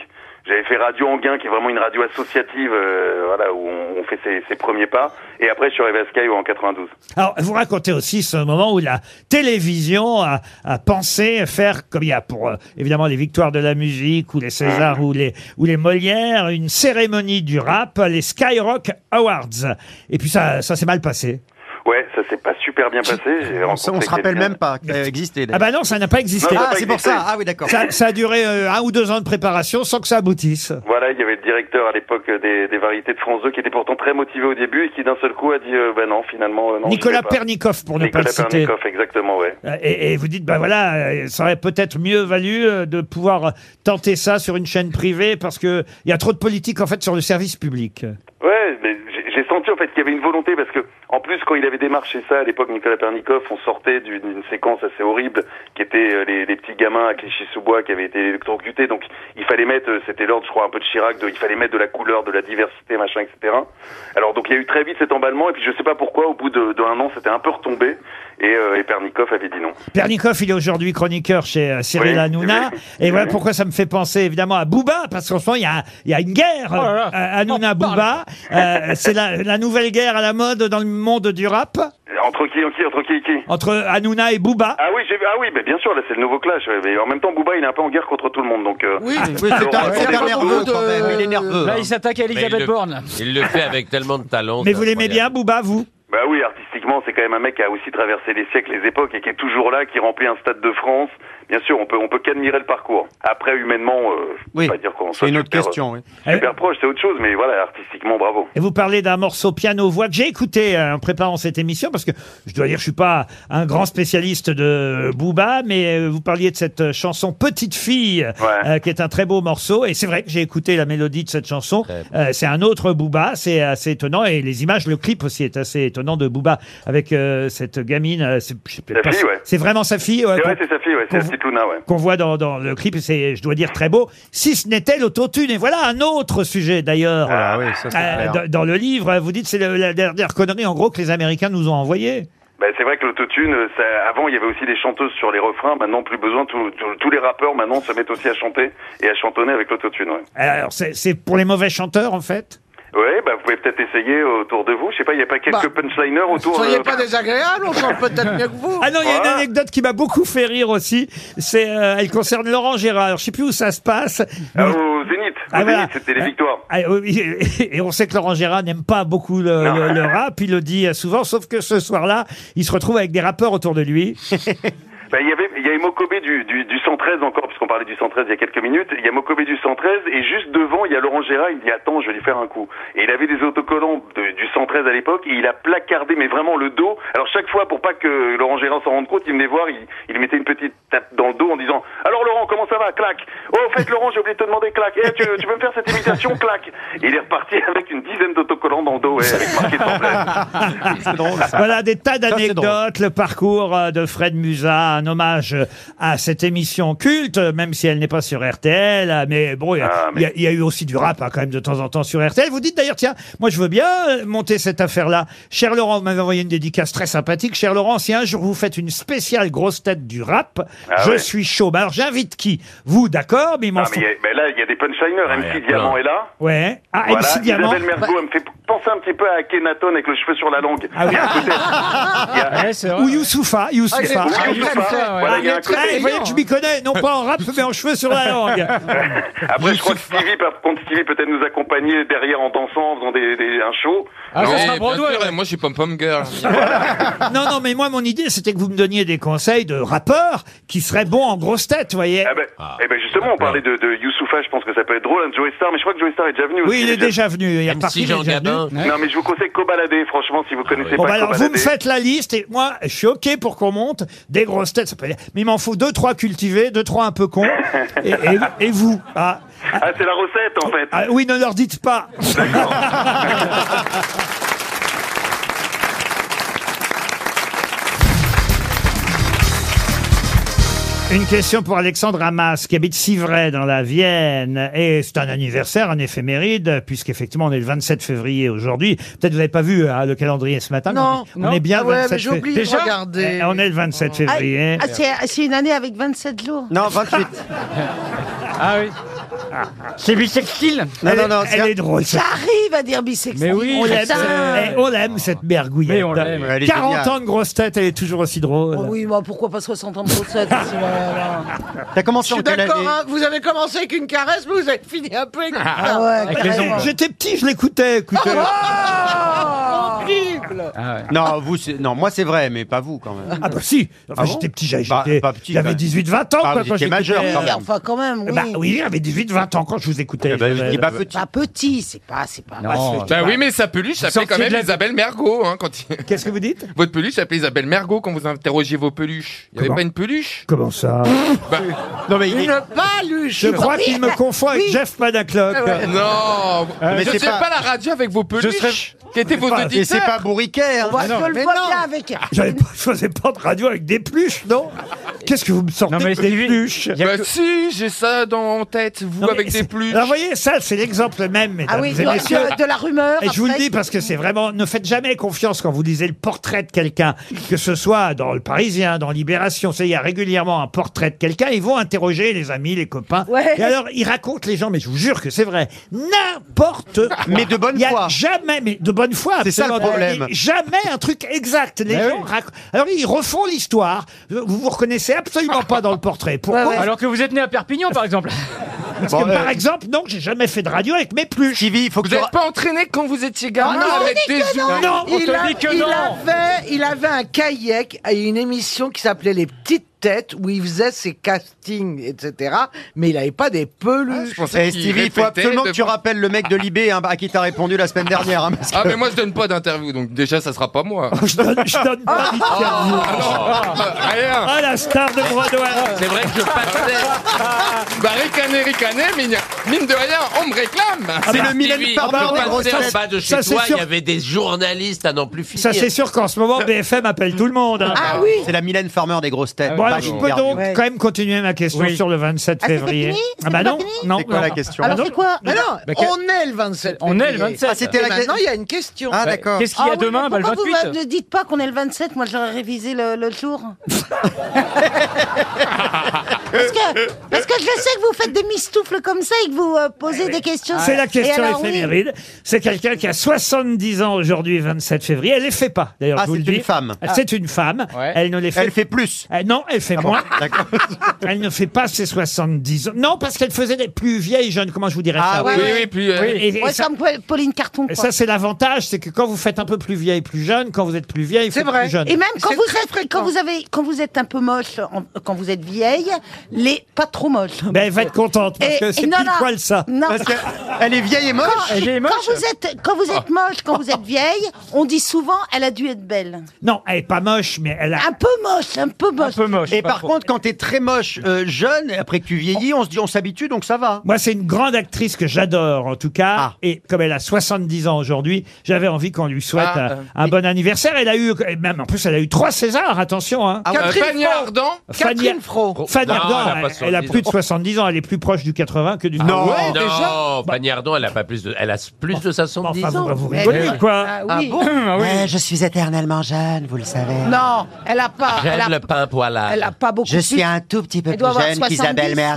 Speaker 17: J'avais fait Radio Anguin, qui est vraiment une radio associative, euh, voilà, où on, on fait ses, ses premiers pas. Et après, je suis arrivé à Sky en 92.
Speaker 2: Alors, vous racontez aussi ce moment où la télévision a, a pensé faire, comme il y a pour euh, évidemment les victoires de la musique ou les Césars ou les, ou les Molières, une cérémonie du rap, les Skyrock Awards. Et puis ça, ça s'est mal passé.
Speaker 17: Ouais, ça s'est pas super bien passé. J'ai
Speaker 3: On,
Speaker 17: rencontré
Speaker 3: se rappelle
Speaker 17: quelqu'un.
Speaker 3: même pas que ça existait.
Speaker 2: Ah bah non, ça n'a pas existé.
Speaker 17: Non, ça n'a Ah, pas c'est pour existé. ça. Ah oui, d'accord.
Speaker 2: Ça, ça a duré euh, un ou deux ans de préparation sans que ça aboutisse.
Speaker 17: Voilà, il y avait le directeur à l'époque des, des variétés de France 2 qui était pourtant très motivé au début et qui d'un seul coup a dit euh, ben non finalement euh, non,
Speaker 2: Nicolas
Speaker 17: je vais pas.
Speaker 2: Pernikov, pour ne pas
Speaker 17: Nicolas
Speaker 2: le citer.
Speaker 17: Pernikov exactement ouais.
Speaker 2: Euh, Et, et vous dites, bah voilà, euh, ça aurait peut-être mieux valu euh, de pouvoir tenter ça sur une chaîne privée parce que il y a trop de politique en fait sur le service public.
Speaker 17: Ouais, mais j'ai- j'ai senti en fait qu'il y avait une volonté parce que en plus quand il avait démarché ça à l'époque Nicolas Pernikov, on sortait d'une d'une séquence assez horrible qui était euh, les, les petits gamins à Clichy-sous-Bois qui avaient été électrocutés. Donc il fallait mettre, euh, c'était l'ordre je crois un peu de Chirac, de, il fallait mettre de la couleur, de la diversité, machin, etc. Alors donc il y a eu très vite cet emballement et puis je sais pas pourquoi au bout de- d'un an c'était un peu retombé et, euh, et Pernikov avait dit non.
Speaker 2: Pernikov, il est aujourd'hui chroniqueur chez euh, Cyril
Speaker 17: Oui,
Speaker 2: Hanouna.
Speaker 17: oui.
Speaker 2: Et voilà pourquoi ça me fait penser évidemment à Booba, parce qu'en ce moment, il y a, il y a une guerre.
Speaker 10: Oh là Oh, là.
Speaker 2: euh, Hanouna-Booba. Euh, C'est la, la nouvelle guerre à la mode dans le monde du rap
Speaker 17: Entre qui, entre qui, entre qui, qui
Speaker 2: entre Hanouna et Booba.
Speaker 17: Ah oui, j'ai vu- ah oui, mais bien sûr, là c'est le nouveau clash. ouais. Mais en même temps, Booba il est un peu en guerre contre tout le monde, donc. euh,
Speaker 2: Ah,
Speaker 3: Oui,
Speaker 17: on va prendre des photos.
Speaker 2: euh,
Speaker 3: Il est nerveux.
Speaker 10: euh,
Speaker 3: hein.
Speaker 10: Là, il s'attaque à
Speaker 4: Mais
Speaker 10: Elisabeth
Speaker 4: il le-
Speaker 10: Borne.
Speaker 4: Il le fait avec tellement de talent.
Speaker 2: Mais
Speaker 4: c'est
Speaker 2: vous l'aimez bien, Booba, vous
Speaker 17: Bah oui, artistiquement, c'est quand même un mec qui a aussi traversé les siècles, les époques, et qui est toujours là, qui remplit un stade de France. Bien sûr, on peut on peut qu'admirer le parcours. Après, humainement, euh, je peux
Speaker 3: Oui,
Speaker 17: pas dire qu'on
Speaker 3: c'est
Speaker 17: soit
Speaker 3: une autre
Speaker 17: super-
Speaker 3: question, oui.
Speaker 17: euh, Super proche, c'est autre chose, mais voilà, artistiquement, bravo.
Speaker 2: Et vous parlez d'un morceau piano-voix que j'ai écouté euh, en préparant cette émission, parce que je dois dire, je suis pas un grand spécialiste de Booba, mais euh, vous parliez de cette euh, chanson Petite fille, euh, qui est un très beau morceau, et c'est vrai que j'ai écouté la mélodie de cette chanson. Euh, c'est un autre Booba, c'est assez étonnant, et les images, le clip aussi est assez étonnant de Booba avec euh, cette gamine. euh, c'est je sais
Speaker 17: Sa
Speaker 2: pas
Speaker 17: fille,
Speaker 2: si-
Speaker 17: ouais.
Speaker 2: c'est vraiment sa fille ouais,
Speaker 17: C'est vrai,
Speaker 2: qu'on-
Speaker 17: c'est sa fille, ouais, c'est la petite Luna, ouais.
Speaker 2: qu'on voit dans, dans le clip, c'est, je dois dire, très beau. Si ce n'était l'autotune, et voilà un autre sujet d'ailleurs.
Speaker 3: Ah oui, ça, c'est clair.
Speaker 2: Euh, dans, dans le livre, vous dites c'est la, la dernière connerie en gros que les Américains nous ont envoyé.
Speaker 17: Bah, c'est vrai que l'autotune, euh, ça, avant il y avait aussi des chanteuses sur les refrains, maintenant plus besoin, Tous- tous- tous les rappeurs maintenant se mettent aussi à chanter et à chantonner avec l'autotune. Ouais.
Speaker 2: Alors c'est, c'est pour les mauvais chanteurs en fait.
Speaker 17: Ouais, bah vous pouvez peut-être essayer autour de vous. Je sais pas, il n'y a pas quelques punchliners autour.
Speaker 5: Bah, Soyez
Speaker 17: euh,
Speaker 5: pas désagréable, on chante peut-être mieux que vous.
Speaker 2: Ah non, il y a une anecdote qui m'a beaucoup fait rire aussi. C'est, euh, elle concerne Laurent Gérard. Alors, je sais plus où ça se passe.
Speaker 17: Ah, au Zénith, au
Speaker 2: Ah,
Speaker 17: Zénith,
Speaker 2: voilà.
Speaker 17: c'était les victoires.
Speaker 2: Ah, oui, Et on sait que Laurent Gérard n'aime pas beaucoup le,
Speaker 17: Non.
Speaker 2: le- le rap, il le dit souvent, sauf que ce soir-là, il se retrouve avec des rappeurs autour de lui.
Speaker 17: Bah, il y avait, il y a Mokobé du, du, du 113 encore, puisqu'on parlait du 113 il y a quelques minutes. Il y a Mokobé du 113 et juste devant, il y a Laurent Gérard. Il dit attends, je vais lui faire un coup. Et il avait des autocollants de- du 113 à l'époque et il a placardé, mais vraiment le dos. Alors chaque fois, pour pas que Laurent Gérard s'en rende compte, il venait voir, il, il lui mettait une petite tape dans le dos en disant alors Laurent, comment ça va, clac. Oh, en fait Laurent, j'ai oublié de te demander, clac. Eh, tu, tu peux me faire cette imitation, clac. Et il est reparti avec une dizaine d'autocollants dans le dos, ouais, avec marqué Templaire.
Speaker 6: Ah.
Speaker 2: Voilà des tas d'anecdotes, le parcours euh, de Fred Musa, un hommage euh, à cette émission culte, euh, même si elle n'est pas sur RTL. euh, Mais bon, il y, a-
Speaker 17: Ah, mais-
Speaker 2: il y a- il y a eu aussi du rap hein, quand même de temps en temps sur RTL. Vous dites d'ailleurs, tiens, moi je veux bien euh, monter cette affaire-là. Cher Laurent, vous m'avez envoyé une dédicace très sympathique. Cher Laurent, si un jour vous faites une spéciale grosse tête du rap,
Speaker 17: Ah
Speaker 2: je
Speaker 17: ouais.
Speaker 2: suis chaud. Bah, alors j'invite qui Vous, d'accord, mais il m'en
Speaker 17: Ah, mais
Speaker 2: faut.
Speaker 17: il y a- mais là, il y a des punchliners. MC Diamant est là.
Speaker 2: Ouais. Ah,
Speaker 17: voilà,
Speaker 2: MC Diamant.
Speaker 17: Isabelle Mergo, elle me fait penser un petit peu à Akhenaton avec le cheveu sur la langue.
Speaker 2: Ah oui. Ah, Ou Youssoufa, Youssoufa.
Speaker 17: Ah, c'est- Ou Youssoufa, ouais. Voilà, il y a un côté
Speaker 2: Ah, vous voyez
Speaker 17: élégant.
Speaker 2: que je m'y connais, non pas en rap, mais en cheveux sur la langue.
Speaker 17: Après, je crois que Stevie, par contre, Stevie peut-être nous accompagner derrière en dansant, en faisant des, des- un show.
Speaker 7: Ah, ça
Speaker 17: Non
Speaker 7: sera Broadway. Moi, je suis pom-pom girl.
Speaker 2: Non, non, mais moi, mon idée, c'était que vous me donniez des conseils de rappeurs qui seraient bons en grosse tête, vous voyez.
Speaker 17: Eh ben, eh ben, justement, on parlait de, de Youssoufa, je pense que ça peut être drôle, hein, Joey Star, mais je crois que Joey Star est déjà venu aussi.
Speaker 2: Oui, il est déjà venu. Il est parti, il est déjà venu.
Speaker 17: Non, mais je vous conseille Cobaladé, franchement, si vous connaissez
Speaker 2: Bon,
Speaker 17: pas
Speaker 2: bah alors, vous
Speaker 17: Kobalade.
Speaker 2: me faites la liste et moi, je suis OK pour qu'on monte des grosses têtes. ça peut aller. Mais il m'en faut deux, trois cultivés, deux, trois un peu cons. Et, et- et vous ah.
Speaker 17: Ah, c'est la recette, en fait.
Speaker 2: Ah oui, ne leur dites pas. Une question pour Alexandre Hamas, qui habite Civray, dans la Vienne. Et c'est un anniversaire, un éphéméride, puisqu'effectivement, on est le 27 février aujourd'hui. Peut-être vous n'avez pas vu hein, le calendrier ce matin. mais
Speaker 8: Non.
Speaker 2: on est-
Speaker 8: Non.
Speaker 2: On est bien
Speaker 8: Ah ouais,
Speaker 2: le 27
Speaker 8: mais j'ai oublié de
Speaker 2: février.
Speaker 8: regarder.
Speaker 2: Eh, On est le 27 février.
Speaker 8: Ah, c'est- c'est une année avec 27 jours.
Speaker 9: Non, 28.
Speaker 10: Ah oui. C'est bisextile
Speaker 2: Elle est- elle est drôle.
Speaker 8: Ça arrive à dire bisexuel.
Speaker 2: Mais oui, on l'aime,
Speaker 8: Putain.
Speaker 2: eh, on l'aime, cette bergouillette.
Speaker 10: on l'aime. Elle est
Speaker 2: 40
Speaker 10: géniale.
Speaker 2: ans de grosse tête, elle est toujours aussi drôle.
Speaker 8: Oh oui, bah, pourquoi pas 60 ans de grossette aussi, voilà.
Speaker 2: T'as
Speaker 5: Je suis d'accord, hein, vous avez commencé avec une caresse, mais vous avez fini un peu avec...
Speaker 8: Ah ouais, carrément.
Speaker 2: J'étais petit, je l'écoutais. écoutez.
Speaker 5: Horrible
Speaker 8: Ah
Speaker 9: Non, vous, c'est- non, moi c'est vrai, mais pas vous quand même.
Speaker 2: Ah bah si, Enfin, j'étais petit, j'avais
Speaker 9: Bah,
Speaker 2: j'étais-
Speaker 9: pas petit,
Speaker 2: j'avais
Speaker 9: bah.
Speaker 2: 18-20 ans.
Speaker 9: Ah,
Speaker 2: quoi,
Speaker 9: vous
Speaker 2: quand
Speaker 9: étiez
Speaker 2: j'écoutais.
Speaker 9: majeur, quand
Speaker 8: Oui,
Speaker 9: même.
Speaker 8: enfin quand même, oui.
Speaker 2: Bah oui, j'avais 18-20 ans quand Eh ben, je bah, vous écoutais. Euh,
Speaker 9: vous étiez pas petit.
Speaker 8: Pas petit, c'est pas, c'est pas.
Speaker 7: Bah oui, mais sa peluche s'appelait quand
Speaker 8: Sortez
Speaker 7: même
Speaker 8: de la-
Speaker 7: Isabelle Mergot. Hein, quand...
Speaker 2: Qu'est-ce que vous dites
Speaker 7: Votre peluche s'appelait Isabelle Mergot quand vous interrogez vos peluches. Il n'y avait
Speaker 2: Comment
Speaker 7: pas une peluche
Speaker 2: Comment ça
Speaker 7: Non,
Speaker 2: mais
Speaker 5: Une paluche
Speaker 2: Je crois qu'il me confond avec Jeff Panaclock.
Speaker 5: Ah
Speaker 7: Non,
Speaker 2: Euh,
Speaker 7: mais
Speaker 2: mais
Speaker 7: je
Speaker 2: c'est
Speaker 7: sais pas...
Speaker 2: pas-
Speaker 7: la radio avec vos peluches.
Speaker 2: Je serais-
Speaker 7: Qui étaient vos auditeurs
Speaker 2: Et c'est pas bourriquet, hein.
Speaker 8: On voit
Speaker 2: Ah non,
Speaker 8: que le
Speaker 2: mais
Speaker 8: voit
Speaker 2: non.
Speaker 8: bien avec.
Speaker 2: J'avais pas- Je faisais pas de radio avec des pluches, non Qu'est-ce que vous me sortez
Speaker 7: mais
Speaker 2: des pluches
Speaker 7: Bah si, j'ai ça dans en tête, vous
Speaker 2: Non, mais
Speaker 7: avec des
Speaker 2: c'est-
Speaker 7: pluches.
Speaker 2: Alors, vous voyez, ça, c'est l'exemple même, mesdames
Speaker 8: Ah oui,
Speaker 2: et
Speaker 8: de-
Speaker 2: messieurs.
Speaker 8: de- de la rumeur,
Speaker 2: Et je vous le
Speaker 8: après.
Speaker 2: dis parce que c'est vraiment. Ne faites jamais confiance quand vous lisez le portrait de quelqu'un, que ce soit dans Le Parisien, dans Libération. C'est, il y a régulièrement un portrait de quelqu'un. Ils vont interroger les amis, les copains.
Speaker 8: Ouais.
Speaker 2: Et alors, ils racontent les gens, mais je vous jure que c'est vrai. N'importe quoi.
Speaker 3: Mais de bonne
Speaker 2: Il y a
Speaker 3: foi.
Speaker 2: Jamais, mais de bonne foi.
Speaker 3: C'est ça le
Speaker 2: absolument.
Speaker 3: problème. Ben
Speaker 2: Et Jamais un truc exact. Les gens racontent. Alors, ils refont l'histoire. Vous vous reconnaissez absolument pas dans le portrait. Pourquoi
Speaker 10: Alors que vous êtes né à Perpignan, par exemple.
Speaker 2: Parce que,
Speaker 3: euh,
Speaker 2: par exemple, non, j'ai jamais fait de radio avec mes pluches. Stevie, il faut
Speaker 7: Vous n'êtes pas entraîné quand vous étiez gamin
Speaker 5: Ah non,
Speaker 7: avec
Speaker 5: on dit
Speaker 7: des
Speaker 5: que non.
Speaker 7: ours
Speaker 2: Non, on
Speaker 5: il,
Speaker 2: te
Speaker 5: a-
Speaker 2: dit que
Speaker 5: il
Speaker 2: non.
Speaker 5: Avait, il avait un kayak à une émission qui s'appelait Les Petites Têtes, où il faisait ses castings, etc. Mais il n'avait pas des peluches.
Speaker 3: Eh, Stevie, il faut absolument que tu rappelles le mec de Libé hein, à qui t'as répondu la semaine dernière. hein, parce
Speaker 7: Ah
Speaker 3: que-
Speaker 7: mais moi je donne pas d'interview donc déjà ça sera pas moi. Ah,
Speaker 2: je donne, je donne pas
Speaker 3: Ah,
Speaker 6: Ah.
Speaker 2: d'interview.
Speaker 7: euh, rien.
Speaker 2: Ah, la star de Broadway.
Speaker 7: C'est vrai que je passais. bah ricaner, ricaner, mais mine de rien, on me réclame.
Speaker 4: Ah bah, Stevie, on peut
Speaker 7: des
Speaker 4: passer
Speaker 7: grosses
Speaker 4: en bas de chez
Speaker 2: Ça, c'est
Speaker 4: toi, il
Speaker 2: sûr.
Speaker 4: y avait des journalistes à n'en plus finir.
Speaker 2: Ça, c'est sûr qu'en ce moment, BFM appelle tout le monde. hein.
Speaker 8: Ah oui.
Speaker 3: C'est la Mylène Farmer des grosses têtes. Bah,
Speaker 2: Bon, alors,
Speaker 3: Pas
Speaker 2: je
Speaker 3: une
Speaker 2: peux
Speaker 3: interview.
Speaker 2: donc quand même continuer ma question
Speaker 3: Oui.
Speaker 2: sur le 27
Speaker 3: Ah, c'est pas
Speaker 2: février.
Speaker 3: fini
Speaker 2: Ah, bah
Speaker 3: C'est pas
Speaker 2: non,
Speaker 3: fini
Speaker 2: non.
Speaker 3: C'est quoi
Speaker 2: non.
Speaker 3: la question
Speaker 2: Ah,
Speaker 5: Alors
Speaker 2: non.
Speaker 5: c'est quoi Mais non,
Speaker 10: Bah, quel-
Speaker 5: on est le 27.
Speaker 10: On est le
Speaker 5: février.
Speaker 10: 27. Ah, c'était
Speaker 5: Et
Speaker 10: la-
Speaker 5: maintenant, il y a une question.
Speaker 3: Ah, d'accord.
Speaker 10: Qu'est-ce qu'il y a
Speaker 8: Ah oui,
Speaker 10: demain
Speaker 8: mais
Speaker 10: Bah, le
Speaker 8: pourquoi
Speaker 10: 28.
Speaker 8: vous ne dites pas qu'on est le 27 Moi, j'aurais révisé le, le jour. parce, que, parce que je sais que vous faites des mistoufles comme ça et que vous euh, posez des questions.
Speaker 2: C'est la question
Speaker 8: Et alors, oui.
Speaker 2: éphéméride. C'est quelqu'un qui a 70 ans aujourd'hui, 27 février. Elle les fait pas, d'ailleurs.
Speaker 3: Ah,
Speaker 2: je vous le
Speaker 3: c'est une
Speaker 2: dis.
Speaker 3: femme.
Speaker 2: Ah, C'est une femme. Elle ne les fait.
Speaker 3: Elle fait plus.
Speaker 2: Euh, non, elle fait
Speaker 3: Ah bon,
Speaker 2: moins.
Speaker 3: d'accord.
Speaker 2: elle ne fait pas ses 70 ans. Non, parce qu'elle faisait des plus vieilles jeunes. Comment je vous dirais
Speaker 3: Ah
Speaker 2: ça
Speaker 8: Ah
Speaker 7: oui, oui, puis, euh,
Speaker 2: Et- et
Speaker 8: Ouais,
Speaker 2: ça-
Speaker 8: comme Paul- Pauline Carton.
Speaker 2: Et
Speaker 8: quoi.
Speaker 2: ça, c'est l'avantage, c'est que quand vous faites un peu plus vieille, plus jeune, quand vous êtes plus vieille,
Speaker 5: C'est
Speaker 2: vous êtes
Speaker 5: vrai.
Speaker 2: plus jeune.
Speaker 8: Et même quand
Speaker 5: C'est
Speaker 8: vous,
Speaker 5: très
Speaker 8: êtes, quand, vous avez, quand vous êtes un peu moche, en- quand vous êtes vieille, les pas trop moche.
Speaker 2: Ben, elle va être contente, parce
Speaker 8: Et-
Speaker 2: que
Speaker 8: et
Speaker 2: c'est
Speaker 8: non,
Speaker 2: pile
Speaker 8: non.
Speaker 2: poil ça.
Speaker 8: Non.
Speaker 3: Parce que elle est vieille et moche.
Speaker 8: Quand,
Speaker 10: Elle est moche.
Speaker 8: quand vous êtes, quand vous êtes moche, quand vous êtes vieille, on dit souvent elle a dû être belle.
Speaker 2: Non, elle est pas moche, mais elle a...
Speaker 8: Un peu moche, un peu moche.
Speaker 10: peu moche.
Speaker 3: Et
Speaker 10: pas
Speaker 3: par
Speaker 10: faux.
Speaker 3: contre, quand t'es très moche, euh, jeune, et après que tu vieillis, on se dit, on s'habitue, donc ça va.
Speaker 2: Moi, c'est une grande actrice que j'adore, en tout cas.
Speaker 3: Ah.
Speaker 2: Et comme elle a 70 ans aujourd'hui, j'avais envie qu'on lui souhaite
Speaker 7: Ah,
Speaker 2: euh, un bon anniversaire. Elle a eu, et même en plus, elle a eu trois Césars, attention. Hein.
Speaker 3: Ah ouais.
Speaker 7: Catherine Fanny
Speaker 5: Fro.
Speaker 7: Ardant
Speaker 5: Catherine Fro.
Speaker 2: Fanny
Speaker 4: Non,
Speaker 2: Ardant,
Speaker 4: elle a pas Ah
Speaker 2: elle, elle a
Speaker 4: 70.
Speaker 2: plus de 70 ans, elle est plus proche du 80 que du
Speaker 3: Non.
Speaker 2: Ah Ouais. Bah
Speaker 4: non,
Speaker 7: déjà
Speaker 4: Fanny Ardant, elle a pas plus de, elle a plus de 70
Speaker 2: Enfin,
Speaker 4: ans.
Speaker 2: vous, vous rigolez, quoi. Eh,
Speaker 5: Ah oui.
Speaker 10: Ah oui.
Speaker 3: je suis éternellement jeune, vous le savez.
Speaker 5: Non, elle a pas. Elle
Speaker 4: J'aime
Speaker 5: a,
Speaker 4: le pain poilade.
Speaker 5: elle a pas beaucoup. de-
Speaker 3: un tout petit peu
Speaker 8: Elle doit avoir 70.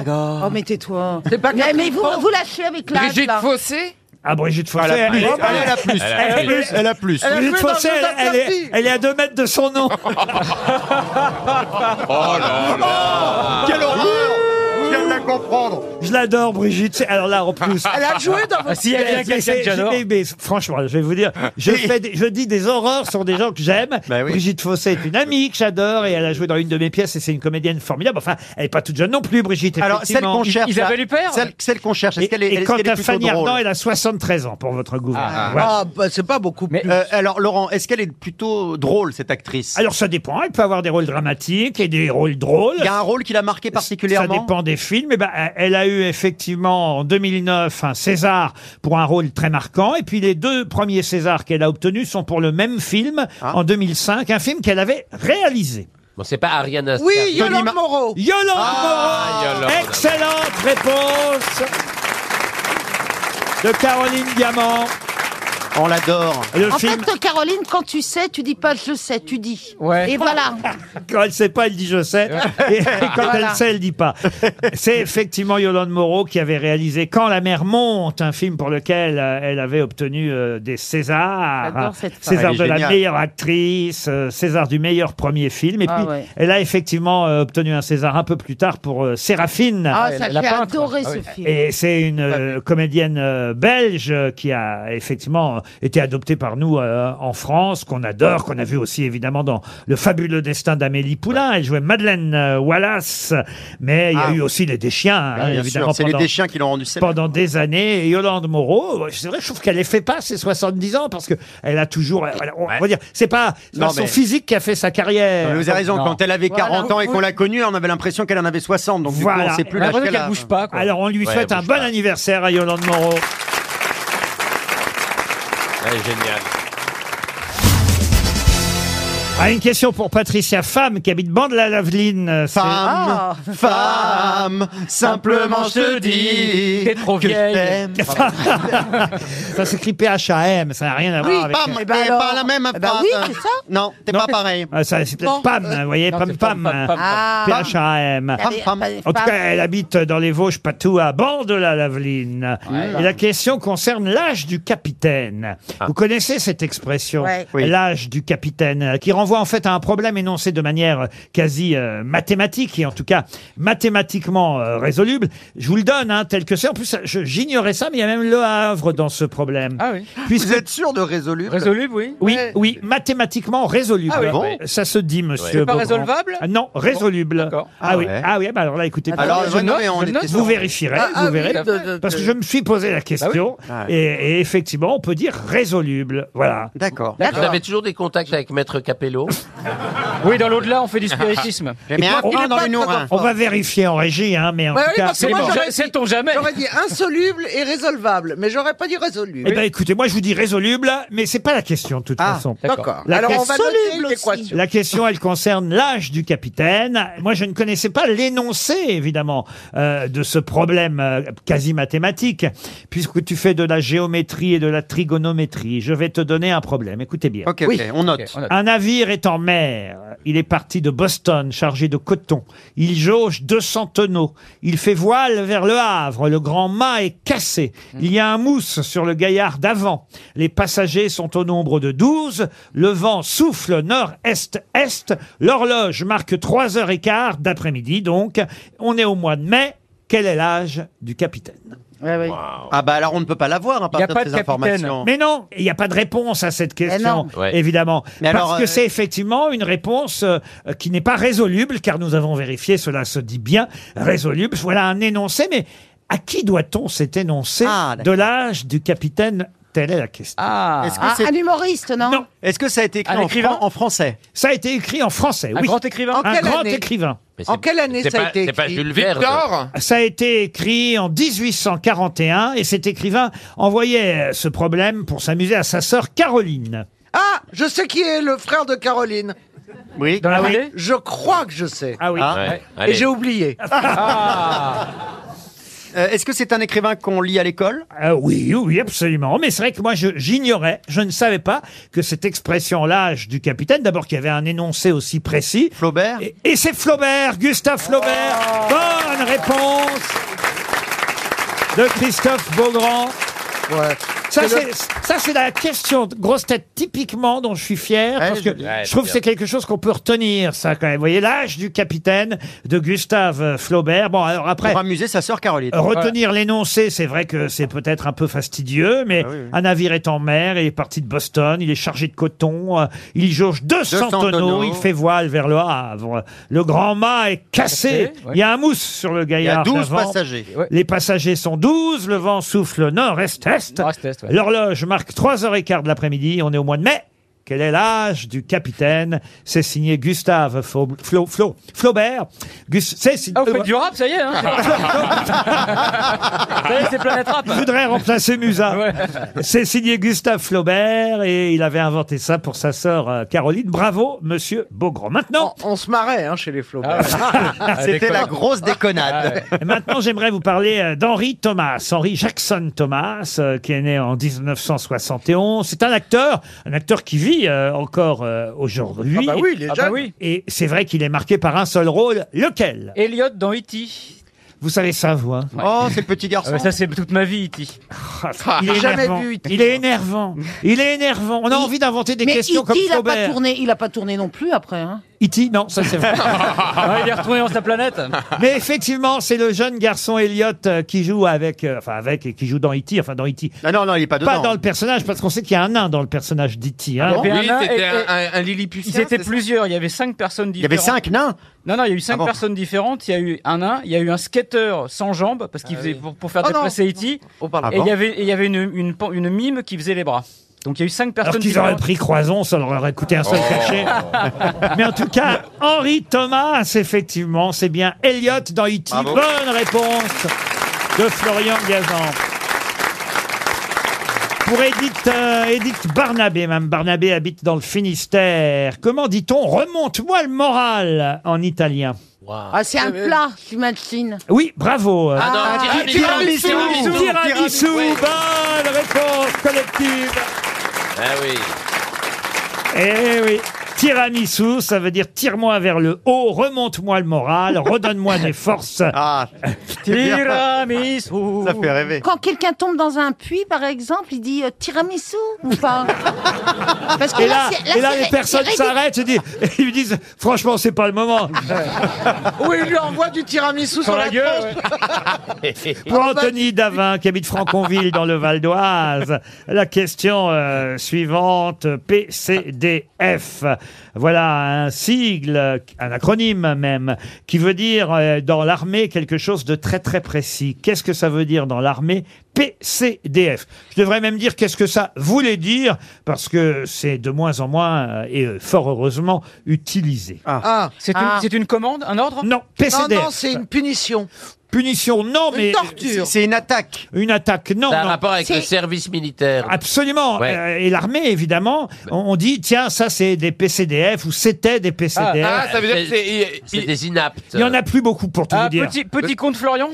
Speaker 8: Oh, mais tais-toi.
Speaker 5: C'est pas
Speaker 8: Mais,
Speaker 5: Catherine
Speaker 8: mais vous,
Speaker 5: Fro.
Speaker 8: vous lâchez avec l'âge,
Speaker 7: Brigitte
Speaker 8: là.
Speaker 7: Fossé
Speaker 2: Ah, Brigitte Fossé,
Speaker 6: Elle a plus, elle a plus, elle a
Speaker 2: elle
Speaker 6: plus, elle a plus. Elle a
Speaker 2: Brigitte
Speaker 6: plus dans
Speaker 2: Fossé,
Speaker 6: le
Speaker 2: elle, elle est, elle est à deux mètres de son nom.
Speaker 6: Oh là Ah, là
Speaker 3: Quelle horreur Je viens de la comprendre.
Speaker 2: Oh, Je l'adore, Brigitte. C'est- Alors là, en plus.
Speaker 3: Elle a joué dans votre- Ah, s'il y a bien
Speaker 2: Mais
Speaker 3: quelqu'un
Speaker 2: c'est-
Speaker 3: que j'adore.
Speaker 2: mais- mais franchement, je vais vous dire, je, fais des- je dis des horreurs sur des gens que j'aime. Brigitte Fossé est une amie que j'adore et elle a joué dans une de mes pièces et c'est une comédienne formidable. Enfin, elle n'est pas toute jeune non plus, Brigitte.
Speaker 3: Alors, celle qu'on cherche, Isabelle là, Huppert
Speaker 2: Celle, qu'on cherche.
Speaker 3: est-ce qu'elle est-
Speaker 2: Et
Speaker 3: est-ce
Speaker 2: quant
Speaker 3: qu'elle est
Speaker 2: à
Speaker 3: plutôt
Speaker 2: Fanny
Speaker 3: drôle
Speaker 2: Ardant, elle a 73 ans pour votre goût.
Speaker 3: Ah,
Speaker 2: Voilà. euh,
Speaker 3: c'est pas beaucoup
Speaker 2: plus.
Speaker 3: alors, Laurent, est-ce qu'elle est plutôt drôle, cette actrice
Speaker 2: Alors ça dépend, elle peut avoir des rôles dramatiques et des rôles drôles.
Speaker 3: Il y a un rôle qui l'a marqué particulièrement
Speaker 2: Ça dépend des films. Eh ben, elle a eu effectivement en 2009 un César pour un rôle très marquant. Et puis les deux premiers Césars qu'elle a obtenus sont pour le même film
Speaker 3: Ah.
Speaker 2: en 2005, un film qu'elle avait réalisé.
Speaker 4: Bon, c'est pas Ariane Asper.
Speaker 2: Moreau. Yolande
Speaker 4: Ah,
Speaker 2: Moreau.
Speaker 4: Yolande.
Speaker 2: Excellente réponse de Caroline Diamant.
Speaker 3: On l'adore.
Speaker 2: Le
Speaker 8: en
Speaker 2: film.
Speaker 8: fait, Caroline, quand tu sais, tu dis pas je sais, tu dis.
Speaker 2: Ouais.
Speaker 8: Et voilà.
Speaker 2: Quand elle sait pas, elle dit je sais. Et quand
Speaker 8: Voilà.
Speaker 2: elle sait, elle dit pas. C'est effectivement Yolande Moreau qui avait réalisé Quand la mer monte, un film pour lequel euh, elle avait obtenu euh, des Césars.
Speaker 6: J'adore cette femme.
Speaker 2: César
Speaker 6: Elle est
Speaker 2: de la
Speaker 6: géniale.
Speaker 2: meilleure actrice, euh, César du meilleur premier film. Et
Speaker 8: Ah
Speaker 2: puis,
Speaker 8: ouais.
Speaker 2: elle a effectivement euh, obtenu un César un peu plus tard pour euh, Séraphine.
Speaker 8: Ah, ça, j'ai adoré ce film.
Speaker 2: Et c'est une euh, comédienne euh, belge euh, qui a effectivement euh, été adoptée par nous euh, en France, qu'on adore, qu'on a vu aussi évidemment dans Le fabuleux destin d'Amélie Poulain. Elle jouait Madeleine euh, Wallace, mais il y a
Speaker 3: Ah.
Speaker 2: eu aussi Les Déchiens, hein,
Speaker 3: bien
Speaker 2: évidemment.
Speaker 3: sûr, c'est Les
Speaker 2: pendant-
Speaker 3: Déchiens qui l'ont rendue célèbre.
Speaker 2: Pendant des années, et Yolande Moreau, euh, c'est vrai, je trouve qu'elle ne fait pas ses 70 ans parce que elle a toujours. euh, voilà, On, on va dire, c'est pas, c'est
Speaker 3: Non,
Speaker 2: pas son
Speaker 3: mais-
Speaker 2: physique qui a fait sa
Speaker 3: Non,
Speaker 2: carrière.
Speaker 3: mais vous avez raison,
Speaker 2: Non.
Speaker 3: quand elle avait 40 ans et qu'on l'a connue, on avait l'impression qu'elle en avait 60. Donc, du coup, on sait plus l'âge qu'elle a.
Speaker 2: Alors on lui
Speaker 3: Ouais,
Speaker 2: souhaite
Speaker 3: elle
Speaker 2: un
Speaker 3: bouge
Speaker 2: bon anniversaire à Yolande Moreau.
Speaker 4: Elle est géniale.
Speaker 2: Ah, une question pour Patricia Femme qui habite euh, bande la laveline
Speaker 8: Ah.
Speaker 2: Ah.
Speaker 3: Femme, femme, simplement je te dis T'es trop que je vieille. t'aime.
Speaker 2: ça s'écrit PHAM, ça n'a rien à
Speaker 3: Oui, eh
Speaker 2: voir avec.
Speaker 3: Pam, t'es pas la même
Speaker 2: ben
Speaker 3: Pam.
Speaker 2: oui, c'est ça.
Speaker 3: Non, t'es
Speaker 2: Non.
Speaker 3: pas pareil.
Speaker 2: Ah, ça, c'est peut-être
Speaker 3: Bon.
Speaker 2: Pam, vous voyez,
Speaker 3: Non,
Speaker 2: Pam
Speaker 3: c'est Pam,
Speaker 2: Pam.
Speaker 3: Pam, Pam.
Speaker 2: euh,
Speaker 3: Ah.
Speaker 2: PHAM.
Speaker 3: Pam, Pam.
Speaker 2: En tout cas, elle habite dans les Vosges, Patou, à bande la laveline
Speaker 3: Ouais.
Speaker 2: Et la question concerne l'âge du capitaine. Vous connaissez cette expression,
Speaker 3: Ouais. Oui.
Speaker 2: l'âge du capitaine, euh, qui renvoie en fait à un problème énoncé de manière euh, quasi euh, mathématique, et en tout cas mathématiquement euh, résoluble. Je vous le donne, hein, tel que c'est. En plus, je- j'ignorais ça, mais il y a même Le Havre dans ce problème. Ah oui. Vous êtes
Speaker 3: sûr de résoluble
Speaker 2: Résoluble,
Speaker 3: oui.
Speaker 2: Oui, oui, mathématiquement résoluble.
Speaker 3: Ah oui. Bon.
Speaker 2: Ça se dit, monsieur.
Speaker 3: C'est pas
Speaker 2: Beaugrand.
Speaker 3: résolvable
Speaker 2: Ah Non, résoluble. Ah,
Speaker 3: Ah
Speaker 2: oui,
Speaker 3: ouais.
Speaker 2: ah oui, bah alors là, écoutez,
Speaker 3: Alors, je note, je note.
Speaker 2: vous vérifierez,
Speaker 3: Ah, ah
Speaker 2: vous
Speaker 3: oui, Bah
Speaker 2: verrez,
Speaker 3: tout à fait.
Speaker 2: parce que je me suis posé la question,
Speaker 4: Ah
Speaker 2: et, et effectivement, on peut dire résoluble, voilà.
Speaker 3: D'accord.
Speaker 4: Vous avez toujours des contacts avec Maître Capello Ah.
Speaker 10: Oui, dans l'au-delà, on fait du spiritisme.
Speaker 4: J'aime bien
Speaker 2: on,
Speaker 4: un dans le noir, hein.
Speaker 2: on va vérifier en régie, hein, mais en
Speaker 5: Ouais,
Speaker 2: tout
Speaker 5: oui,
Speaker 2: cas,
Speaker 5: parce que moi, j'aurais dit-
Speaker 10: Sait-on jamais
Speaker 5: J'aurais dit insoluble et résolvable, mais j'aurais pas dit résolu.
Speaker 2: Eh ben, écoutez, moi, je vous dis résoluble, mais c'est pas la question, de toute
Speaker 5: Ah,
Speaker 2: façon.
Speaker 5: d'accord.
Speaker 2: La
Speaker 5: Alors, on va
Speaker 2: question-
Speaker 5: noter une équation.
Speaker 2: La question, elle concerne l'âge du capitaine. Moi, je ne connaissais pas l'énoncé, évidemment, euh, de ce problème euh, quasi mathématique, puisque tu fais de la géométrie et de la trigonométrie. Je vais te donner un problème. Écoutez bien.
Speaker 3: Ok, ok, Oui. on note. Ok, on note.
Speaker 2: Un navire est en mer. Il est parti de Boston, chargé de coton. Il jauge 200 tonneaux. Il fait voile vers le Havre. Le grand mât est cassé. Il y a un mousse sur le gaillard d'avant. Les passagers sont au nombre de 12. Le vent souffle nord-est-est. L'horloge marque 3 heures et quart d'après-midi. Donc, on est au mois de mai. Quel est l'âge du capitaine
Speaker 3: Ah bah alors on ne peut pas l'avoir à partir de ces informations.
Speaker 2: mais non, il n'y a pas de réponse à cette question,
Speaker 3: non. Ouais.
Speaker 2: évidemment.
Speaker 3: Mais
Speaker 2: parce
Speaker 3: alors,
Speaker 2: que
Speaker 3: euh,
Speaker 2: c'est effectivement une réponse euh, qui n'est pas résoluble, car nous avons vérifié, cela se dit bien, résoluble. Voilà un énoncé, mais à qui doit-on cet énoncé de l'âge du capitaine Telle est la question.
Speaker 3: Est-ce que Ah, Ah, c'est-
Speaker 8: Un humoriste, non
Speaker 2: Non.
Speaker 3: Est-ce que ça a été écrit
Speaker 2: Un
Speaker 3: en,
Speaker 2: écrivain
Speaker 3: fran- en français
Speaker 2: Ça a été écrit en français,
Speaker 3: Un
Speaker 2: oui.
Speaker 3: grand écrivain En
Speaker 2: Un
Speaker 3: quelle
Speaker 2: grand
Speaker 3: année
Speaker 2: écrivain.
Speaker 3: Mais c'est- En quelle année c'est ça a pas- été c'est pas écrit Jules Verne. Victor
Speaker 2: Ça a été écrit en 1841 et cet écrivain envoyait euh, ce problème pour s'amuser à sa sœur Caroline.
Speaker 5: Ah, je sais qui est le frère de Caroline. Ah
Speaker 3: Oui.
Speaker 2: Dans la mêlée
Speaker 5: Je crois que je sais.
Speaker 2: Ah oui. Ah.
Speaker 3: Ah, ouais.
Speaker 5: Et
Speaker 3: Allez.
Speaker 5: j'ai oublié. Ah.
Speaker 3: Euh, Est-ce que c'est un écrivain qu'on lit à l'école
Speaker 2: Ah oui, oui, absolument. Mais c'est vrai que moi, je- j'ignorais, je, ne savais pas que cette expression l'âge du capitaine, d'abord qu'il y avait un énoncé aussi précis.
Speaker 3: Flaubert
Speaker 2: Et, et c'est Flaubert, Gustave Flaubert. Bonne réponse de Christophe Beaugrand.
Speaker 5: Ouais.
Speaker 2: Ça,
Speaker 6: C'est le-
Speaker 2: c'est ça, c'est la question de grosse tête typiquement dont je suis fier. parce que
Speaker 6: je- ouais,
Speaker 2: je trouve
Speaker 6: bien.
Speaker 2: que c'est quelque chose qu'on peut retenir, ça, quand même. Vous voyez, l'âge du capitaine de Gustave euh, Flaubert. Bon, alors après. euh,
Speaker 9: Pour amuser sa sœur Caroline.
Speaker 2: Retenir l'énoncé, c'est vrai que c'est peut-être un peu fastidieux, mais un navire est en mer, il est parti de Boston, il est chargé de coton, euh, il jauge 200,
Speaker 6: 200
Speaker 2: tonneaux,
Speaker 6: tonneaux.
Speaker 2: il fait voile vers le Havre. Le grand mât est cassé,
Speaker 6: Cassé, ouais.
Speaker 2: il y a un mousse sur le gaillard.
Speaker 9: 12
Speaker 2: d'avant.
Speaker 9: passagers. Ouais.
Speaker 2: Les passagers sont 12, le vent souffle nord-est-est. L'horloge marque 3h15 de l'après-midi, on est au mois de mai. Quel est l'âge du capitaine C'est signé Gustave Flau- Flau- Flau- Flaubert. Gus- c'est Euh, signé-
Speaker 10: Ah, vous faites du rap, ça y est, hein Ça y est, c'est Planète Rap.
Speaker 2: je voudrais remplacer Musa. C'est signé Gustave Flaubert et il avait inventé ça pour sa sœur euh, Caroline. Bravo, monsieur Beaugrand. Maintenant, Ah,
Speaker 5: on, se marrait hein, chez les Flaubert.
Speaker 2: C'était la grosse
Speaker 5: déconnade.
Speaker 2: Ah Maintenant, j'aimerais vous parler euh, d'Henry Thomas, Henry Jackson Thomas, euh, qui est né en 1971. C'est un acteur, un acteur qui vit euh, encore euh, aujourd'hui.
Speaker 10: Ah bah oui, il est Ah bah jeune. oui.
Speaker 2: Et c'est vrai qu'il est marqué par un seul rôle, lequel
Speaker 10: Elliot dans E E.T.
Speaker 2: Vous savez ça, vous hein
Speaker 10: Oh, c'est le petit garçon. ça, c'est toute ma vie, E.T.
Speaker 2: Ah, Il est énervant. Il est énervant. Il est énervant. On a envie d'inventer des
Speaker 8: Mais
Speaker 2: questions
Speaker 8: E.T.,
Speaker 2: comme
Speaker 8: il a pas
Speaker 2: Flaubert.
Speaker 8: tourné, il a pas tourné non plus après. Hein.
Speaker 2: E.T., E non, ça c'est vrai.
Speaker 10: Ah, il est retourné dans sa planète.
Speaker 2: Mais effectivement, c'est le jeune garçon Elliot euh, qui joue avec, euh, enfin avec et qui joue dans E.T. Enfin dans E.T.
Speaker 9: Ah Non, non, non, il est pas dedans.
Speaker 2: Pas dans le personnage parce qu'on sait qu'il y a un nain dans le personnage d'E.T. hein.
Speaker 10: Il y avait Ah un nain et- et- Ils étaient
Speaker 2: c'est ça
Speaker 10: plusieurs, il y avait cinq personnes
Speaker 2: y
Speaker 10: différentes.
Speaker 2: avait
Speaker 9: cinq nains
Speaker 10: Non, non, il y a eu cinq
Speaker 9: Ah bon.
Speaker 10: personnes différentes. Il y a eu un nain, il y a eu un skateur sans jambes, parce qu'il faisait pour, pour faire
Speaker 9: Oh non.
Speaker 10: déplacer E.T.
Speaker 9: pardon.
Speaker 10: et il y avait, et il y avait une, une, pan- une mime qui faisait les bras. Donc il y a eu cinq
Speaker 2: Alors
Speaker 10: personnes
Speaker 2: qu'ils auraient
Speaker 10: différentes.
Speaker 2: pris Croison, ça leur aurait coûté un seul
Speaker 10: Oh.
Speaker 2: cachet. Mais en tout cas, Henri Thomas, effectivement, c'est bien Elliot dans E.T.
Speaker 6: Bravo.
Speaker 2: Bonne réponse de Florian Gazan. Pour Edith, euh, Edith Barnabé, Mme Barnabé habite dans le Finistère. Comment dit-on Remonte-moi le moral en italien.
Speaker 8: Ah, c'est un plat, j'imagine.
Speaker 2: Oui, bravo.
Speaker 8: Ah non, Ah, tiramisu, tiramisu,
Speaker 2: tiramisu,
Speaker 8: tiramisu,
Speaker 2: tiramisu,
Speaker 8: oui.
Speaker 2: bonne réponse collective.
Speaker 4: Ah oui.
Speaker 2: Eh oui. Tiramisu, ça veut dire tire-moi vers le haut, remonte-moi le moral, redonne-moi des forces. Ah,
Speaker 10: tiramisu.
Speaker 2: Ça fait rêver.
Speaker 8: Quand quelqu'un tombe dans un puits, par exemple, il dit euh, tiramisu ou pas Parce
Speaker 2: et là, et là,
Speaker 8: c'est-
Speaker 2: les
Speaker 8: c'est
Speaker 2: personnes
Speaker 8: ridicule.
Speaker 2: s'arrêtent et, disent- et ils disent franchement c'est pas le moment.
Speaker 5: Oui, il lui envoie du tiramisu sur, la, Ah, bah, gueule.
Speaker 2: Pour Anthony Davin qui habite Franconville dans le Val d'Oise, la question euh, suivante PCDF. Voilà un sigle, un acronyme même, qui veut dire euh, dans l'armée quelque chose de très très précis. Qu'est-ce que ça veut dire dans l'armée PCDF. Je devrais même dire qu'est-ce que ça voulait dire, parce que c'est de moins en moins, euh, et euh, fort heureusement, utilisé.
Speaker 5: Ah.
Speaker 10: C'est une,
Speaker 5: Ah.
Speaker 10: c'est une commande, un ordre
Speaker 2: Non, PCDF.
Speaker 5: Non, non, c'est une punition.
Speaker 2: Punition, non,
Speaker 5: Une
Speaker 2: mais.
Speaker 5: torture.
Speaker 2: C'est une attaque. Une attaque, non.
Speaker 4: Ça a un
Speaker 2: non.
Speaker 4: rapport avec le service militaire.
Speaker 2: Absolument.
Speaker 4: Ouais.
Speaker 2: Euh, et l'armée, évidemment, on on dit, tiens, ça c'est des PCDF ou c'était des PCDF.
Speaker 4: Ah, ça veut dire que c'est- c'est des inaptes.
Speaker 2: Il y en a plus beaucoup pour tout
Speaker 10: Ah,
Speaker 2: vous dire.
Speaker 10: petit, petit con de Florian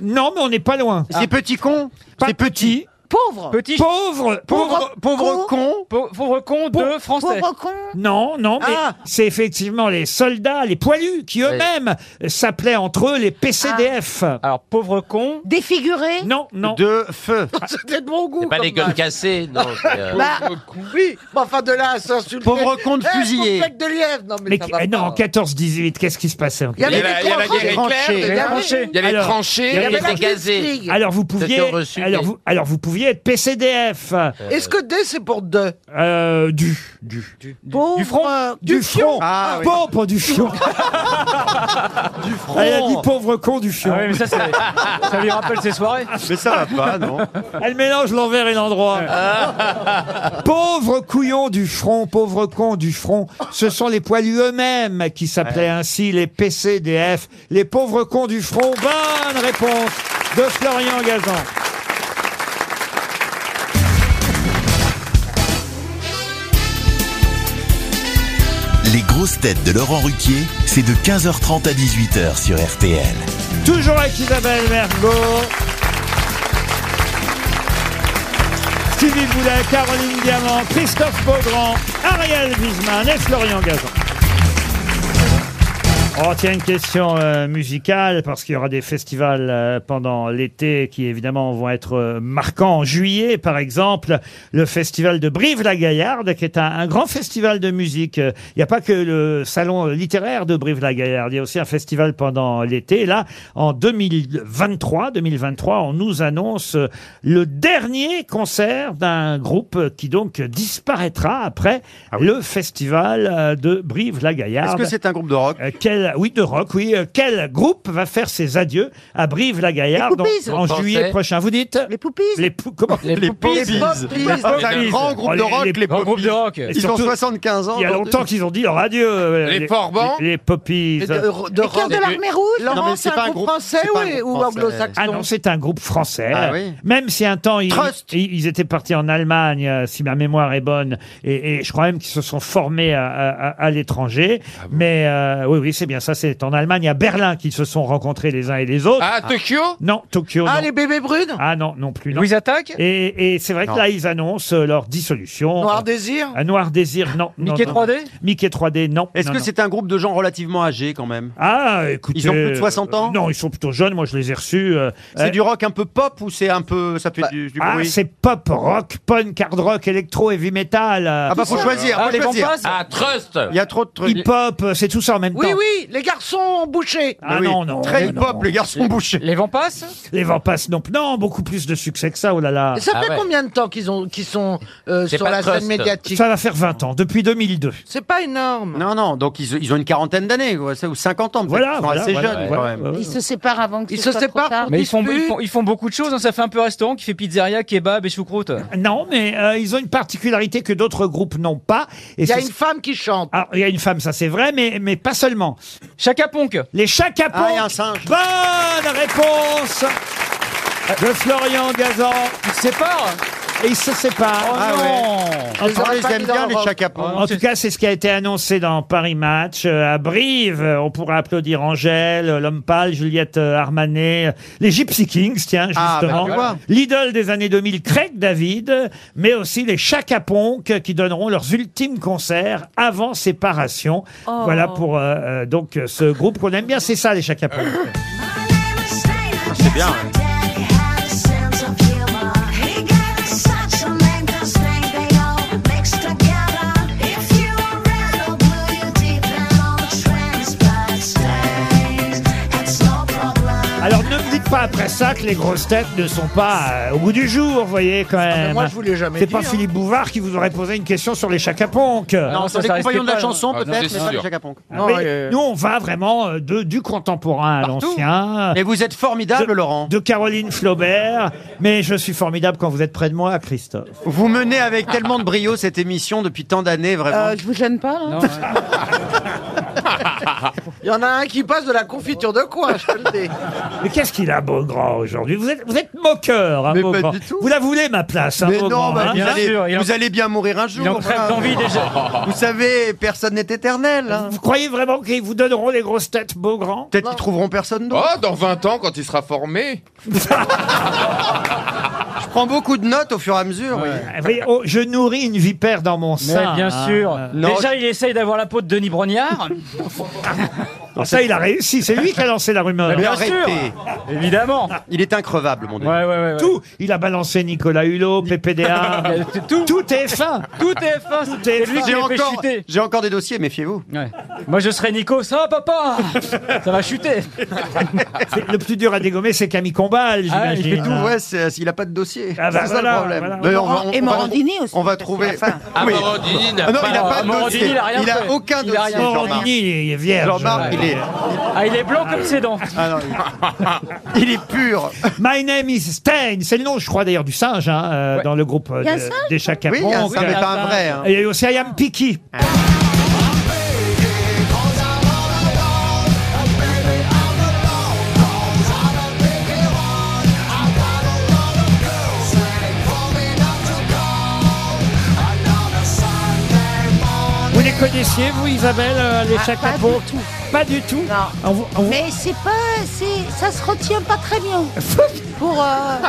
Speaker 2: Non, mais on n'est pas loin.
Speaker 10: C'est
Speaker 2: petit con Pas petit.
Speaker 8: Pauvre.
Speaker 10: Petit.
Speaker 2: Pauvre. Pauvre.
Speaker 10: Pauvre con. Pauvre con de français.
Speaker 8: Pauvre con.
Speaker 2: Non, non, mais
Speaker 10: Ah.
Speaker 2: c'est effectivement les soldats, les poilus, qui eux-mêmes euh, s'appelaient entre eux les PCDF.
Speaker 10: Ah. Alors, pauvre con.
Speaker 8: Défiguré
Speaker 2: Non, non.
Speaker 9: De feu.
Speaker 5: C'était de bon goût.
Speaker 4: Pas les gueules cassées, non. c'est, euh,
Speaker 5: Bah, oui, mais enfin de là à s'insulter.
Speaker 9: Pauvre con de
Speaker 5: Eh,
Speaker 9: fusillé.
Speaker 5: pauvre mec de lièvre. Non, mais,
Speaker 2: Mais
Speaker 5: ça
Speaker 2: qui-
Speaker 5: va
Speaker 2: eh non,
Speaker 5: pas. hein.
Speaker 2: en 14-18, qu'est-ce qui se passait en
Speaker 5: Il y avait Il y avait des la- il y a la tranchées. guerre éclair,
Speaker 2: tranchées.
Speaker 5: il y avait- il y avait
Speaker 2: Alors,
Speaker 5: tranchées, il y avait la
Speaker 2: gazés.
Speaker 5: Kings League.
Speaker 2: Alors vous
Speaker 5: C'était
Speaker 2: pouviez,
Speaker 5: reçu
Speaker 2: alors
Speaker 5: des-
Speaker 2: vous, alors vous pouviez être PCDF.
Speaker 5: Euh, Est-ce que D c'est pour deux
Speaker 2: Euh, du, du, du, front, du, front,
Speaker 5: Ah, oui.
Speaker 2: Pauvre du fion.
Speaker 10: Du
Speaker 2: Elle a dit pauvre con du fion.
Speaker 10: Ah oui, mais ça, c'est- ça lui rappelle ses soirées.
Speaker 2: Mais ça va pas, non Elle mélange l'envers et l'endroit.
Speaker 5: Ah.
Speaker 2: pauvre couillon du front, pauvre con du front. Ce sont les poilus eux-mêmes qui s'appelaient ainsi les PCDF, les pauvres cons du front. Bonne réponse de Florian Gazan.
Speaker 1: Les grosses têtes de Laurent Ruquier, c'est de 15h30 à 18h sur RTL.
Speaker 2: Toujours avec Isabelle Mergot. Stevie Boulet, Caroline Diamant, Christophe Beaugrand, Ariel Wiesmann et Florian Gazan. On tient Oh, une question euh, musicale parce qu'il y aura des festivals euh, pendant l'été qui évidemment vont être euh, marquants. En juillet, par exemple, le festival de Brive-la-Gaillarde, qui est un, un grand festival de musique. Euh, Il n'y a pas que le salon littéraire de Brive-la-Gaillarde, il y a aussi un festival pendant l'été. Et là, en 2023, 2023, on nous annonce euh, le dernier concert d'un groupe qui donc disparaîtra après
Speaker 3: Ah
Speaker 2: le festival euh, de Brive-la-Gaillarde.
Speaker 9: Est-ce que c'est
Speaker 2: un groupe de rock quel, Oui, de rock, oui. Euh, quel groupe va faire ses adieux à Brive-la-Gaillarde
Speaker 8: Les Poopies.
Speaker 2: en- en
Speaker 8: Français.
Speaker 2: juillet prochain Vous dites Les
Speaker 8: Poopies
Speaker 2: Les, pou- comment
Speaker 3: Les Poopies. Les Poopies. C'est un grand
Speaker 2: Oh,
Speaker 3: groupe de rock, les Grands groupes de Poopies. rock. Ils ont 75 ans
Speaker 2: Il y a
Speaker 3: aujourd'hui.
Speaker 2: longtemps qu'ils ont dit leur adieu. euh,
Speaker 3: Les Forbans.
Speaker 2: Les, les Poopies.
Speaker 3: Et de- euh, de Les Cœurs de rock. l'Armée Rouge,
Speaker 2: Non, mais
Speaker 3: Laurent, c'est pas un groupe- c'est pas un groupe français.
Speaker 2: Ah non, c'est un groupe français.
Speaker 3: Ah oui.
Speaker 2: Même si un temps, ils, ils- ils étaient partis en Allemagne, euh, si ma mémoire est bonne, et, et je crois même qu'ils se sont formés à, à- à- à l'étranger.
Speaker 3: Ah
Speaker 2: Mais euh, oui, oui, c'est bien ça, c'est en Allemagne, à Berlin, qu'ils se sont rencontrés les uns et les autres.
Speaker 7: Ah, à Tokyo
Speaker 2: Non, Tokyo.
Speaker 5: Ah,
Speaker 2: non.
Speaker 5: les bébés brunes
Speaker 2: Ah non, non plus. Non.
Speaker 5: Louise Attaque
Speaker 2: Et, et c'est vrai
Speaker 5: Non.
Speaker 2: que là, ils annoncent euh, leur dissolution.
Speaker 5: Noir Désir
Speaker 2: Un Noir Désir, non. non,
Speaker 9: Mickey
Speaker 2: non,
Speaker 9: 3D
Speaker 2: non. Mickey 3D, non.
Speaker 9: Est-ce
Speaker 2: non,
Speaker 9: que
Speaker 2: non.
Speaker 9: c'est un groupe de gens relativement âgés quand même
Speaker 2: Ah, écoutez.
Speaker 9: Ils ont plus de 60 ans
Speaker 2: euh, Non, ils sont plutôt jeunes. Moi, je les ai reçus. euh,
Speaker 9: C'est
Speaker 2: euh,
Speaker 9: du rock un peu pop ou c'est un peu. Ça fait du, du
Speaker 2: Ah,
Speaker 9: bruit
Speaker 2: c'est pop, rock, punk, hard rock, électro, heavy metal. Ah,
Speaker 9: bah, faut choisir, Ah, faut les choisir. Bambas
Speaker 4: Ah, Trust
Speaker 2: Il y a trop de trucs. Hip-hop, euh, c'est tout ça en même
Speaker 5: Ah, Oui,
Speaker 2: temps.
Speaker 5: oui, les garçons bouchés.
Speaker 9: Bah
Speaker 2: Ah non, non. non, non, non.
Speaker 5: Les vents passent
Speaker 2: Les vents passent non, non, beaucoup plus de succès que ça, oh là là.
Speaker 3: Ah,
Speaker 5: Et Ça fait combien de temps qu'ils ont, qu'ils sont euh, sur la scène médiatique
Speaker 2: Ça va faire 20 ans, depuis 2002.
Speaker 5: C'est pas énorme.
Speaker 9: Non, non, donc ils, ils ont une quarantaine d'années, quoi, ça, ou 50 ans. peut-être,
Speaker 2: Voilà,
Speaker 9: ils sont
Speaker 2: voilà,
Speaker 9: assez
Speaker 2: voilà,
Speaker 9: jeunes
Speaker 2: ouais,
Speaker 9: quand même.
Speaker 2: ouais, ouais.
Speaker 8: Ils se séparent avant que
Speaker 5: Ils
Speaker 8: ce
Speaker 5: se
Speaker 8: soit
Speaker 5: séparent
Speaker 8: trop tard.
Speaker 10: Mais ils font, ils, font, ils font beaucoup de choses, hein, ça fait un peu restaurant qui fait pizzeria, kebab et choucroute.
Speaker 2: Non, mais euh, ils ont une particularité que d'autres groupes n'ont pas. Il
Speaker 10: y a
Speaker 5: une femme qui chante.
Speaker 2: Ah, il y a une femme, ça c'est vrai, mais, mais pas seulement.
Speaker 10: Chaka Ponk.
Speaker 2: Les Chaka
Speaker 10: Ah, il y a
Speaker 2: Ponk.
Speaker 10: un singe.
Speaker 2: Bonne réponse de Florian Gazan. Ils se séparent et ils se séparent.
Speaker 10: Oh Ah non. ouais.
Speaker 2: En
Speaker 10: Je les
Speaker 2: tout-
Speaker 10: aurais pas mis dans le rock.
Speaker 2: En tout cas, c'est ce qui a été annoncé dans Paris Match. Euh, À Brive, euh, on pourra applaudir Angèle, euh, l'homme pâle, Juliette euh, Armanet, euh, les Gypsy Kings, tiens,
Speaker 9: ben,
Speaker 3: Ah, bah,
Speaker 2: hein, justement.
Speaker 3: tu vois.
Speaker 2: L'idole des années 2000, Craig David, mais aussi les Chaka Ponk qui donneront leurs ultimes concerts avant séparation.
Speaker 6: Oh.
Speaker 2: Voilà pour euh, euh, donc euh, ce groupe qu'on aime bien, c'est ça les Chaka Ponk.
Speaker 9: Euh.
Speaker 6: Ah, C'est bien.
Speaker 2: Alors ne me dites pas après ça que les grosses têtes ne sont pas euh, au bout du jour, voyez
Speaker 9: Ah,
Speaker 2: quand même.
Speaker 5: moi, je vous l'ai jamais
Speaker 2: C'est
Speaker 5: dit,
Speaker 2: pas
Speaker 5: hein.
Speaker 2: Philippe Bouvard qui vous aurait posé une question sur les Chaka Ponk.
Speaker 9: Ah Non, Ah, sur les compagnons de la chanson peut-être, mais pas les Chaka Ponk.
Speaker 2: Euh, Ah, mais
Speaker 9: euh,
Speaker 2: Nous, on va vraiment euh, de, du contemporain à l'ancien.
Speaker 9: Mais vous êtes formidable, Laurent.
Speaker 2: De Caroline Flaubert. Mais je suis formidable quand vous êtes près de moi, Christophe.
Speaker 9: Vous menez avec tellement de brio cette émission depuis tant d'années, vraiment.
Speaker 5: Euh, je vous gêne pas hein. Il y en a un qui passe de la confiture de quoi, je te le dis.
Speaker 2: Mais qu'est-ce qu'il a, Beaugrand, aujourd'hui vous êtes, vous êtes moqueur, hein, Beaugrand. Vous la voulez, ma place, hein,
Speaker 9: Mais
Speaker 2: Beaugrand,
Speaker 9: non, bah,
Speaker 2: hein
Speaker 9: vous, allez, vous allez bien mourir un jour.
Speaker 2: en crève
Speaker 9: enfin.
Speaker 2: d'envie, déjà.
Speaker 9: Vous savez, personne n'est éternel. hein.
Speaker 2: Vous croyez vraiment qu'ils vous donneront les grosses têtes, Beaugrand
Speaker 9: Peut-être qu'ils trouveront personne d'autre.
Speaker 7: Oh, dans 20 ans, quand il sera formé.
Speaker 9: Je prends beaucoup de notes au fur et à mesure.
Speaker 2: Vous voyez, oh, je nourris une vipère dans mon
Speaker 10: Mais
Speaker 2: sein.
Speaker 10: bien
Speaker 2: hein.
Speaker 10: sûr.
Speaker 2: Euh,
Speaker 10: Déjà, il essaye d'avoir la peau de Denis Brognard.
Speaker 2: Alors Ah, ça, il a réussi. C'est lui qui a lancé la rumeur.
Speaker 10: Mais bien Arrêtez. sûr.
Speaker 9: Évidemment. Il est increvable, mon dieu.
Speaker 2: Tout. Il a balancé Nicolas Hulot, PPDA. tout. est fin.
Speaker 10: Tout est fin, c'est lui qui
Speaker 9: J'ai
Speaker 10: les fait
Speaker 9: encore,
Speaker 10: chuter.
Speaker 9: j'ai encore des dossiers, méfiez-vous.
Speaker 10: Moi, je serais Nico, ça va, papa Ça va chuter.
Speaker 2: C'est- Le plus dur à dégommer, c'est Camille Combal,
Speaker 9: Ah, il fait
Speaker 2: j'imagine.
Speaker 9: tout, ouais, c'est- il a pas de dossier.
Speaker 2: Ah bah
Speaker 9: c'est ça
Speaker 2: voilà,
Speaker 9: le problème.
Speaker 2: voilà.
Speaker 9: Mais on va-
Speaker 8: Et
Speaker 9: on va-
Speaker 8: Morandini aussi.
Speaker 9: On va trouver.
Speaker 4: Ah,
Speaker 9: Oui.
Speaker 4: Morandini n'a
Speaker 9: Ah non,
Speaker 4: pas-
Speaker 9: il a pas de
Speaker 4: Morandini,
Speaker 9: dossier.
Speaker 4: il a rien
Speaker 9: Il a
Speaker 4: fait.
Speaker 9: aucun
Speaker 4: Il a
Speaker 9: dossier.
Speaker 4: rien fait.
Speaker 9: Jean-Marc.
Speaker 4: Morandini,
Speaker 2: il est vierge.
Speaker 9: Jean-Marc, il est.
Speaker 10: Ah, il est blanc comme ses dents.
Speaker 9: Ah non, il- il est pur.
Speaker 2: My name is Stein, c'est le nom, je crois d'ailleurs, du singe hein, euh, dans le groupe euh,
Speaker 9: Il y a un
Speaker 2: de-
Speaker 9: singe
Speaker 2: des Chaka
Speaker 9: Oui, il y a un
Speaker 2: Ponk.
Speaker 9: singe, mais pas un vrai, hein.
Speaker 2: Et Il y a eu aussi I am Picky. Vous les connaissiez, vous, Isabelle, euh,
Speaker 9: Ah,
Speaker 2: les Chaka
Speaker 8: pas
Speaker 2: Ponk
Speaker 8: Ah, du tout.
Speaker 2: Pas du tout. On vous- on vous-
Speaker 8: Mais c'est pas, c'est, ça se retient pas très bien. Pour. euh,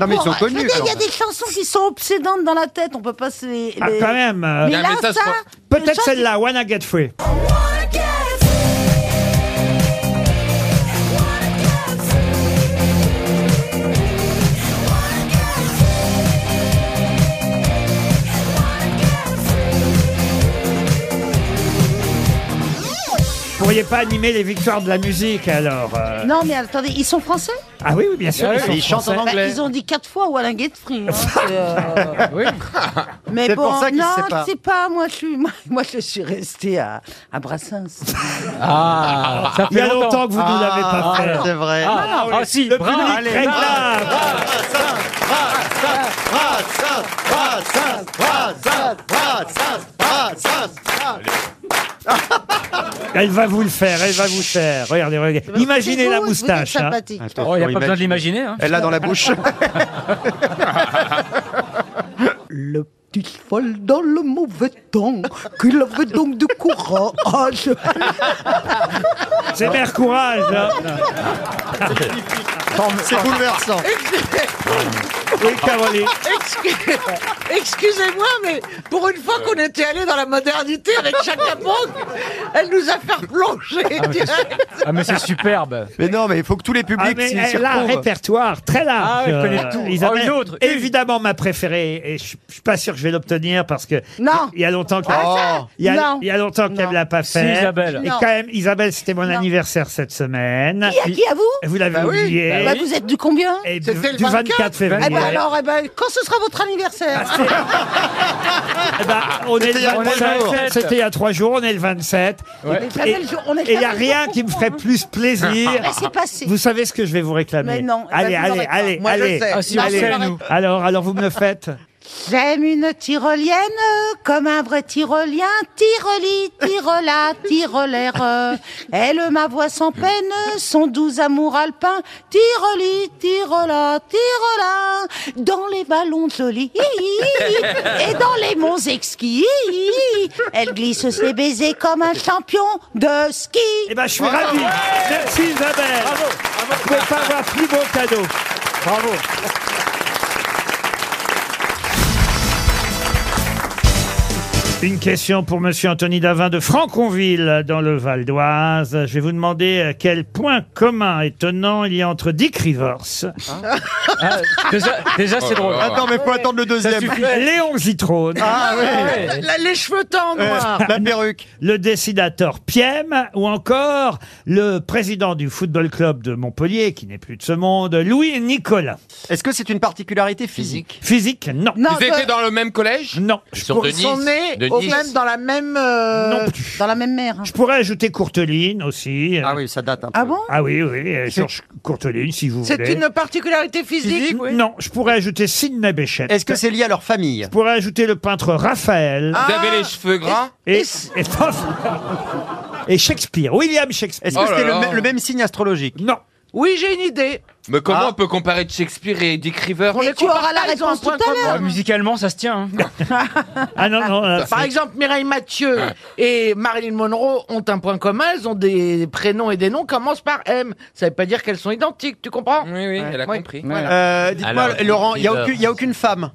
Speaker 9: Non, mais ils sont
Speaker 8: pour- je veux
Speaker 9: connus,
Speaker 8: dire, Il y a
Speaker 9: alors.
Speaker 8: des chansons qui sont obsédantes dans la tête. On peut pas se. les-
Speaker 2: Ah,
Speaker 8: les-
Speaker 2: quand même. euh,
Speaker 8: Mais là, ça. les
Speaker 2: Peut-être
Speaker 8: gens-
Speaker 2: celle-là, Wanna Get Free.
Speaker 6: Wanna get free.
Speaker 2: pourriez pas animer les victoires de la musique alors euh.
Speaker 8: Non, mais attendez, ils sont français
Speaker 2: Ah oui, oui, bien sûr. sont français.
Speaker 8: Bah, ils ont dit quatre fois Alain Guetry. hein, c'est, euh, Mais
Speaker 3: C'est
Speaker 8: bon,
Speaker 3: pour ça qu'ils se
Speaker 8: non,
Speaker 3: séparent.
Speaker 8: c'est pas. Moi, je suis, moi, moi, je suis restée à, à Brassens.
Speaker 2: Ah,
Speaker 8: ça fait
Speaker 2: il y a
Speaker 8: longtemps.
Speaker 2: longtemps que vous ne l'avez pas
Speaker 8: Ah,
Speaker 2: fait.
Speaker 8: c'est vrai.
Speaker 2: Ah,
Speaker 8: Ah,
Speaker 2: oui.
Speaker 8: ah, si,
Speaker 2: le
Speaker 8: bravo,
Speaker 2: public
Speaker 8: allez,
Speaker 2: réclame.
Speaker 8: bravo.
Speaker 3: Ah, ah, ah,
Speaker 2: Elle va vous le faire, elle va vous le faire. Regardez, regardez. Imaginez
Speaker 10: c'est
Speaker 2: la
Speaker 10: beau, vous
Speaker 2: moustache.
Speaker 10: êtes
Speaker 2: hein.
Speaker 10: sympathique. Oh, y a pas besoin de l'imaginer, hein.
Speaker 3: Elle l'a dans la bouche.
Speaker 8: Le petit folle dans le mauvais temps, qu'il avait donc du courage.
Speaker 2: C'est mère courage. hein.
Speaker 3: C'est bouleversant.
Speaker 2: Oui, Caroline.
Speaker 8: Excuse- Excusez-moi, mais pour une fois qu'on était allé dans la modernité avec Chaka Bong, elle nous a fait replonger direct.
Speaker 10: Ah, mais c'est superbe.
Speaker 3: Mais non, mais il faut que tous les publics
Speaker 2: Ah, mais
Speaker 3: s'y s'y
Speaker 2: elle a un
Speaker 3: retrouvent.
Speaker 2: répertoire très large. Euh,
Speaker 10: Ah, elle connaît tout.
Speaker 2: Isabelle.
Speaker 10: Oh, une autre, une.
Speaker 2: Évidemment, ma préférée. Et je je suis pas sûr que je vais l'obtenir parce que.
Speaker 8: Non.
Speaker 2: Il y a longtemps qu'elle.
Speaker 8: Ah, ça,
Speaker 2: il, y a-
Speaker 8: non.
Speaker 2: il y a longtemps qu'elle l'a pas
Speaker 10: Si,
Speaker 2: fait.
Speaker 10: Isabelle.
Speaker 2: Et
Speaker 8: Non.
Speaker 2: quand même, Isabelle, c'était mon anniversaire cette semaine.
Speaker 8: Qui, à qui, à vous
Speaker 2: Vous l'avez
Speaker 8: Bah oui.
Speaker 2: oublié.
Speaker 8: Bah, vous êtes du combien
Speaker 2: Et du, du 24, février. Ah,
Speaker 8: Eh ben alors, eh ben, quand ce sera votre anniversaire
Speaker 2: Eh ben, on est
Speaker 3: C'était il y a
Speaker 2: le
Speaker 3: trois
Speaker 2: 27,
Speaker 3: jours.
Speaker 2: C'était il y a trois jours, on est le 27.
Speaker 8: Ouais. Mais
Speaker 2: Et
Speaker 8: Isabelle, je- on est
Speaker 2: et il n'y a
Speaker 8: Isabelle,
Speaker 2: rien
Speaker 8: je
Speaker 2: qui me
Speaker 8: comprends,
Speaker 2: ferait
Speaker 8: hein.
Speaker 2: plus plaisir.
Speaker 8: Mais c'est passé.
Speaker 2: Vous savez ce que je vais vous réclamer
Speaker 8: Mais non, eh ben,
Speaker 2: Allez,
Speaker 8: vous l'aurez
Speaker 2: allez,
Speaker 8: pas.
Speaker 2: allez,
Speaker 8: Moi, je
Speaker 2: allez.
Speaker 8: sais. Ah, si, on
Speaker 2: allez.
Speaker 8: sait, nous.
Speaker 2: Alors, alors, vous me le faites
Speaker 8: J'aime une tyrolienne comme un vrai tyrolien, tyroli, tyrola, tyrolaire. Elle m'avoue sans peine son doux amour alpin, tyroli, tyrola, tyrola. Dans les ballons jolis et dans les monts exquis, elle glisse ses baisers comme un champion de ski.
Speaker 2: Eh ben, je suis ravi. Merci Isabelle. Bravo. Vous pouvez pas avoir plus beau cadeau. Bravo. Une question pour Monsieur Anthony Davin de Franconville, dans le Val d'Oise. Je vais vous demander euh, quel point commun étonnant il y a entre Dick Rivers,
Speaker 10: Ah, déjà, déjà, c'est drôle.
Speaker 3: Oh Attends, mais faut attendre le deuxième.
Speaker 2: Léon Zitrone,
Speaker 3: Ah ouais.
Speaker 10: Ouais.
Speaker 8: La- les cheveux tendres. noirs.
Speaker 3: La perruque.
Speaker 2: Euh, le décidateur Piem ou encore le président du football club de Montpellier, qui n'est plus de ce monde, Louis Nicolas.
Speaker 3: Est-ce que c'est une particularité physique euh,
Speaker 2: Physique, non.
Speaker 8: Non,
Speaker 7: Ils étaient dans le même collège
Speaker 2: Non.
Speaker 4: Ils
Speaker 2: Je,
Speaker 4: sont
Speaker 2: pour-
Speaker 4: de
Speaker 8: ils sont
Speaker 4: Nice,
Speaker 8: nés
Speaker 4: de
Speaker 8: au
Speaker 4: Nice.
Speaker 8: même dans la même euh,
Speaker 2: Non
Speaker 8: dans la même mer. hein.
Speaker 2: je pourrais ajouter Courteline aussi.
Speaker 3: Ah oui, ça date un peu.
Speaker 8: Ah bon
Speaker 2: Ah oui, oui, euh, Georges Courteline, si vous voulez.
Speaker 8: particularité
Speaker 3: Physique, oui.
Speaker 2: Non, je pourrais ajouter Sidney Bechet.
Speaker 3: Est-ce que c'est lié à leur famille
Speaker 2: Je pourrais ajouter le peintre Raphaël.
Speaker 7: Vous avez les cheveux gras
Speaker 2: Et, et, et Shakespeare, William Shakespeare.
Speaker 3: Est-ce que
Speaker 7: Oh là
Speaker 3: c'était le,
Speaker 7: là.
Speaker 3: me- le même signe astrologique
Speaker 2: Non.
Speaker 8: Oui, j'ai une idée.
Speaker 7: Mais comment
Speaker 3: Ah.
Speaker 7: on peut comparer Shakespeare et Dick River
Speaker 8: Mais tu auras la réponse tout à
Speaker 10: Ah,
Speaker 8: l'heure.
Speaker 10: musicalement, ça se tient. hein.
Speaker 2: Ah non, non. là,
Speaker 18: Par
Speaker 2: c'est- Ah.
Speaker 18: exemple, Mireille Mathieu et Marilyn Monroe ont un point commun, elles ont des prénoms et des noms commencent par M. Ça veut pas dire qu'elles sont identiques, tu comprends
Speaker 7: Oui, oui, elle a compris.
Speaker 3: Euh, Dites-moi,
Speaker 4: Alors, Dick
Speaker 3: Laurent, il n'y a,
Speaker 4: Rivers.
Speaker 3: aucune- il y a aucune femme.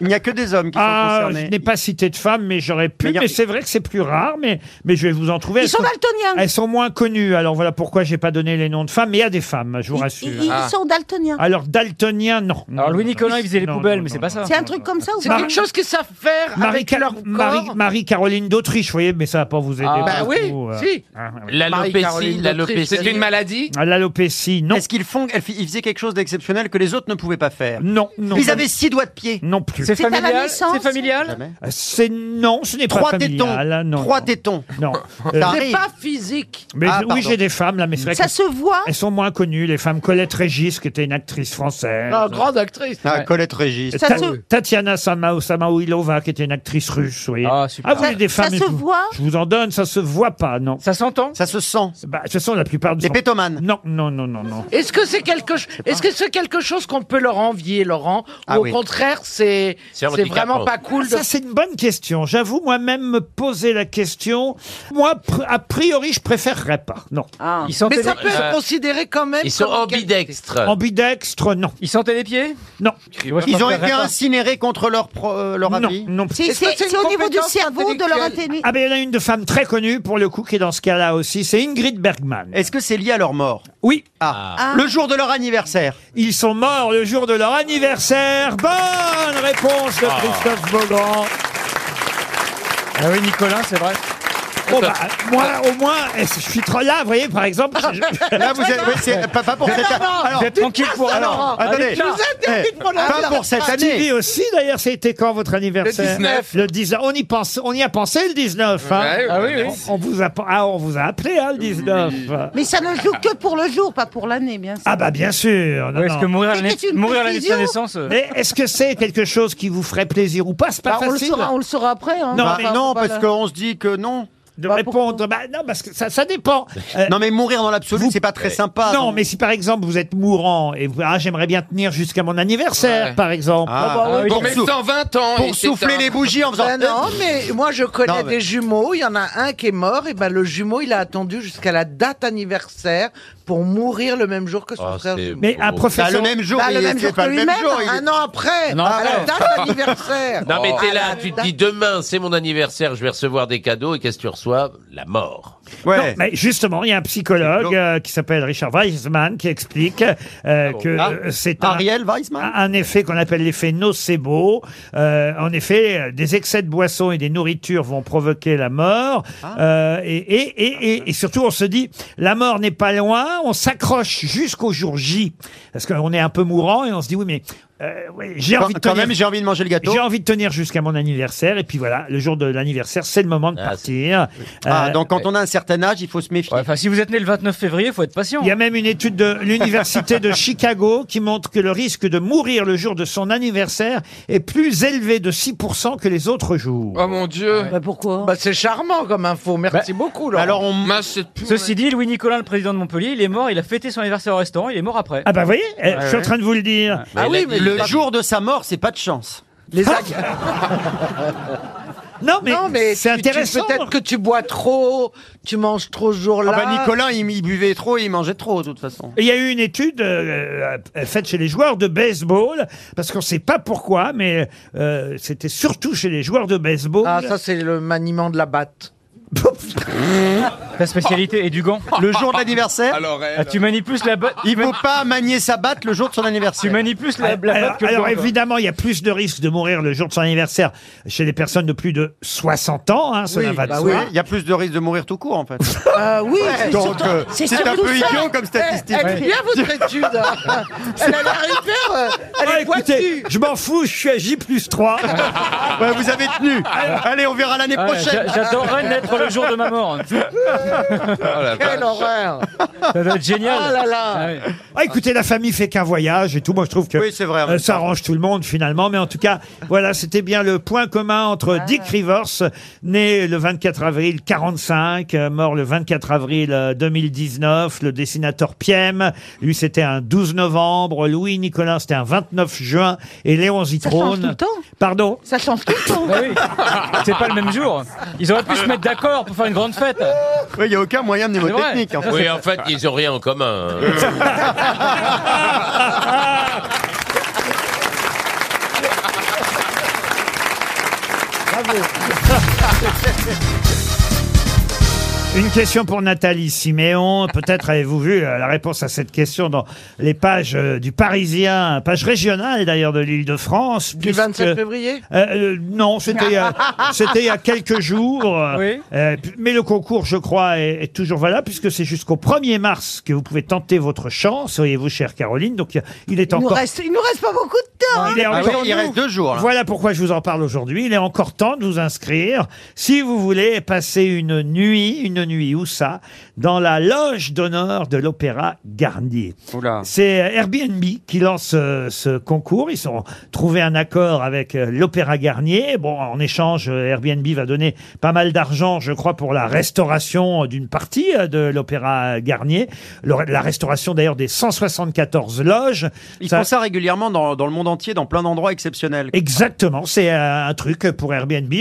Speaker 3: Il n'y a que des hommes qui
Speaker 2: Ah,
Speaker 3: sont
Speaker 2: je
Speaker 3: concernés.
Speaker 2: n'ai pas cité de femmes, mais j'aurais pu.
Speaker 3: Mais y
Speaker 2: Mais,
Speaker 3: a-
Speaker 2: c'est vrai que c'est plus rare, mais, mais je vais vous en trouver.
Speaker 8: Ils
Speaker 2: Elles
Speaker 8: sont
Speaker 2: sont,
Speaker 8: daltoniens.
Speaker 2: elles sont moins connues. Alors voilà pourquoi j'ai pas donné les noms de femmes. Mais il y a des femmes, je vous
Speaker 8: Ils,
Speaker 2: rassure.
Speaker 8: ils- ils
Speaker 7: Ah.
Speaker 8: sont daltoniens.
Speaker 2: Alors daltonien, non. Non,
Speaker 10: Alors, Louis
Speaker 2: non,
Speaker 10: Nicolin, il faisait les
Speaker 2: non,
Speaker 10: poubelles,
Speaker 2: non,
Speaker 10: mais c'est
Speaker 2: non,
Speaker 10: pas ça.
Speaker 8: C'est un truc comme ça ou
Speaker 18: C'est
Speaker 8: pas
Speaker 18: quelque chose qu'ils savent faire
Speaker 2: Marie,
Speaker 18: avec leur corps.
Speaker 2: Marie, Caroline d'Autriche, vous voyez, mais ça va pas vous aider.
Speaker 10: Ah,
Speaker 18: bah
Speaker 2: beaucoup,
Speaker 18: oui,
Speaker 2: euh.
Speaker 18: si.
Speaker 2: Ah, ouais, ouais.
Speaker 4: L'alopécie,
Speaker 18: Marie-Caroline d'Autriche,
Speaker 4: l'alopécie.
Speaker 7: C'est une maladie
Speaker 2: Ah, L'alopécie, non.
Speaker 3: Est-ce qu'ils font, elles fi- ils faisaient quelque chose d'exceptionnel que les autres ne pouvaient pas faire
Speaker 2: Non, non.
Speaker 3: Ils avaient six doigts de pied.
Speaker 2: Non plus.
Speaker 10: C'est
Speaker 8: C'est à la
Speaker 10: familial
Speaker 8: naissance.
Speaker 10: C'est familial
Speaker 3: Jamais.
Speaker 2: C'est non, ce n'est pas
Speaker 3: Trois tétons.
Speaker 2: familial. hein, Non,
Speaker 3: Trois
Speaker 2: non,
Speaker 3: tétons.
Speaker 2: Non. Euh,
Speaker 3: Ça
Speaker 18: C'est
Speaker 3: arrive.
Speaker 18: pas physique.
Speaker 2: mais
Speaker 3: Ah,
Speaker 2: j'ai- oui,
Speaker 3: pardon.
Speaker 2: j'ai des femmes là, mais c'est vrai
Speaker 8: Ça
Speaker 2: qu'elles
Speaker 8: se voit.
Speaker 2: elles sont moins connues. Les femmes Colette Régis, qui était une actrice française.
Speaker 5: Ah,
Speaker 18: Non, grande actrice.
Speaker 3: Ah, Colette Régis.
Speaker 8: Ça
Speaker 2: Ta-
Speaker 8: se-
Speaker 2: Tatiana Samao- Samaoilova, qui était une actrice russe, oui.
Speaker 10: Ah, super.
Speaker 2: vous voulez des
Speaker 8: Ça
Speaker 2: femmes.
Speaker 8: se
Speaker 2: je, vous-
Speaker 8: voit
Speaker 2: je vous en donne, ça se voit pas, non.
Speaker 10: Ça s'entend
Speaker 3: Ça se sent.
Speaker 2: Bah, de toute façon, la plupart du
Speaker 3: Des pétomanes.
Speaker 2: Non, non, non, non, non.
Speaker 18: Est-ce que c'est quelque, cho- est-ce que c'est quelque chose qu'on peut leur envier, Laurent Ou
Speaker 3: Ah
Speaker 18: au
Speaker 3: oui.
Speaker 18: contraire, c'est, c'est
Speaker 4: C'est handicapant.
Speaker 18: vraiment pas cool de
Speaker 2: Ah, Ça, c'est une bonne question. J'avoue, moi-même, me poser la question. Moi, pr- a priori, je préférerais pas. Non.
Speaker 5: Ah.
Speaker 10: Ils sentaient,
Speaker 18: Mais ça
Speaker 10: les...
Speaker 18: peut être
Speaker 4: Euh,
Speaker 18: considéré quand même.
Speaker 4: Ils sont
Speaker 18: comme une
Speaker 5: Ah.
Speaker 4: ambidextres.
Speaker 2: Ambidextre, non.
Speaker 10: Ils sentaient les pieds
Speaker 2: Non.
Speaker 10: Moi, je
Speaker 3: Ils ont
Speaker 10: préférerais
Speaker 3: été
Speaker 10: pas.
Speaker 3: incinérés contre leur, pro- euh, leur
Speaker 2: Non,
Speaker 3: avis
Speaker 2: non.
Speaker 8: C'est
Speaker 18: Est-ce que
Speaker 8: c'est-
Speaker 18: c'est une
Speaker 8: c'est au niveau du
Speaker 18: compétence
Speaker 8: cerveau, de leur
Speaker 18: intellectuelle
Speaker 8: atténué.
Speaker 2: Ah, ben, il y en a une de femme très connue, pour le coup, qui est dans ce cas-là aussi. C'est Ingrid Bergman.
Speaker 3: Est-ce que c'est lié à leur mort
Speaker 2: Oui.
Speaker 3: ah.
Speaker 8: Ah.
Speaker 3: Le jour de leur anniversaire.
Speaker 2: Ils sont morts le jour de leur anniversaire. Bonne réponse de Christophe Beaugrand.
Speaker 10: Ah oui, Nicolas, c'est vrai.
Speaker 2: Bon, bah, moi, au moins, eh, je suis trop là, vous voyez, par exemple. je-
Speaker 3: Là, vous êtes, oui, c'est pas, pas pour
Speaker 2: Mais
Speaker 3: cette
Speaker 2: non, non,
Speaker 3: Alors,
Speaker 2: vous êtes tranquille pour- alors,
Speaker 3: attendez.
Speaker 2: vous êtes tranquille
Speaker 3: Eh, Pas pour cette
Speaker 2: Stevie
Speaker 3: année.
Speaker 2: aussi, d'ailleurs, c'était quand votre anniversaire
Speaker 3: Le 19.
Speaker 2: Le 19. On y, pense, on y a pensé le 19. hein.
Speaker 3: Ouais, ouais, Ah oui, oui.
Speaker 2: On, on vous a, ah, on vous a appelé hein, le 19.
Speaker 8: Mais ça ne joue que pour le jour, pas pour l'année, bien sûr.
Speaker 2: Ah bah bien sûr.
Speaker 10: Oui, est-ce que mourir à l'année- C'était une mourir à l'année de sa précision. naissance, euh.
Speaker 2: Mais est-ce que c'est quelque chose qui vous ferait plaisir ou pas C'est pas
Speaker 8: Bah, on, le
Speaker 2: facile.
Speaker 8: saura, on le saura après. hein.
Speaker 2: Non,
Speaker 3: Bah,
Speaker 8: Enfin,
Speaker 2: mais
Speaker 8: faut
Speaker 2: non,
Speaker 8: pas
Speaker 2: parce
Speaker 8: le-
Speaker 2: qu'on
Speaker 3: se dit que non.
Speaker 2: De répondre, bah, non, parce que ça, ça dépend. Euh,
Speaker 3: Non, mais mourir dans l'absolu, c'est pas très sympa.
Speaker 2: Non, mais si par exemple vous êtes mourant et vous, ah, j'aimerais bien tenir jusqu'à mon anniversaire,
Speaker 3: Ouais.
Speaker 2: par exemple.
Speaker 3: Ah, Ah bah oui. pour mes 120 ans, et c'est ça. Bah,
Speaker 5: Ben non, mais moi je connais
Speaker 2: Non, mais-
Speaker 5: des jumeaux. Il y en a un qui est mort. Et ben le jumeau, il a attendu jusqu'à la date anniversaire pour mourir le même jour que
Speaker 4: Ah,
Speaker 5: son frère. jumeau.
Speaker 2: Mais un professeur.
Speaker 3: Bah, le même jour,
Speaker 5: Bah, le
Speaker 3: il-
Speaker 5: même
Speaker 3: c'est
Speaker 5: jour
Speaker 3: pas
Speaker 5: que
Speaker 3: le même
Speaker 5: lui-même.
Speaker 3: jour, il- Oh,
Speaker 5: Un an après.
Speaker 4: Non,
Speaker 5: à la
Speaker 4: après.
Speaker 5: date anniversaire.
Speaker 4: Non, mais t'es
Speaker 5: À
Speaker 4: là,
Speaker 5: Oh. Ah, la
Speaker 4: tu te
Speaker 5: date-
Speaker 4: dis demain, c'est mon anniversaire, je vais recevoir des cadeaux, et qu'est-ce que tu reçois La mort.
Speaker 2: Non, mais justement, il y a un psychologue euh, qui s'appelle Richard Weisman qui explique euh, que
Speaker 3: Ah.
Speaker 2: euh, c'est un,
Speaker 3: Ariel Weisman
Speaker 2: un- un effet qu'on appelle l'effet nocebo. Euh, en effet, euh, des excès de boissons et des nourritures vont provoquer la mort.
Speaker 3: Ah.
Speaker 2: Euh, et, et- et- et- et surtout, on se dit, la mort n'est pas loin, on s'accroche jusqu'au jour J. Parce qu'on est un peu mourant et on se dit, oui, mais... euh, oui, j'ai
Speaker 3: Quand-
Speaker 2: envie de
Speaker 3: quand
Speaker 2: tenir-
Speaker 3: même, j'ai envie de manger le gâteau.
Speaker 2: J'ai envie de tenir jusqu'à mon anniversaire. Et puis voilà, le jour de l'anniversaire, c'est le moment de partir.
Speaker 3: Ah,
Speaker 2: Euh,
Speaker 3: donc quand on a un certain âge, il faut se méfier.
Speaker 10: Enfin, si vous êtes né le 29 février, il faut être patient.
Speaker 2: Il y a même une étude de l'université de Chicago qui montre que le risque de mourir le jour de son anniversaire est plus élevé de 6% que les autres jours.
Speaker 7: Oh mon Dieu.
Speaker 8: pourquoi
Speaker 5: bah, C'est charmant comme info.
Speaker 2: Bah,
Speaker 5: Merci beaucoup. Laurent.
Speaker 3: Alors on.
Speaker 10: Ceci dit, Louis Nicolas, le président de Montpellier, il est mort, il a fêté son anniversaire au restaurant, il est mort après.
Speaker 2: Ah bah voyez, eh, je suis en train de vous le dire.
Speaker 10: Ah oui, mais
Speaker 3: le
Speaker 10: il a-
Speaker 3: jour de sa mort, c'est pas de chance.
Speaker 5: Les
Speaker 2: Non mais,
Speaker 5: c'est
Speaker 3: intéressant.
Speaker 5: Peut-être que tu bois trop, tu manges trop ce jour-là.
Speaker 3: Ah bah, Nicolas, il, il buvait trop et il mangeait trop, de toute façon.
Speaker 2: Et Il y a eu une étude euh, euh, faite chez les joueurs de baseball, parce qu'on ne sait pas pourquoi, mais euh, c'était surtout chez les joueurs de baseball.
Speaker 5: Ah, ça, c'est le maniement de la batte.
Speaker 10: Ta spécialité est du gant.
Speaker 3: Le jour de l'anniversaire
Speaker 7: Alors,
Speaker 10: Ah, tu manies plus la batte.
Speaker 3: Il faut pas manier sa batte le jour de son anniversaire.
Speaker 10: Tu manies plus la, la
Speaker 2: Alors,
Speaker 10: batte que le
Speaker 2: alors,
Speaker 10: gant, quoi.
Speaker 2: évidemment, il y a plus de risques de mourir le jour de son anniversaire chez les personnes de plus de 60 ans, hein, cela
Speaker 3: Oui,
Speaker 2: va de
Speaker 3: bah
Speaker 2: soi.
Speaker 3: oui, Il y a plus de risque de mourir tout court, en fait.
Speaker 5: Ah oui, c'est
Speaker 3: Donc,
Speaker 5: surtout-
Speaker 3: euh, c'est un
Speaker 5: surtout
Speaker 3: peu
Speaker 5: ça. Eh,
Speaker 3: idiot comme statistique.
Speaker 5: Elle, elle est bien votre étude. hein. elle a l'air hyper. euh, elle
Speaker 2: Ah,
Speaker 5: est
Speaker 2: écoutez,
Speaker 5: pointue.
Speaker 2: je m'en fous, je suis à J plus 3.
Speaker 3: Ouais, vous avez tenu.
Speaker 6: Ah.
Speaker 3: Allez, on verra l'année
Speaker 10: Ah,
Speaker 3: prochaine.
Speaker 10: j'a- J'adorerais naître le jour de ma mort. hein.
Speaker 5: Quelle horreur.
Speaker 10: Ça doit être génial.
Speaker 5: Ah là là.
Speaker 10: Ah ouais.
Speaker 2: Ah, écoutez, la famille fait qu'un voyage et tout. Moi, je trouve que
Speaker 3: Oui, c'est vrai, en
Speaker 2: euh,
Speaker 3: même
Speaker 2: ça arrange tout le monde finalement. Mais en tout cas, voilà, c'était bien le point commun entre Dick Rivers, né le 24 avril 45, euh, mort le 24 avril euh, 2019, le dessinateur Piem. Lui, c'était un 12 novembre. Louis Nicolas, c'était un 29 juin. Et Léon Zitrone.
Speaker 8: change tout le temps.
Speaker 2: Pardon. Ah
Speaker 8: Ça change tout le temps.
Speaker 10: Bah oui. C'est pas le même jour. Ils auraient pu se mettre d'accord pour faire une grande fête.
Speaker 3: Ouais, Il n'y a aucun moyen mnémotechnique.
Speaker 10: C'est
Speaker 3: En fait.
Speaker 4: Oui, en fait, ils ont rien en commun. hein.
Speaker 2: Une question pour Nathalie Siméon. Peut-être avez-vous vu euh, la réponse à cette question dans les pages euh, du Parisien, page régionale d'ailleurs de l'Île-de-France.
Speaker 5: Du 27 février
Speaker 2: Euh, euh, non, c'était il y a- c'était il y a quelques jours. euh,
Speaker 10: Oui.
Speaker 2: euh, p- mais le concours, je crois, est, est toujours valable puisque c'est jusqu'au 1er mars que vous pouvez tenter votre chance, voyez-vous, chère Caroline. Donc il- il est
Speaker 8: Il nous,
Speaker 2: encore.
Speaker 8: reste, il nous reste pas beaucoup de temps. hein.
Speaker 2: Il est
Speaker 3: Ah oui,
Speaker 2: encore
Speaker 3: il reste deux jours. là.
Speaker 2: voilà pourquoi je vous en parle aujourd'hui. Il est encore temps de vous inscrire. Si vous voulez passer une nuit, une nuit, où ça Dans la loge d'honneur de l'Opéra Garnier.
Speaker 3: Oula.
Speaker 2: C'est Airbnb qui lance euh, ce concours. Ils ont trouvé un accord avec euh, l'Opéra Garnier. Bon, en échange, euh, Airbnb va donner pas mal d'argent, je crois, pour la restauration d'une partie euh, de l'Opéra Garnier. Le- La restauration d'ailleurs des 174 loges.
Speaker 3: Ils
Speaker 2: Ça-
Speaker 3: font ça régulièrement dans, dans le monde entier, dans plein d'endroits exceptionnels.
Speaker 2: Exactement, c'est euh, un truc pour Airbnb,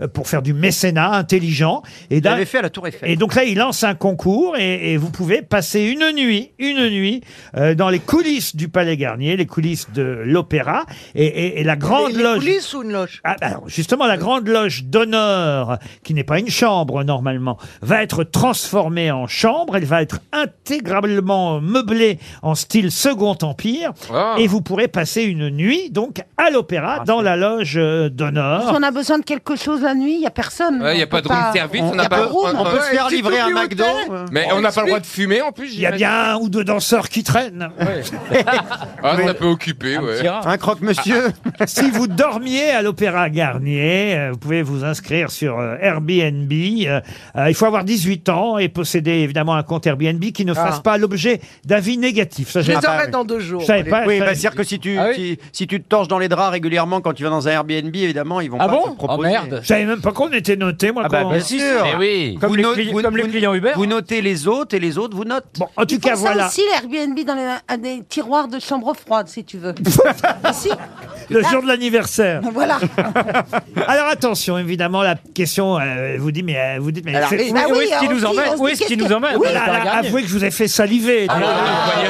Speaker 2: euh, pour faire du mécénat intelligent. Et,
Speaker 3: Ils
Speaker 2: là-
Speaker 3: l'avaient fait à la Tour Eiffel.
Speaker 2: et donc là, il lance un concours et, et vous pouvez passer une nuit, une nuit euh, dans les coulisses du Palais Garnier, les coulisses de l'Opéra et, et- et la grande
Speaker 5: Une
Speaker 2: loge.
Speaker 5: police ou une loge
Speaker 2: Ah, bah, alors, justement, la grande loge d'honneur, qui n'est pas une chambre normalement, va être transformée en chambre. Elle va être intégralement meublée en style Second Empire.
Speaker 7: Ah.
Speaker 2: Et vous pourrez passer une nuit nuit, donc à l'opéra, dans la loge euh, d'honneur.
Speaker 8: Si on a besoin de quelque chose la nuit, il n'y a personne.
Speaker 7: Ouais, y a
Speaker 8: On
Speaker 7: pas
Speaker 8: peut
Speaker 7: de room service, on
Speaker 8: y
Speaker 7: n'a
Speaker 8: a
Speaker 7: pas-
Speaker 8: de room.
Speaker 7: on peut se faire livrer un McDo. Mais on n'a pas le droit de fumer, en plus,
Speaker 2: Il y a bien un ou deux danseurs qui traînent.
Speaker 7: Ah, ça peut occuper, ouais.
Speaker 2: croque-monsieur. Ah, si vous dormiez à l'Opéra Garnier, euh, vous pouvez vous inscrire sur euh, Airbnb. Euh, euh, il faut avoir 18 ans et posséder évidemment un compte Airbnb qui ne
Speaker 5: Ah.
Speaker 2: fasse pas l'objet d'avis négatifs. Ça,
Speaker 5: Je les
Speaker 2: j'ai-
Speaker 5: aurai dans deux jours.
Speaker 2: Je savais pas.
Speaker 9: oui,
Speaker 2: ça-
Speaker 9: bah, c'est-à-dire que si
Speaker 3: Ah
Speaker 2: Ah
Speaker 9: tu, si, si tu te torches dans les draps régulièrement quand tu vas dans un Airbnb, évidemment, ils vont pas te proposer.
Speaker 2: Je savais même pas qu'on était noté, moi.
Speaker 9: Ah bah,
Speaker 2: quand-
Speaker 9: bien sûr.
Speaker 2: Comme les
Speaker 9: note-
Speaker 2: cli- comme les clients Uber.
Speaker 9: Vous notez les autres et les autres vous notent.
Speaker 2: Bon, en tout
Speaker 8: Fais ça aussi l'Airbnb dans les, à des tiroirs de chambre froide, si tu veux. Ici.
Speaker 2: Le jour de l'anniversaire.
Speaker 8: Voilà.
Speaker 2: Alors attention, évidemment, la question, euh, vous dites, mais euh, vous dites, mais
Speaker 10: Alors,
Speaker 2: c'est-
Speaker 10: oui, Bah oui, où est-ce qu'il on nous se dit- emmène on se Où dit est-ce qu'il qu'est-ce nous que- emmène
Speaker 2: Oui,
Speaker 10: dans
Speaker 2: là,
Speaker 10: l'Opéra
Speaker 2: là,
Speaker 10: Garnier
Speaker 2: avouez que je vous ai fait saliver.
Speaker 10: Ah, oui,
Speaker 2: Ah,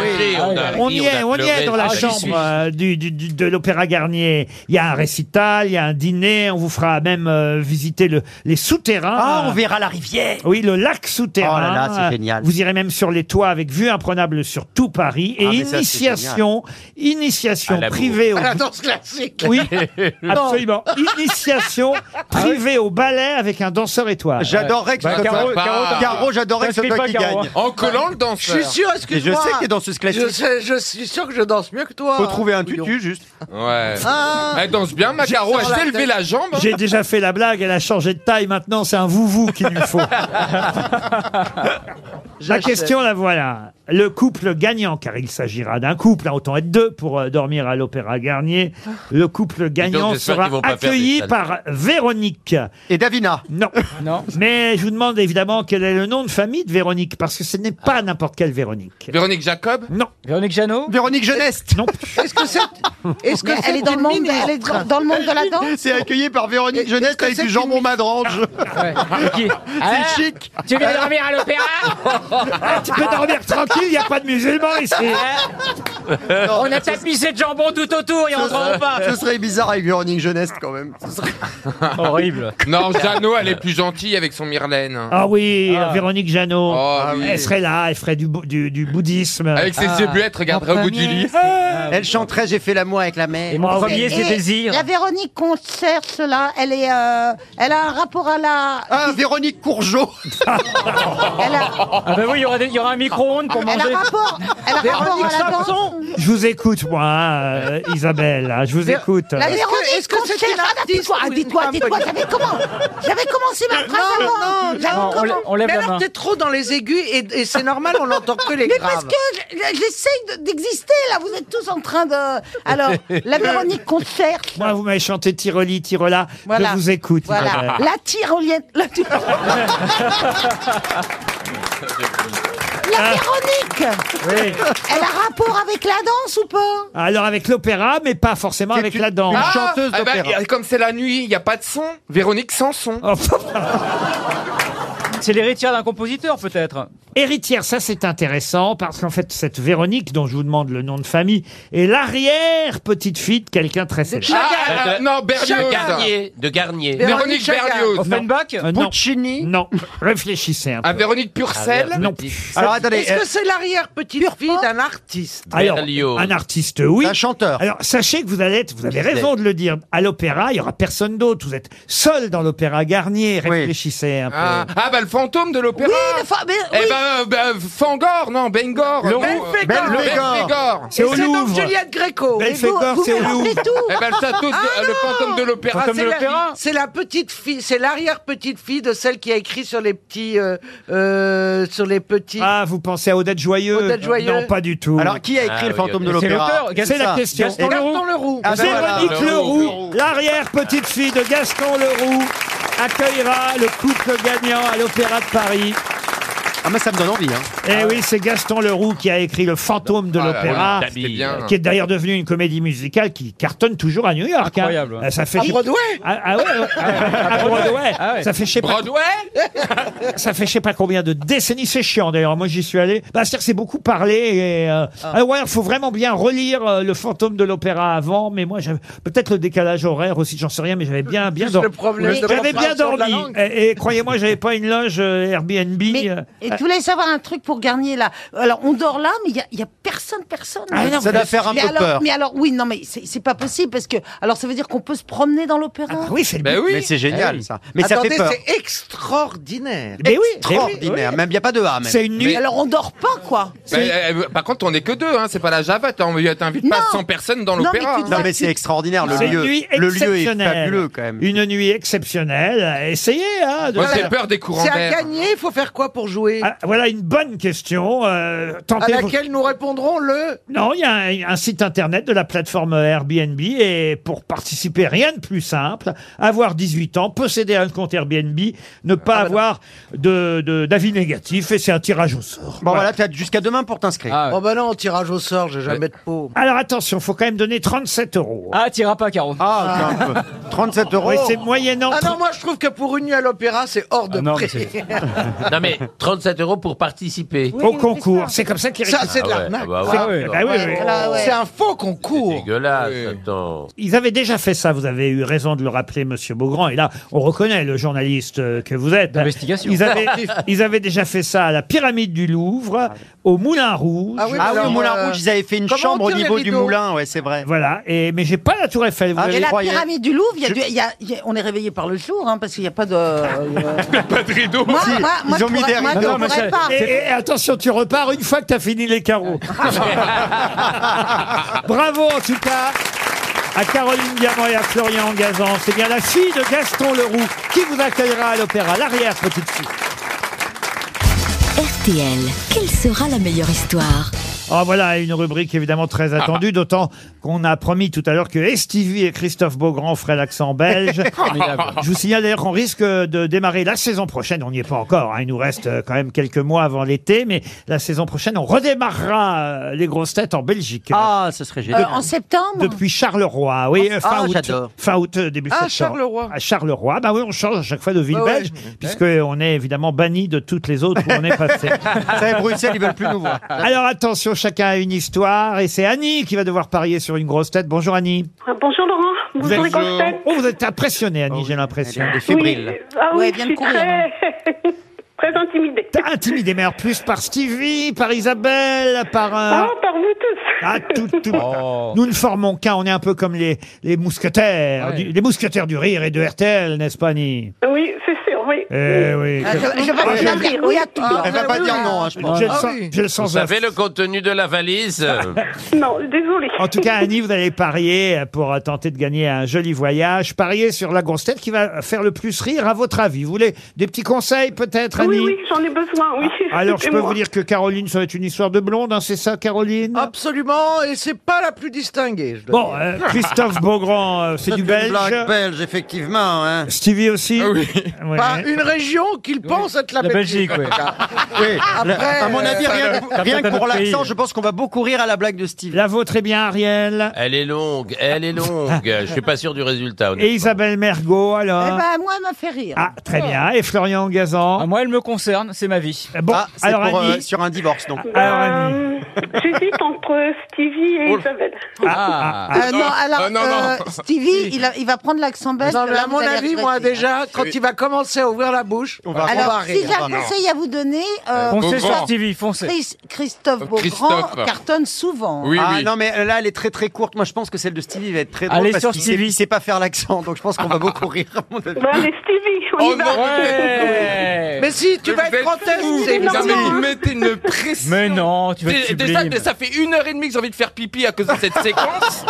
Speaker 10: oui,
Speaker 2: oui.
Speaker 10: on a
Speaker 2: on
Speaker 10: ri,
Speaker 2: y
Speaker 10: on
Speaker 2: est,
Speaker 10: a
Speaker 2: on y est
Speaker 10: pleuré.
Speaker 2: dans la
Speaker 10: Ah, j'y
Speaker 2: chambre
Speaker 10: suis.
Speaker 2: euh, du- du- du- de l'Opéra Garnier. Il y a un récital, il y a un dîner. On vous fera même euh, visiter le- les souterrains.
Speaker 9: Ah, on
Speaker 2: Euh,
Speaker 9: verra la rivière.
Speaker 2: Oui, le lac souterrain.
Speaker 9: Oh là là, c'est
Speaker 2: Euh,
Speaker 9: génial.
Speaker 2: Vous irez même sur les toits avec vue imprenable sur tout Paris et
Speaker 9: Ah, mais ça, c'est
Speaker 2: initiation, initiation privée
Speaker 6: Ah,
Speaker 2: au
Speaker 5: À la danse classique.
Speaker 2: oui, absolument. Initiation
Speaker 5: Ah
Speaker 2: privée au ballet avec un danseur étoile. Bah,
Speaker 9: J'adorerais que ce soit- Caro, Caro, j'adorerais que ce soit qui gagne.
Speaker 2: hein.
Speaker 7: En collant le
Speaker 5: Je
Speaker 7: danseur.
Speaker 5: suis sûr, excuse-moi.
Speaker 9: je sais qu'il y a danseuse classique.
Speaker 5: Je, sais- je suis sûr que je danse mieux que toi.
Speaker 7: Faut trouver un
Speaker 5: Bouillon.
Speaker 7: tutu,
Speaker 9: juste.
Speaker 7: Ouais.
Speaker 5: Ah.
Speaker 7: Elle danse bien, Macaro.
Speaker 5: J'ai-
Speaker 7: Elle s'est levée la jambe. hein.
Speaker 2: J'ai déjà fait la blague, elle a changé de taille, maintenant c'est un vous-vous qu'il lui faut. La
Speaker 5: J'achète.
Speaker 2: question, la voilà. Le couple gagnant, car il s'agira d'un couple, hein, autant être deux pour euh, dormir à l'Opéra Garnier. Le couple gagnant
Speaker 4: j'espère
Speaker 2: sera
Speaker 4: qu'ils vont pas faire des
Speaker 2: accueilli
Speaker 4: salles.
Speaker 2: par Véronique.
Speaker 9: Et Davina.
Speaker 2: Non. non. Mais je vous demande évidemment quel est le nom de famille de Véronique, parce que ce n'est pas n'importe quelle Véronique.
Speaker 7: Véronique Jacob
Speaker 2: Non.
Speaker 10: Véronique Jeannot
Speaker 9: Véronique Geneste.
Speaker 2: Non.
Speaker 5: Est-ce que c'est. Est-ce que
Speaker 8: Mais elle est dans le monde, elle est dans, dans le monde de la danse.
Speaker 9: C'est accueilli par Véronique Jeunesse
Speaker 5: que
Speaker 9: avec
Speaker 5: c'est Ah,
Speaker 9: du
Speaker 5: qu'une
Speaker 9: jambon madrange. C'est chic.
Speaker 10: Tu viens dormir à l'opéra
Speaker 2: Ah, Tu peux dormir tranquille, il n'y a pas de musulmans ici.
Speaker 10: On a tapissé de jambon tout autour et on ne rentre pas.
Speaker 9: Ce serait bizarre avec Véronique Jeunesse quand même. Ce serait-
Speaker 10: Horrible.
Speaker 7: Non, Jeannot, elle est plus gentille avec son Myrlène.
Speaker 2: Ah oui, Véronique Jeannot.
Speaker 7: Ah oui.
Speaker 2: Elle serait là, elle ferait du, bou- du, du bouddhisme. Ah.
Speaker 7: Avec ses yeux bleus, elle te regarderait au bout du lit.
Speaker 9: Elle chanterait J'ai fait l'amour avec la Oh, mer.
Speaker 10: Et mon premier, c'est
Speaker 8: Et
Speaker 10: désir.
Speaker 8: Eh, La Véronique qu'on cherche là, elle est, euh, elle a un rapport à la,
Speaker 9: Ah, Véronique Courgeot.
Speaker 8: elle a,
Speaker 10: Ah bah oui, il y aura des- il y aura un micro-ondes pour
Speaker 8: elle a
Speaker 10: manger.
Speaker 8: rapport, elle a rapport
Speaker 2: Ah,
Speaker 8: à la danse.
Speaker 2: Je vous écoute, moi, hein, euh, Isabelle. hein, Je vous écoute.
Speaker 8: La Véronique
Speaker 5: est-ce que
Speaker 8: qu'on
Speaker 5: c'est
Speaker 8: cherche.
Speaker 5: une
Speaker 8: Ah, dis-toi, ah, dis-toi, dis-toi. J'avais comment J'avais commencé ma phrase avant. J'avais
Speaker 10: non, on
Speaker 8: comment-
Speaker 10: l'a- on lève
Speaker 5: Mais
Speaker 10: la
Speaker 5: alors,
Speaker 10: main.
Speaker 5: t'es trop dans les aigus et, et c'est normal, on n'entend que les
Speaker 8: Mais
Speaker 5: graves.
Speaker 8: parce que je- je- j'essaye de- d'exister là, vous êtes tous en train de. Alors, la Véronique qu'on cherche.
Speaker 2: Moi, vous m'avez chanté Tiroli, Tirola.
Speaker 8: Voilà.
Speaker 2: Je vous écoute,
Speaker 8: Voilà.
Speaker 2: Isabelle.
Speaker 8: La tyrolienne. La, ty-
Speaker 10: Ah.
Speaker 8: La Véronique
Speaker 2: Oui.
Speaker 8: Elle a rapport avec la danse ou pas
Speaker 2: Alors, avec l'opéra, mais pas forcément avec la danse.
Speaker 7: Ah, ah bah, y a- comme c'est la nuit, il n'y a pas de son. Véronique sans son.
Speaker 2: Oh,
Speaker 10: C'est l'héritière d'un compositeur, peut-être.
Speaker 2: Héritière, ça c'est intéressant parce qu'en fait cette Véronique dont je vous demande le nom de famille est l'arrière petite fille de quelqu'un très célèbre.
Speaker 5: Chagall.
Speaker 7: Ah, euh, non,
Speaker 4: De
Speaker 7: Berlioz.
Speaker 4: Garnier. De Garnier.
Speaker 7: Véronique
Speaker 5: Chagall.
Speaker 7: Berlioz.
Speaker 10: Offenbach
Speaker 2: Euh, non,
Speaker 9: Puccini.
Speaker 2: non, réfléchissez un peu.
Speaker 7: Ah, Véronique Purcell.
Speaker 2: Ah, Non. euh,
Speaker 9: Alors attendez, euh,
Speaker 5: Est-ce que c'est l'arrière-petite-fille d'un artiste
Speaker 4: Berlioz.
Speaker 2: un artiste, oui.
Speaker 9: un chanteur.
Speaker 2: Alors, sachez que vous allez être, vous avez raison de le dire, à l'opéra, il n'y aura personne d'autre. Vous êtes seul dans l'opéra Garnier. Réfléchissez un peu.
Speaker 7: Ah, ah, bah le fantôme de l'opéra.
Speaker 8: mais fa- mais
Speaker 7: Eh
Speaker 8: oui.
Speaker 7: ben, euh, ben, Fangor, non, Bengor.
Speaker 10: Le
Speaker 7: Euh,
Speaker 10: roux.
Speaker 7: Ben-
Speaker 5: Belphégor.
Speaker 7: Belphégor.
Speaker 2: C'est au
Speaker 5: C'est donc
Speaker 2: Louvre.
Speaker 5: Juliette Gréco.
Speaker 2: Elle fait
Speaker 8: vous-
Speaker 2: peur,
Speaker 8: vous
Speaker 2: c'est au
Speaker 8: mélangez
Speaker 2: Louvre.
Speaker 8: tout. Ah,
Speaker 7: Eh ben, le château, de- le fantôme de l'opéra.
Speaker 10: Fantôme
Speaker 7: c'est
Speaker 10: de
Speaker 7: la-
Speaker 10: l'opéra.
Speaker 5: Ah C'est la petite fille, c'est l'arrière petite fille de celle qui a écrit sur les petits, euh, euh, sur les petits.
Speaker 2: Ah, vous pensez à Odette Joyeux
Speaker 5: Odette Joyeux.
Speaker 2: Non, pas du tout.
Speaker 3: Alors, qui a
Speaker 4: Ah,
Speaker 3: écrit le
Speaker 4: oui,
Speaker 3: fantôme de
Speaker 4: ok.
Speaker 10: C'est
Speaker 3: l'opéra
Speaker 10: l'auteur.
Speaker 2: c'est la
Speaker 3: ça.
Speaker 2: question.
Speaker 10: Gaston Leroux.
Speaker 5: Gaston Leroux.
Speaker 3: Ah, ben voilà.
Speaker 2: Véronique
Speaker 4: Leroux.
Speaker 2: Leroux, l'arrière petite fille de Gaston Leroux, accueillera le couple gagnant à l'Opéra de Paris.
Speaker 9: Ah, mais ça me donne envie. Hein.
Speaker 2: Eh oui, c'est Gaston Leroux qui a écrit Le fantôme de
Speaker 7: Ah,
Speaker 2: l'opéra,
Speaker 7: oui, c'était bien.
Speaker 2: qui est d'ailleurs devenu une comédie musicale qui cartonne toujours à New York. hein.
Speaker 10: Incroyable, ouais.
Speaker 2: Euh, Ça fait je-
Speaker 5: Broadway
Speaker 2: Ah, ah ouais, ouais. à Broadway.
Speaker 10: Ah ouais.
Speaker 2: Ça fait je sais pas,
Speaker 7: Broadway
Speaker 2: ça fait je sais pas combien de décennies. C'est chiant d'ailleurs. Moi j'y suis allé. Bah c'est-à-dire que c'est beaucoup parlé. Et, euh, ah ouais, faut vraiment bien relire euh, le fantôme de l'opéra avant. Mais moi j'avais peut-être le décalage horaire aussi. J'en sais rien. Mais j'avais bien bien
Speaker 5: Juste le
Speaker 2: dormi.
Speaker 5: problème de
Speaker 2: J'avais bien
Speaker 5: compréhension de la
Speaker 2: dormi.
Speaker 5: langue.
Speaker 2: Et, et croyez-moi, j'avais pas une loge euh, Airbnb.
Speaker 8: Mais
Speaker 2: euh,
Speaker 8: et Et
Speaker 3: Ah.
Speaker 8: tu voulais savoir un truc pour Garnier là. Alors on dort là, mais il y a, il y a personne, personne.
Speaker 3: Ah,
Speaker 8: Mais
Speaker 3: ça doit faire un
Speaker 8: mais
Speaker 3: peu
Speaker 8: alors-
Speaker 3: peur.
Speaker 8: Mais alors oui, non mais c'est c'est pas possible parce que alors ça veut dire qu'on peut se promener dans l'opéra.
Speaker 3: oui, c'est le Ben but. oui. Mais c'est génial, Eh oui. ça. Mais ça fait peur.
Speaker 5: c'est extraordinaire.
Speaker 8: Eh
Speaker 3: Mais oui,
Speaker 9: Extraordinaire. Même, il n'y a pas de A. même.
Speaker 7: C'est une nuit. Mais-
Speaker 8: Alors on dort pas quoi.
Speaker 7: Bah, euh, par contre, on n'est que deux, hein, c'est pas la Javatte. On t'invite pas 100 personnes dans l'opéra. hein.
Speaker 9: Non, mais c'est extraordinaire. Le
Speaker 2: C'est une
Speaker 9: lieu,
Speaker 2: nuit
Speaker 9: le lieu est
Speaker 2: exceptionnelle.
Speaker 9: fabuleux quand même.
Speaker 2: Une nuit exceptionnelle. Essayez. Hein, de
Speaker 7: Moi, j'ai
Speaker 2: faire-
Speaker 7: peur des courants
Speaker 5: C'est à
Speaker 7: d'air.
Speaker 5: gagner, il faut faire quoi pour jouer
Speaker 2: Ah, voilà une bonne question. euh,
Speaker 5: À
Speaker 2: tentez vos-
Speaker 5: laquelle nous répondrons le.
Speaker 2: Non, il y a un, un site internet de la plateforme Airbnb et pour participer, rien de plus simple. Avoir 18 ans, posséder un compte Airbnb, ne pas
Speaker 5: Ah bah
Speaker 2: avoir de de- d'avis négatif et c'est un tirage au sort.
Speaker 9: Bon, voilà, tu as jusqu'à demain pour t'inscrire.
Speaker 5: Oh bah non, tirage au sort, j'ai jamais de peau.
Speaker 2: Alors attention, faut quand même donner 37 euros.
Speaker 10: Ah, t'iras pas, Caro.
Speaker 9: Ah,
Speaker 5: tiens, un peu.
Speaker 9: 37
Speaker 2: euros. c'est moyennant.
Speaker 5: Ah non, moi je trouve que pour une nuit à l'opéra, c'est hors
Speaker 7: Ah
Speaker 2: Ah,
Speaker 5: de prix.
Speaker 4: Non mais 37 euros pour participer. Ah
Speaker 2: Au concours, c'est comme ça qu'il
Speaker 5: Ça, c'est de l'arnaque. C'est-
Speaker 2: bah oui, oui.
Speaker 5: C'est un faux concours.
Speaker 4: Dégueulasse, attends.
Speaker 2: Ils avaient déjà fait ça, vous avez eu raison de le rappeler, Monsieur Beaugrand. Et là, on reconnaît le journaliste euh, que vous êtes.
Speaker 10: D'investigation.
Speaker 2: Ils avaient, ils avaient déjà fait ça à la pyramide du Louvre, au Moulin Rouge.
Speaker 9: Ah oui, Ah oui, alors, au Moulin euh, Rouge, ils avaient fait une comment on chambre au tire les niveau du rideaux moulin, ouais, c'est vrai. Ah,
Speaker 2: Voilà, et, mais j'ai pas la Tour Eiffel. vous
Speaker 8: et
Speaker 2: avez-
Speaker 8: la pyramide du Louvre, il y a du- il y a- il y a- on est réveillé par le jour hein, parce qu'il n'y a pas de. euh,
Speaker 7: pas de rideau.
Speaker 8: Moi, moi, moi, je pourrais- moi, je pourrais pas.
Speaker 2: Et, et attention, tu repars une fois que t'as fini les carreaux. Bravo en tout cas à Caroline Diamant et à Florian Gazan. C'est bien la fille de Gaston Leroux qui vous accueillera à l'opéra. L'arrière, petite fille.
Speaker 16: RTL, quelle sera la meilleure histoire
Speaker 2: Ah voilà une rubrique évidemment très attendue, d'autant qu'on a promis tout à l'heure que Estivie et Christophe Beaugrand feraient l'accent belge.
Speaker 6: Formidable.
Speaker 2: Je vous signale d'ailleurs qu'on risque de démarrer la saison prochaine, on n'y est pas encore, hein, il nous reste euh, quand même quelques mois avant l'été, mais la saison prochaine on redémarrera euh, les grosses têtes en Belgique. Euh,
Speaker 9: Ah, ce serait génial.
Speaker 2: Depuis-
Speaker 8: en septembre
Speaker 2: Depuis Charleroi, oui,
Speaker 9: Ah,
Speaker 2: euh, fin
Speaker 9: ah,
Speaker 2: août.
Speaker 9: j'adore.
Speaker 2: Fin août, euh, début
Speaker 5: Ah,
Speaker 2: septembre.
Speaker 5: Charleroi.
Speaker 2: À Charleroi, bah oui, on change à chaque fois de ville
Speaker 5: Bah ouais.
Speaker 2: belge, puisqu'on est évidemment banni de toutes les autres où on est passé.
Speaker 9: Ça y est, Bruxelles, ils veulent plus nous voir.
Speaker 2: Alors attention, chacun a une histoire et c'est Annie qui va devoir parier sur une grosse tête. Bonjour Annie.
Speaker 14: Euh, Bonjour Laurent,
Speaker 2: Vous
Speaker 14: bonjour les
Speaker 2: êtes-
Speaker 14: grosses têtes.
Speaker 2: Oh, vous êtes impressionnée Annie, j'ai l'impression.
Speaker 14: Oui, Ah oui, je suis
Speaker 8: hein
Speaker 14: très, très intimidée.
Speaker 2: T'es intimidée, mais en plus par Stevie, par Isabelle, par... euh,
Speaker 14: Ah, par vous tous.
Speaker 2: Ah, tout, tout. Nous ne formons qu'un, on est un peu comme les, les mousquetaires, du- les mousquetaires du rire et de RTL, n'est-ce pas Annie
Speaker 14: Oui, c'est sûr, oui.
Speaker 2: Eh
Speaker 6: Euh,
Speaker 2: oui.
Speaker 14: Ah, je- je vais
Speaker 2: Ah,
Speaker 14: vous
Speaker 2: j'ai-
Speaker 14: dire oui à tout.
Speaker 2: Elle va pas dire non, hein, je pense. J'ai le sens- j'ai le sens Ah,
Speaker 4: Vous
Speaker 2: de la
Speaker 4: savez le contenu de la valise
Speaker 14: Non, désolé.
Speaker 2: En tout cas, Annie, vous allez parier pour euh, tenter de gagner un joli voyage. Parier sur la grosse tête qui va faire le plus rire, à votre avis. Vous voulez des petits conseils, peut-être, Annie Ah,
Speaker 14: Oui, oui, j'en ai besoin, oui.
Speaker 2: Alors, je peux
Speaker 14: Écoutez-moi.
Speaker 2: vous dire que Caroline, ça va être une histoire de blonde, hein, c'est ça, Caroline
Speaker 5: Absolument, et c'est pas la plus distinguée. je dois
Speaker 2: Bon,
Speaker 5: dire.
Speaker 2: euh, Christophe Beaugrand, euh, c'est du belge.
Speaker 9: Blague belge, effectivement. Hein.
Speaker 2: Stevie aussi
Speaker 9: Ah oui.
Speaker 2: Ouais.
Speaker 5: Pas une région qu'il pense être la,
Speaker 9: La Belgique,
Speaker 5: en
Speaker 9: ouais.
Speaker 5: tout cas.
Speaker 9: Oui,
Speaker 5: Après,
Speaker 9: la- à mon
Speaker 5: euh,
Speaker 9: avis, rien, que-
Speaker 5: ça
Speaker 9: rien que
Speaker 5: peut
Speaker 9: pour
Speaker 5: être notre
Speaker 9: l'accent,
Speaker 5: pays.
Speaker 9: je pense qu'on va beaucoup rire à la blague de Steve.
Speaker 2: La vôtre est bien, Ariel.
Speaker 4: Elle est longue, elle est longue. Je suis pas sûr du résultat. honnêtement.
Speaker 2: Et Isabelle Mergot, alors
Speaker 8: Eh ben, moi, elle m'a fait rire.
Speaker 2: Ah, Très bien. Et Florian Gazan
Speaker 10: Ah, Moi, elle me concerne, c'est ma vie.
Speaker 2: Ah, Bon,
Speaker 3: Ah,
Speaker 2: alors
Speaker 9: pour,
Speaker 2: Annie.
Speaker 9: euh, sur un divorce, donc.
Speaker 2: Alors,
Speaker 14: Euh, J'hésite entre Stevie et Isabelle.
Speaker 9: Ah.
Speaker 8: Euh, non, alors,
Speaker 5: Ah, non, non.
Speaker 8: euh, Stevie, il, a- il va prendre l'accent belge.
Speaker 5: Non, mais
Speaker 8: là,
Speaker 5: à
Speaker 8: vous
Speaker 5: mon
Speaker 8: allez
Speaker 5: avis,
Speaker 8: regretter.
Speaker 5: moi, déjà, quand il va hein. commencer à ouvrir la bouche, on va, on va
Speaker 8: Alors, si
Speaker 5: rire.
Speaker 8: j'ai un conseil à vous donner, euh,
Speaker 10: Foncez
Speaker 8: Christophe-
Speaker 10: sur Stevie, foncez.
Speaker 8: Chris- Christophe Beaugrand
Speaker 9: Christophe.
Speaker 8: cartonne souvent.
Speaker 9: ah non mais euh, là elle est très très courte. Moi je pense que celle de Stevie va être très drôle
Speaker 10: Allez
Speaker 9: parce
Speaker 10: sur
Speaker 9: qu'il sait-
Speaker 10: Stevie.
Speaker 9: il sait pas faire l'accent donc je pense qu'on va beaucoup rire. à mon avis.
Speaker 14: Bah, allez, Stevie, on
Speaker 9: Oh
Speaker 14: y va.
Speaker 9: non. Ouais.
Speaker 5: Mais si, tu vas être grotesque, c'est
Speaker 7: Non, mais
Speaker 5: évident.
Speaker 7: vous mettez une pression.
Speaker 10: Mais
Speaker 2: Oh,
Speaker 10: non, tu vas être
Speaker 7: Dé- Déjà,
Speaker 10: sublime.
Speaker 7: ça fait une heure et demie que j'ai envie de faire pipi à cause de cette séquence.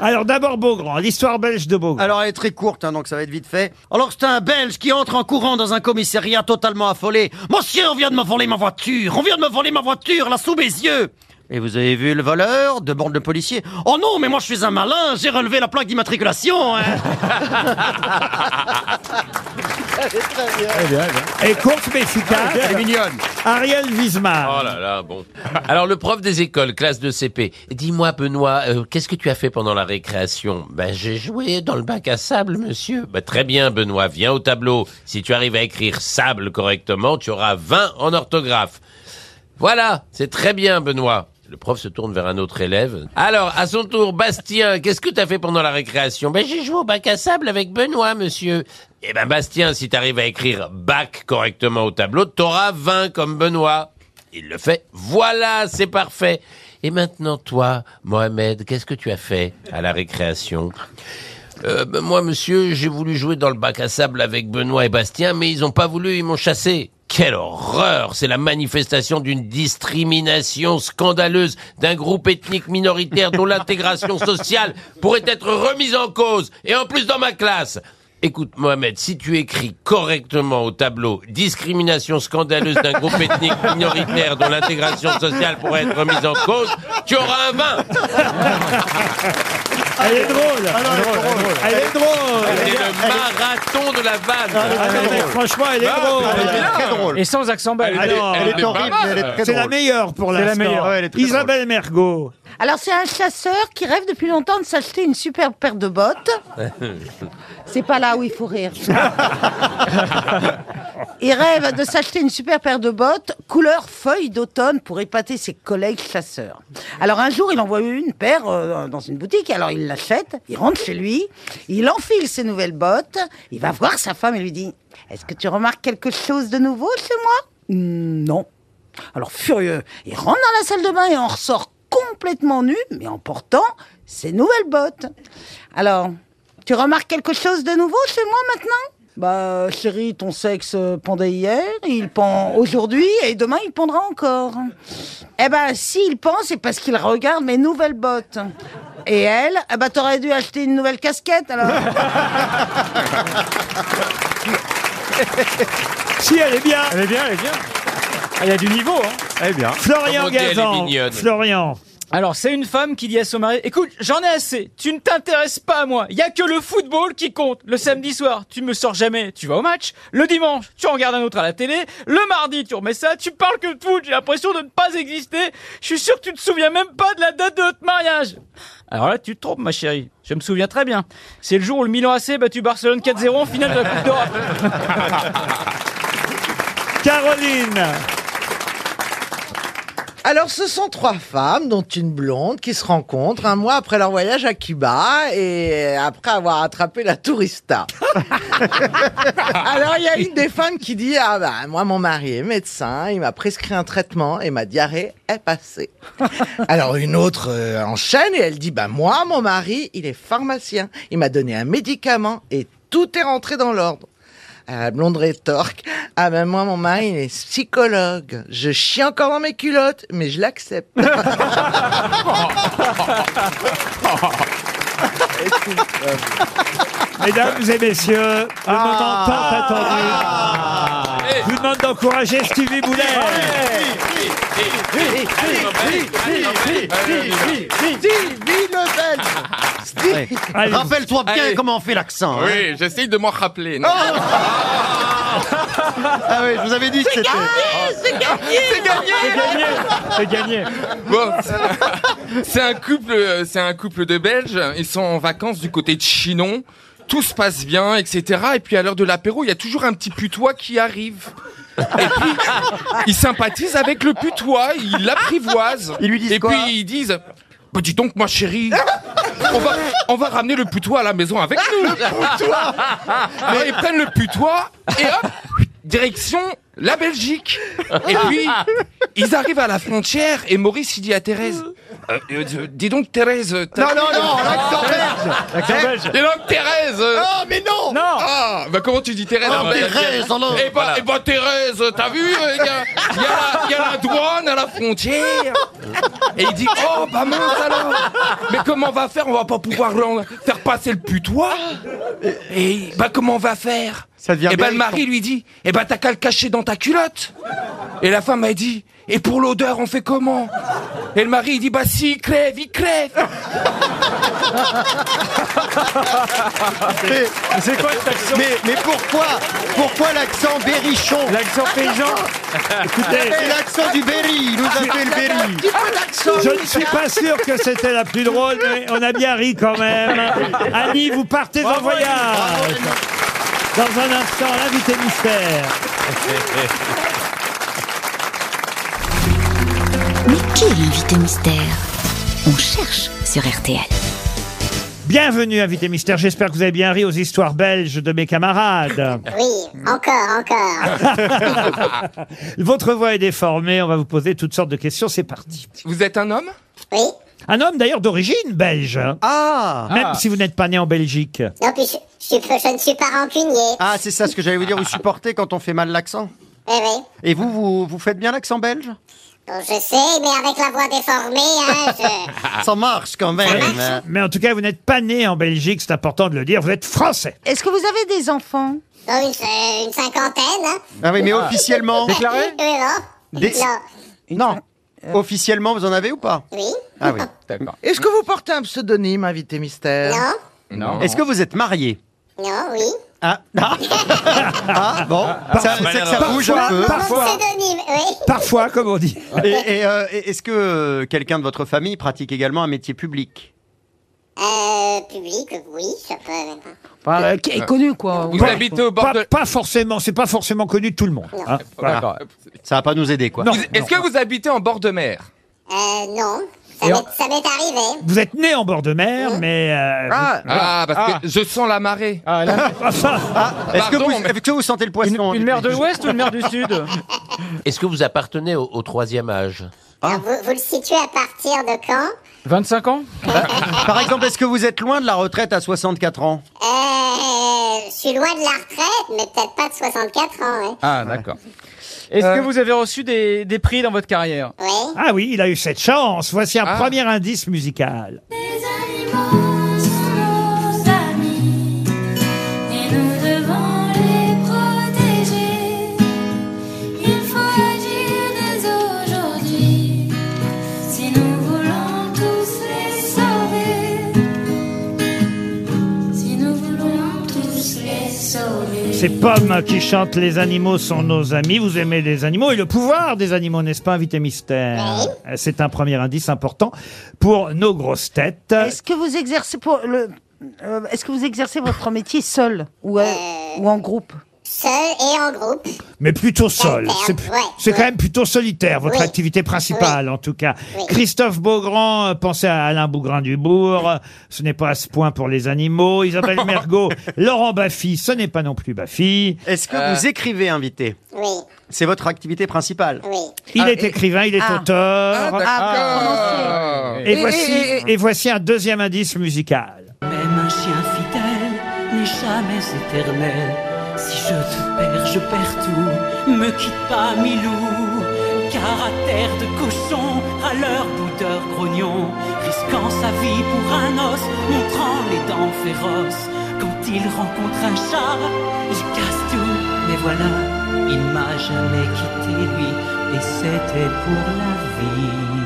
Speaker 2: Alors d'abord Beaugrand, l'histoire belge de Beaugrand.
Speaker 3: Alors elle est très courte, hein, donc ça va être vite fait. Alors c'est un Belge qui entre en courant dans un commissariat totalement affolé. Monsieur, on vient de me voler ma voiture, on vient de me voler ma voiture, là sous mes yeux. Et vous avez vu le voleur demande le policier. Oh non, mais moi je suis un malin, j'ai relevé la plaque d'immatriculation. hein.
Speaker 2: Et contre Mexica,
Speaker 7: Ah, Elle est mignonne.
Speaker 2: Ariel Wiesmann.
Speaker 4: Oh là là, bon. Alors le prof des écoles, classe de CP, dis-moi Benoît, euh, qu'est-ce que tu as fait pendant la récréation Ben j'ai joué dans le bac à sable, monsieur. Ben très bien Benoît, viens au tableau. Si tu arrives à écrire sable correctement, tu auras 20 en orthographe. Voilà, c'est très bien Benoît. Le prof se tourne vers un autre élève. Alors, à son tour, Bastien, qu'est-ce que t'as fait pendant la récréation Ben, j'ai joué au bac à sable avec Benoît, monsieur. Eh ben, Bastien, si t'arrives à écrire bac correctement au tableau, t'auras 20 comme Benoît. Il le fait. Voilà, c'est parfait. Et maintenant, toi, Mohamed, qu'est-ce que tu as fait à la récréation Euh, ben, moi, monsieur, j'ai voulu jouer dans le bac à sable avec Benoît et Bastien, mais ils n'ont pas voulu, ils m'ont chassé. Quelle horreur C'est la manifestation d'une discrimination scandaleuse d'un groupe ethnique minoritaire dont l'intégration sociale pourrait être remise en cause, et en plus dans ma classe. Écoute, Mohamed, si tu écris correctement au tableau discrimination scandaleuse d'un groupe ethnique minoritaire dont l'intégration sociale pourrait être remise en cause, tu auras un vin.
Speaker 2: Elle est drôle. Elle est drôle.
Speaker 4: C'est le marathon de la vanne.
Speaker 2: franchement, elle est drôle.
Speaker 10: Et sans accent belge.
Speaker 2: Ah non, elle est horrible, mais elle est très C'est la drôle. meilleure pour
Speaker 10: C'est la
Speaker 2: l'instant.
Speaker 10: meilleure.
Speaker 2: Ouais, elle est très Isabelle Mergot.
Speaker 8: Alors c'est un chasseur qui rêve depuis longtemps de s'acheter une superbe paire de bottes. C'est pas là où il faut rire. Il rêve de s'acheter une super paire de bottes couleur feuille d'automne pour épater ses collègues chasseurs. Alors un jour, il envoie une paire euh, dans une boutique, alors il l'achète, il rentre chez lui, il enfile ses nouvelles bottes, il va voir sa femme et lui dit « Est-ce que tu remarques quelque chose de nouveau chez moi Hmm, Non. Alors furieux, il rentre dans la salle de bain et en ressort complètement nu, mais en portant ses nouvelles bottes. Alors, tu remarques quelque chose de nouveau chez moi maintenant Bah chérie, ton sexe euh, pendait hier, il pend aujourd'hui et demain il pendra encore. Eh ben s'il pend, c'est parce qu'il regarde mes nouvelles bottes. Et elle, eh ben t'aurais dû acheter une nouvelle casquette alors.
Speaker 2: Si, elle est bien. Ah.
Speaker 10: Elle est bien, elle est bien. Elle a du niveau, hein. Elle est bien.
Speaker 2: Florian Gazan. Florian.
Speaker 10: Alors, c'est une femme qui dit à son mari Écoute, j'en ai assez, tu ne t'intéresses pas à moi, il n'y a que le football qui compte. Le samedi soir, tu ne me sors jamais, tu vas au match. Le dimanche, tu en regardes un autre à la télé. Le mardi, tu remets ça, tu parles que de foot, j'ai l'impression de ne pas exister. Je suis sûr que tu ne te souviens même pas de la date de notre mariage. Alors là, tu te trompes, ma chérie. Je me souviens très bien. C'est le jour où le Milan AC a battu Barcelone 4-0 en finale de la Coupe d'Europe.
Speaker 2: Caroline.
Speaker 5: Alors, ce sont trois femmes, dont une blonde, qui se rencontrent un mois après leur voyage à Cuba et après avoir attrapé la tourista. Alors, il y a une des femmes qui dit Ah, bah, moi, mon mari est médecin, il m'a prescrit un traitement et ma diarrhée est passée. Alors, une autre euh, enchaîne et elle dit Bah, moi, mon mari, il est pharmacien, il m'a donné un médicament et tout est rentré dans l'ordre. À la blonde rétorque Ah, ben moi, mon mari, il est psychologue. Je chie encore dans mes culottes, mais je l'accepte.
Speaker 2: euh, Mesdames et messieurs, le moment tant attendu. Je vous demande d'encourager Stevie Boulet.
Speaker 7: Ouais. Allez.
Speaker 3: Rappelle-toi bien
Speaker 7: Allez.
Speaker 3: comment on fait l'accent. hein. Oh.
Speaker 7: Oui, j'essaye de m'en rappeler. non
Speaker 3: Ah oui, je vous avais dit que c'était.
Speaker 6: C'est gagné C'est gagné
Speaker 10: C'est gagné
Speaker 7: Bon, c'est- c'est un couple, euh, c'est un couple de Belges. Ils sont en vacances du côté de Chinon. Tout se passe bien, etc. Et puis à l'heure de l'apéro, il y a toujours un petit putois qui arrive. Et puis ils sympathisent avec le putois, ils l'apprivoisent.
Speaker 3: Ils lui disent
Speaker 7: Et
Speaker 3: quoi
Speaker 7: puis ils disent. Bah dis donc, ma chérie, on va, on va ramener le putois à la maison avec nous.
Speaker 6: Le putois
Speaker 7: Alors, ils prennent le putois et hop, direction la Belgique. Et
Speaker 6: Ah.
Speaker 7: puis, ils arrivent à la frontière et Maurice, il dit à Thérèse Euh, euh, euh, Dis donc, Thérèse.
Speaker 6: Non, non, non, l'accent belge. L'accent belge.
Speaker 7: Dis donc, Thérèse euh,
Speaker 6: Ah, mais non
Speaker 10: Non
Speaker 7: Ah, bah comment tu dis Thérèse
Speaker 6: Oh,
Speaker 7: Ah, bah,
Speaker 6: Thérèse, alors.
Speaker 7: Eh bah,
Speaker 6: Voilà.
Speaker 7: eh bah, Thérèse, t'as vu Il y, a- y a la- y a la douane à la frontière. Et il dit Oh, bah mince alors Mais comment on va faire On va pas pouvoir l'en- faire passer le putois Et bah, comment on va faire
Speaker 3: Ça devient
Speaker 7: Et bah,
Speaker 3: bien,
Speaker 7: le mari lui dit Eh bah, t'as qu'à le cacher dans ta culotte Et la femme, elle dit Et pour l'odeur, on fait comment Et le mari, il dit Bah, si, il crève, il crève
Speaker 13: Mais,
Speaker 10: C'est quoi cet accent
Speaker 13: mais, mais pourquoi Pourquoi l'accent berrichon
Speaker 10: L'accent paysan
Speaker 13: C'est l'accent du Berry, il nous a
Speaker 10: Ah.
Speaker 13: fait le Berry.
Speaker 2: Je ne suis pas sûr que c'était la plus drôle, mais on a bien ri quand même. Annie, vous partez en voyage. Dans un instant, l'invité mystère.
Speaker 16: Mais qui Qui est l'invité mystère On cherche sur RTL.
Speaker 2: Bienvenue, invité mystère. J'espère que vous avez bien ri aux histoires belges de mes camarades.
Speaker 19: Oui, encore, encore.
Speaker 2: Votre voix est déformée. On va vous poser toutes sortes de questions. C'est parti.
Speaker 7: Vous êtes un homme
Speaker 19: Oui.
Speaker 2: Un homme d'ailleurs d'origine belge.
Speaker 3: Ah
Speaker 2: Même
Speaker 3: Ah.
Speaker 2: si vous n'êtes pas né en Belgique.
Speaker 19: non, puis je, je suis- je ne suis pas rancunier.
Speaker 3: Ah, c'est ça ce que j'allais vous dire, vous supportez quand on fait mal l'accent.
Speaker 19: Eh oui.
Speaker 3: Et vous, vous, vous faites bien l'accent belge
Speaker 19: Bon, je sais, mais avec la voix déformée, hein, je...
Speaker 3: Ça marche quand même. hein.
Speaker 2: Mais en tout cas, vous n'êtes pas né en Belgique. C'est important de le dire. Vous êtes français.
Speaker 8: Est-ce que vous avez des enfants
Speaker 19: Non, une, euh, une cinquantaine. hein.
Speaker 3: Ah oui, mais officiellement. Déclaré
Speaker 19: Oui, non.
Speaker 3: Des-
Speaker 19: Non.
Speaker 3: Non. Officiellement, vous en avez ou pas
Speaker 19: Oui.
Speaker 3: Ah oui. D'accord.
Speaker 5: Est-ce que vous portez un pseudonyme, invité mystère
Speaker 3: Non. Est-ce que vous êtes marié
Speaker 19: Non, oui.
Speaker 3: Ah, ah. Ah, bon. Ça, c'est que ça bouge un peu.
Speaker 19: Mon pseudonyme, oui.
Speaker 2: Parfois, comme on dit.
Speaker 3: Et, et, euh, et est-ce que euh, quelqu'un de votre famille pratique également un métier public
Speaker 19: Euh, public, oui, ça peut...
Speaker 18: euh, qui est connu, quoi.
Speaker 7: Euh, Vous habitez au bord
Speaker 2: pas,
Speaker 7: de-
Speaker 2: pas forcément. C'est pas forcément connu de tout le monde. hein.
Speaker 7: Oh,
Speaker 2: Voilà.
Speaker 3: Voilà. Ça va pas nous aider, quoi.
Speaker 2: Non.
Speaker 7: Vous- Est-ce que vous habitez en bord de mer
Speaker 19: Euh, non. Ça
Speaker 2: Et
Speaker 19: m'est
Speaker 2: en-
Speaker 19: ça m'est arrivé.
Speaker 2: Vous êtes né en bord de mer, mais. euh,
Speaker 7: Ah,
Speaker 2: vous- voilà.
Speaker 7: parce que je sens la marée.
Speaker 3: Ah, Est-ce que,
Speaker 7: Pardon,
Speaker 3: vous-
Speaker 7: mais-
Speaker 3: est-ce que vous sentez le poisson
Speaker 10: Une mer Ah, de l'Ouest ou une mer du Sud
Speaker 4: Est-ce que vous appartenez au, au troisième âge
Speaker 19: Ah. Alors, vous, vous le situez à partir de quand
Speaker 10: 25 ans
Speaker 3: Bah, Par exemple, est-ce que vous êtes loin de la retraite à 64 ans
Speaker 19: Euh, je suis loin de la retraite, mais peut-être pas de 64 ans, hein.
Speaker 7: Ah, d'accord.
Speaker 10: Est-ce que vous avez reçu des, des prix dans votre carrière
Speaker 19: Oui.
Speaker 2: Ah oui, il a eu cette chance. Voici un
Speaker 10: Ah.
Speaker 2: premier indice musical.
Speaker 6: Les animaux sont nos amis et nous devons les protéger. Il faut agir dès aujourd'hui si nous voulons tous les sauver. Si nous voulons tous les sauver.
Speaker 2: C'est Pomme qui chante Les animaux sont nos amis. Vous aimez les animaux et le pouvoir des animaux, n'est-ce pas, invité mystère C'est un premier indice important pour nos grosses têtes.
Speaker 3: Euh.
Speaker 8: Est-ce que vous exercez pour le euh, Est-ce que vous exercez votre métier seul ou, euh, ou en groupe
Speaker 19: Seul et en groupe.
Speaker 2: Mais plutôt seul. C'est
Speaker 19: ouais,
Speaker 2: c'est
Speaker 19: ouais.
Speaker 2: quand même plutôt solitaire, votre
Speaker 19: Oui.
Speaker 2: activité principale, en tout cas.
Speaker 19: Oui.
Speaker 2: Christophe Beaugrand, euh, pensez à Alain Bougrain-Dubourg. euh, Ce n'est pas à ce point pour les animaux. Isabelle Mergot, Laurent Baffy, ce n'est pas non plus Baffy.
Speaker 3: Est-ce que
Speaker 2: Euh.
Speaker 3: vous écrivez, invité
Speaker 19: Oui,
Speaker 3: C'est votre activité principale
Speaker 19: oui.
Speaker 2: Il est écrivain, il est
Speaker 8: Ah.
Speaker 2: auteur.
Speaker 8: Ah,
Speaker 2: et, voici, et voici un deuxième indice musical.
Speaker 20: Même un chien fidèle n'est jamais éternel. Si je te perds, je perds tout. Me quitte pas, Milou. Caractère de cochon, à leur boudeur grognon, risquant sa vie pour un os, montrant les dents féroces. Quand il rencontre un chat, il casse tout. Mais voilà, il m'a jamais quitté, lui, et c'était pour la vie.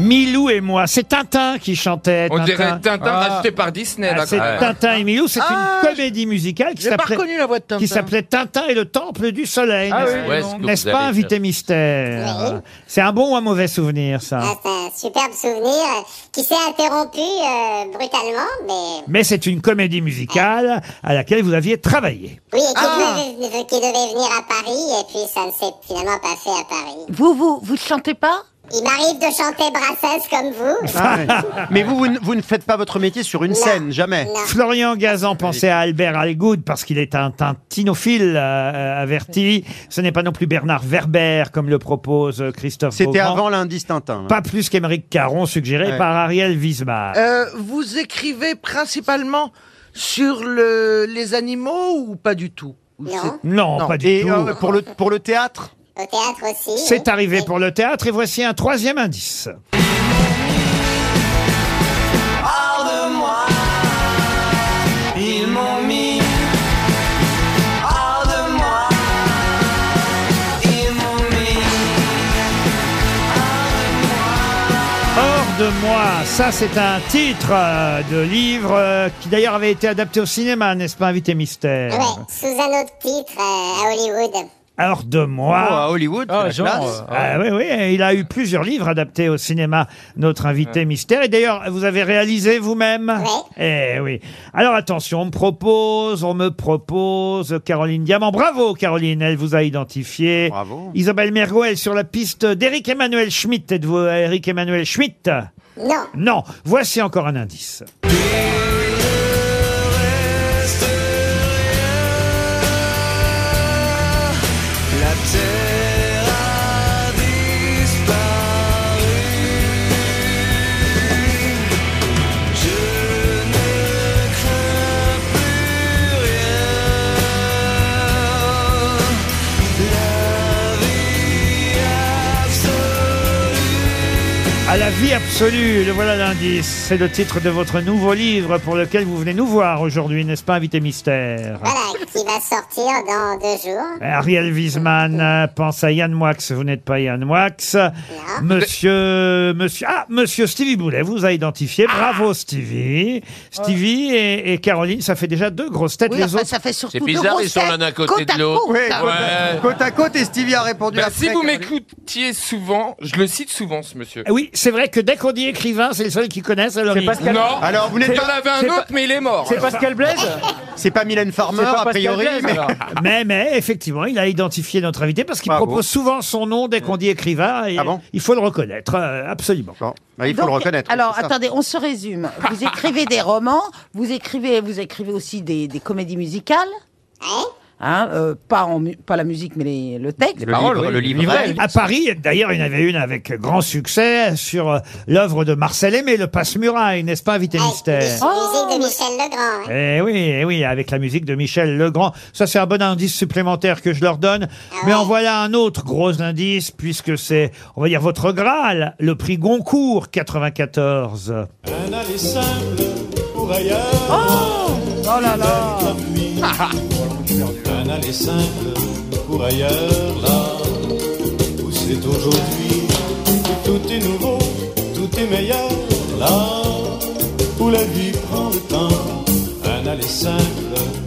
Speaker 2: Milou et moi, c'est Tintin qui chantait.
Speaker 7: On dirait Tintin
Speaker 2: Ah.
Speaker 7: acheté par Disney.
Speaker 2: Ah,
Speaker 7: d'accord.
Speaker 2: c'est
Speaker 7: bah, Ouais.
Speaker 2: Tintin et Milou, c'est
Speaker 5: Ah,
Speaker 2: une comédie musicale qui
Speaker 5: j'ai pas
Speaker 2: s'appelait
Speaker 5: reconnu la voix de Tintin.
Speaker 2: qui s'appelait Tintin et le Temple du Soleil.
Speaker 5: Ah
Speaker 2: n'est-ce-
Speaker 5: oui, Où est-ce que
Speaker 2: n'est-ce
Speaker 5: vous
Speaker 2: pas,
Speaker 5: allez
Speaker 2: invité
Speaker 5: chercher
Speaker 2: mystère C'est un bon ou un mauvais souvenir, ça
Speaker 19: Ah, c'est un superbe souvenir euh, qui s'est interrompu euh, brutalement, mais
Speaker 2: Mais c'est une comédie musicale à laquelle vous aviez travaillé.
Speaker 19: oui, et qui, devait, qui devait venir à Paris, et puis ça ne s'est finalement pas fait à Paris.
Speaker 8: Vous vous vous chantez pas
Speaker 19: Il m'arrive de chanter Brassens comme vous.
Speaker 3: Mais vous, vous, ne- vous ne faites pas votre métier sur une scène, jamais.
Speaker 2: Florian Gazan
Speaker 5: Ah,
Speaker 2: pensait à Albert Algood parce qu'il est un tintinophile euh, averti. Ce n'est pas non plus Bernard Werber comme le propose euh, Christophe
Speaker 3: C'était
Speaker 2: Beaugrand.
Speaker 3: avant l'indice Tintin.
Speaker 2: Pas plus qu'Émeric Caron suggéré
Speaker 3: Ouais.
Speaker 2: par Ariel Wiesbach.
Speaker 3: Ah.
Speaker 5: Euh, vous écrivez principalement sur le, les animaux ou pas du tout Ou c'est-
Speaker 2: Non, pas du
Speaker 3: Et,
Speaker 2: tout.
Speaker 3: euh, pour, le, pour le théâtre
Speaker 19: Au théâtre aussi.
Speaker 2: C'est arrivé pour le théâtre et voici un troisième indice.
Speaker 6: Hors de moi, ils m'ont mis. Hors de moi, ils m'ont
Speaker 2: Hors de moi, ça c'est un titre euh, de livre euh, qui d'ailleurs avait été adapté au cinéma, n'est-ce pas, invité mystère
Speaker 19: Ouais, sous un autre titre euh, à Hollywood.
Speaker 2: hors de moi.
Speaker 9: Oh, à Hollywood, c'est la classe.
Speaker 2: Ah, oui, oui, et il a eu plusieurs livres adaptés au cinéma, notre invité
Speaker 9: Ouais.
Speaker 2: mystère. Et d'ailleurs, vous avez réalisé vous-même Eh oui. Alors attention, on me propose, on me propose. Caroline Diamant, bravo Caroline, elle vous a identifié. Bravo. Isabelle Mergo, elle est sur la piste d'Éric Emmanuel Schmitt. Êtes-vous euh, Éric Emmanuel Schmitt
Speaker 19: Non.
Speaker 2: Non. Voici encore un indice.
Speaker 6: La terre a disparu. Je ne crains plus rien. La vie absolue.
Speaker 2: À la vie absolue, le voilà l'indice. C'est le titre de votre nouveau livre pour lequel vous venez nous voir aujourd'hui, n'est-ce pas, invité mystère
Speaker 4: Ah
Speaker 2: Euh,
Speaker 19: Voilà, qui va sortir dans deux jours.
Speaker 2: Ariel Wiesman euh, pense à Yann Moix, vous n'êtes pas Yann Moix. Monsieur, monsieur, ah, monsieur Stevie Boulet vous a identifié.
Speaker 4: Ah.
Speaker 2: Bravo Stevie. Stevie et, et Caroline, ça fait déjà deux grosses têtes
Speaker 4: Oui,
Speaker 2: les
Speaker 4: enfin,
Speaker 2: autres.
Speaker 4: ça fait surtout C'est deux bizarre, grosses ils sont l'un à têtes, côté côte de à l'autre. côte.
Speaker 2: Oui,
Speaker 4: Ah,
Speaker 2: côte à-
Speaker 4: ouais. Bah,
Speaker 3: Côte à côte, et Stevie a répondu
Speaker 7: Ben,
Speaker 3: après,
Speaker 7: si vous
Speaker 3: Caroline.
Speaker 7: m'écoutiez souvent, je le cite souvent ce monsieur.
Speaker 2: Ah Oui, c'est vrai que dès qu'on dit écrivain, c'est le seul qui connaissent. Alors
Speaker 7: C'est
Speaker 2: ils-
Speaker 7: Pascal- Non. Alors, vous n'êtes Il y en pas- avait un c'est autre, pas- mais il est mort. Ah, c'est Pascal Blaise
Speaker 3: C'est pas Mylène Farmer,
Speaker 2: C'est pas
Speaker 3: a
Speaker 2: Pascal
Speaker 3: priori.
Speaker 2: Blaise,
Speaker 3: mais-
Speaker 2: alors. mais, mais effectivement, il a identifié notre invité parce qu'il propose souvent son nom dès qu'on dit écrivain.
Speaker 7: Ah
Speaker 2: Et Il faut le reconnaître, euh, absolument.
Speaker 7: bah,
Speaker 3: il
Speaker 8: Donc, Alors, attendez, on se résume. Vous écrivez des romans, vous écrivez, vous écrivez aussi des, des comédies musicales. Hein, euh, pas, en mu- pas la musique, mais les- le texte.
Speaker 2: À Paris, d'ailleurs, il y en avait une avec grand succès sur euh, l'œuvre de Marcel Aimé, Le Passe-Muraille, n'est-ce pas,
Speaker 8: Ah,
Speaker 2: Invité
Speaker 8: Oh.
Speaker 2: Mystère
Speaker 19: Musique de Michel Legrand. hein.
Speaker 2: Eh oui, eh oui, avec la musique de Michel Legrand. Ça, c'est un bon indice supplémentaire que je leur donne. Mais en voilà un autre gros indice, puisque c'est, on va dire, votre Graal, le prix Goncourt 94.
Speaker 6: Un aller simple pour ailleurs. Oh, là là. Un aller simple pour ailleurs là. Où c'est aujourd'hui que tout est nouveau, tout est meilleur là. Où la vie prend le temps. Un aller simple.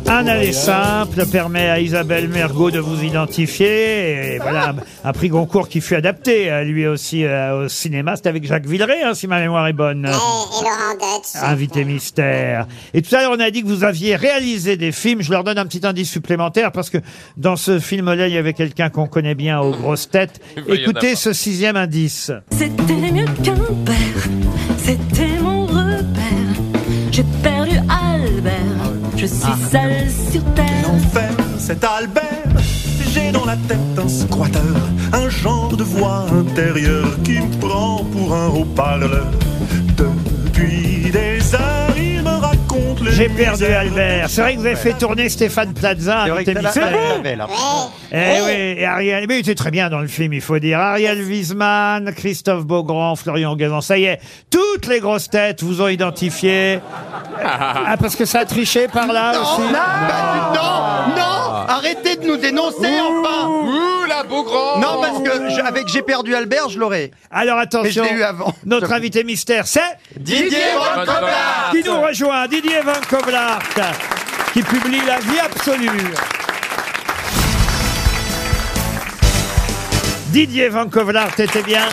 Speaker 2: Un aller simple permet à Isabelle Mergot de vous identifier. Et voilà, un- un prix Goncourt qui fut adapté, euh, lui aussi, euh, au cinéma. C'était avec Jacques Villeray, hein, si ma mémoire est bonne.
Speaker 19: Et Laurent Deutsch.
Speaker 2: Invité mystère. Et tout à l'heure, on a dit que vous aviez réalisé des films. Je leur donne un petit indice supplémentaire parce que dans ce film-là, il y avait quelqu'un qu'on connaît bien aux grosses têtes.
Speaker 6: Il y en a
Speaker 2: Écoutez
Speaker 6: pas.
Speaker 2: ce sixième indice.
Speaker 6: C'était mieux qu'un père, c'était mon repère. J'ai perdu Albert, je suis seul sur terre. L'enfer, c'est Albert. J'ai dans la tête un squatteur, un genre de voix intérieure qui me prend pour un haut-parleur. Depuis des heures, il me raconte les
Speaker 2: J'ai perdu Albert. C'est vrai que vous avez fait tourner Stéphane Plaza.
Speaker 3: C'est vrai
Speaker 2: invité
Speaker 3: que t'as-
Speaker 2: mystère.
Speaker 3: t'as- t'avais, là.
Speaker 2: Eh oui, et Ariel, mais il était très bien dans le film, il faut dire. Ariel Wiesman, Christophe Beaugrand, Florian Gazan, ça y est, toutes les grosses têtes vous ont identifié. Ah, parce que ça a triché par là aussi.
Speaker 3: Non, non, arrêtez de nous dénoncer enfin. Ouh la Beaugrand. Non parce que je-
Speaker 2: Ah,
Speaker 3: Ah, avec j'ai perdu Albert, je l'aurais.
Speaker 2: Alors attention,
Speaker 3: Mais je l'ai eu avant.
Speaker 2: notre invité mystère, c'est
Speaker 3: Didier Van Coblart.
Speaker 2: qui nous rejoint, Didier Van Coblart, qui publie La vie absolue. Didier Van Coblart était bien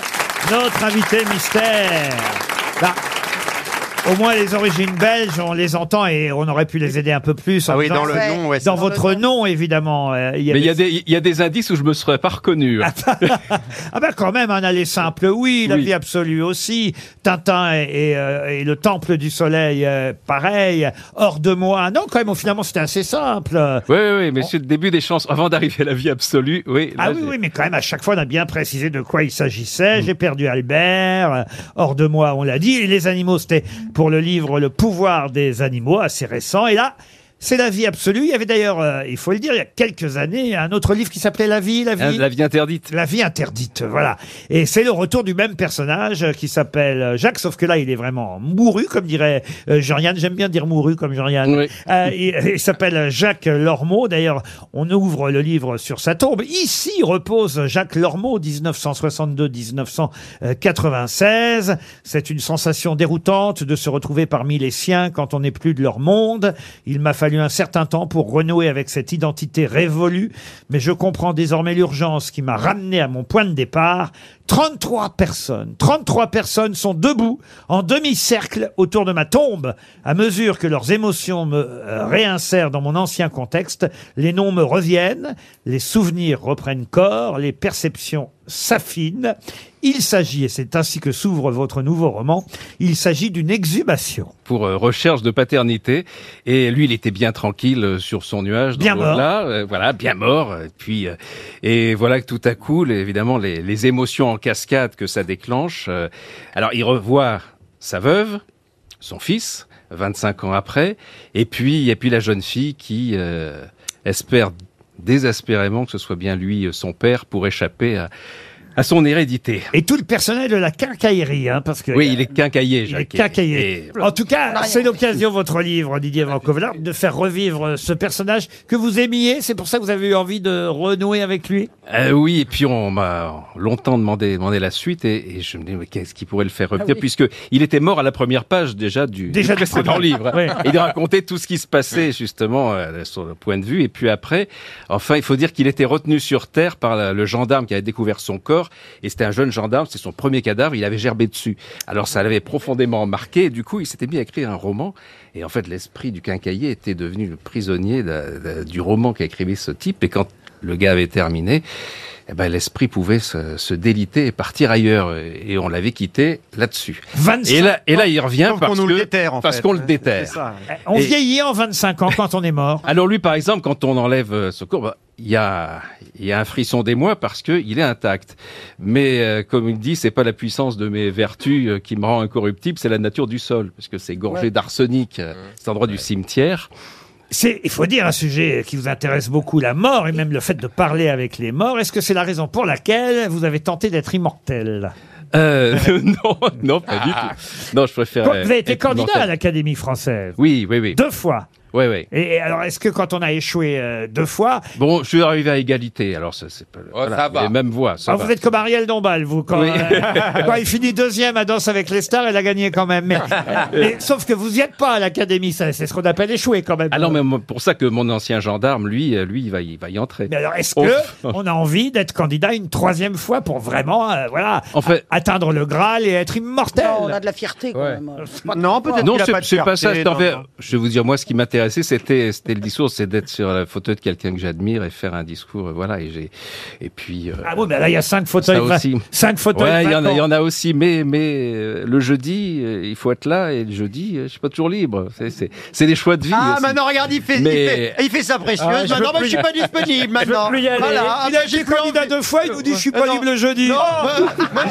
Speaker 2: notre invité mystère. Bah, au moins les origines belges, on les entend et on aurait pu les aider un peu plus. en
Speaker 3: Ah oui,
Speaker 2: disant-
Speaker 3: dans le Ouais. nom, ouais, c'est
Speaker 2: dans
Speaker 3: dans
Speaker 2: votre nom, évidemment. euh, il y
Speaker 21: Mais
Speaker 2: avait-
Speaker 21: il y, a des- il y a des indices où je me serais pas reconnu. hein.
Speaker 2: Ah ben quand même, un aller simple, oui, la
Speaker 21: Oui.
Speaker 2: vie absolue aussi, Tintin et, et, euh, et le Temple du Soleil, euh, pareil, hors de moi. Non, quand même, finalement, c'était assez simple.
Speaker 21: Oui, oui, oui, mais c'est le début des chances. Avant d'arriver à la vie absolue, oui. là,
Speaker 2: Ah oui,
Speaker 21: j'ai- Mm.
Speaker 2: oui, mais quand même, à chaque fois, on a bien précisé de quoi il s'agissait. J'ai perdu Albert, euh, hors de moi, on l'a dit. Et les animaux, c'était pour le livre Le pouvoir des animaux, assez récent. Et là, c'est la vie absolue. Il y avait d'ailleurs, euh, il faut le dire, il y a quelques années, un autre livre qui s'appelait La vie, la vie.
Speaker 21: Ah, La vie interdite.
Speaker 2: La vie interdite, voilà. Et c'est le retour du même personnage euh, qui s'appelle euh, Jacques, sauf que là, il est vraiment mouru, comme dirait euh, Jean-Yann. J'aime bien dire mouru comme Jean-Yann. Euh, il il s'appelle Jacques Lormeau. D'ailleurs, on ouvre le livre sur sa tombe. Ici repose Jacques Lormeau, 1962-1996. C'est une sensation déroutante de se retrouver parmi les siens quand on n'est plus de leur monde. Il m'a fallu fallu un certain temps pour renouer avec cette identité révolue, mais je comprends désormais l'urgence qui m'a ramené à mon point de départ. 33 personnes, 33 personnes sont debout en demi-cercle autour de ma tombe. À mesure que leurs émotions me euh, réinsèrent dans mon ancien contexte, les noms me reviennent, les souvenirs reprennent corps, les perceptions s'affinent. Il s'agit, et c'est ainsi que s'ouvre votre nouveau roman, il s'agit d'une exhumation.
Speaker 21: pour euh, recherche de paternité. Et lui, il était bien tranquille euh, sur son nuage. Dans
Speaker 2: Bien mort.
Speaker 21: Là, voilà, bien mort. euh, Puis, euh, et voilà que tout à coup, les- évidemment, les, les émotions en cascade que ça déclenche. euh, alors, il revoit sa veuve, son fils, 25 ans après, et puis, et puis la jeune fille qui euh, espère désespérément que ce soit bien lui, euh, son père, pour échapper à, à son hérédité.
Speaker 2: Et tout le personnel de la quincaillerie, hein, parce que...
Speaker 21: Oui, il est quincaillé,
Speaker 2: Il est
Speaker 21: Jacques.
Speaker 2: quincaillé. En tout cas, c'est l'occasion, votre livre, Didier Van Cauvelar, de faire revivre euh, ce personnage que vous aimiez. C'est pour ça que vous avez eu envie de renouer avec lui.
Speaker 21: Euh, oui, et puis on m'a longtemps demandé, demandé la suite et, et je me dis mais qu'est-ce qui pourrait le faire revenir
Speaker 2: Ah oui.
Speaker 21: puisque il était mort à la première page déjà du,
Speaker 2: Déjà
Speaker 21: du
Speaker 2: du
Speaker 21: précédent
Speaker 2: premier.
Speaker 21: livre.
Speaker 2: Ouais.
Speaker 21: Et il racontait tout ce qui se passait justement euh, sur le point de vue et puis après, enfin il faut dire qu'il était retenu sur terre par la- le gendarme qui avait découvert son corps et c'était un jeune gendarme, c'était son premier cadavre, il avait gerbé dessus. Alors ça l'avait profondément marqué et du coup il s'était mis à écrire un roman et en fait l'esprit du quincaillier était devenu le prisonnier de- de- du roman qu'écrivait ce type et quand le gars avait terminé, eh ben, l'esprit pouvait se, se déliter et partir ailleurs. Et et on l'avait quitté là-dessus.
Speaker 2: 25
Speaker 21: Et là, et là, il
Speaker 2: ans.
Speaker 21: revient
Speaker 2: Pour qu'on
Speaker 21: parce
Speaker 2: nous le
Speaker 21: que-
Speaker 2: déterre, en
Speaker 21: parce
Speaker 2: fait. hein,
Speaker 21: qu'on le
Speaker 2: C'est
Speaker 21: déterre.
Speaker 2: Eh, On
Speaker 21: Et-
Speaker 2: vieillit en 25 ans quand on est mort.
Speaker 21: Alors lui, par exemple, quand on enlève euh, ce cours, bah, il y a, il y a un frisson des mois parce que il est intact. Mais euh, comme il dit, c'est pas la puissance de mes vertus euh, qui me rend incorruptible, c'est la nature du sol, parce que c'est gorgé
Speaker 2: Ouais. Mmh.
Speaker 21: d'arsenic, euh, cet endroit du cimetière.
Speaker 2: C'est, il faut dire, un sujet qui vous intéresse beaucoup, la mort et même le fait de parler avec les morts. Est-ce que c'est la raison pour laquelle vous avez tenté d'être immortel
Speaker 21: Euh, non, non, pas du tout. Non, je préfère.
Speaker 2: Ah. Quand Vous avez été
Speaker 21: être
Speaker 2: candidat
Speaker 21: immortel.
Speaker 2: à l'Académie française.
Speaker 21: Oui, oui, oui.
Speaker 2: Deux fois.
Speaker 21: Oui, oui.
Speaker 2: Et et alors, est-ce que quand on a échoué euh, deux fois, Oh,
Speaker 21: Bon, je suis arrivé à égalité, alors ça, c'est pas.
Speaker 2: ça va.
Speaker 21: Les mêmes voix, ça
Speaker 2: Ah,
Speaker 21: va.
Speaker 2: vous êtes comme Ariel Dombal, vous. Quand,
Speaker 21: Oui.
Speaker 2: euh, quand il finit deuxième à Danse avec les stars, elle a gagné quand même. Mais, mais sauf que vous n'y êtes pas à l'académie, ça, c'est ce qu'on appelle échouer quand même.
Speaker 21: Ah non, mais moi, pour ça que mon ancien gendarme, lui, euh, lui, il va y, il va y entrer.
Speaker 2: Mais alors, est-ce
Speaker 21: Oh.
Speaker 2: que on a envie d'être candidat une troisième fois pour vraiment, euh, voilà, a- atteindre le Graal et être immortel On a de la fierté quand même.
Speaker 9: Non, peut-être
Speaker 21: Non,
Speaker 9: qu'il a
Speaker 21: c'est
Speaker 9: pas de
Speaker 21: c'est pas ça.
Speaker 9: fierté,
Speaker 21: c'est en
Speaker 9: non,
Speaker 21: fait-
Speaker 9: non.
Speaker 21: je vais vous dire, moi, ce qui m'intéressait, c'était c'était le discours, c'est d'être sur la fauteuil de quelqu'un que j'admire et faire un discours, euh, voilà. Et j'ai et puis. euh,
Speaker 2: Ah oui, mais là, il y a cinq fauteuils
Speaker 21: ça
Speaker 2: va-
Speaker 21: aussi.
Speaker 2: cinq fauteuils
Speaker 21: Ouais, il y en a,
Speaker 2: vacants.
Speaker 21: il y en a aussi, mais mais euh, le jeudi, euh, il faut être là et le jeudi, euh, je suis pas toujours libre. C'est- C'est c'est des choix de vie.
Speaker 3: Ah,
Speaker 21: aussi.
Speaker 3: maintenant, regarde, il fait,
Speaker 21: Mais-
Speaker 3: il fait, il fait sa précieuse.
Speaker 21: Ah, je
Speaker 3: maintenant, moi,
Speaker 21: veux plus
Speaker 3: je suis
Speaker 21: y-
Speaker 3: pas disponible
Speaker 21: Je veux
Speaker 3: maintenant.
Speaker 21: plus Euh, y aller.
Speaker 3: Voilà.
Speaker 2: Il a été candidat deux fois, il nous dit je suis pas libre le jeudi.
Speaker 3: Moi,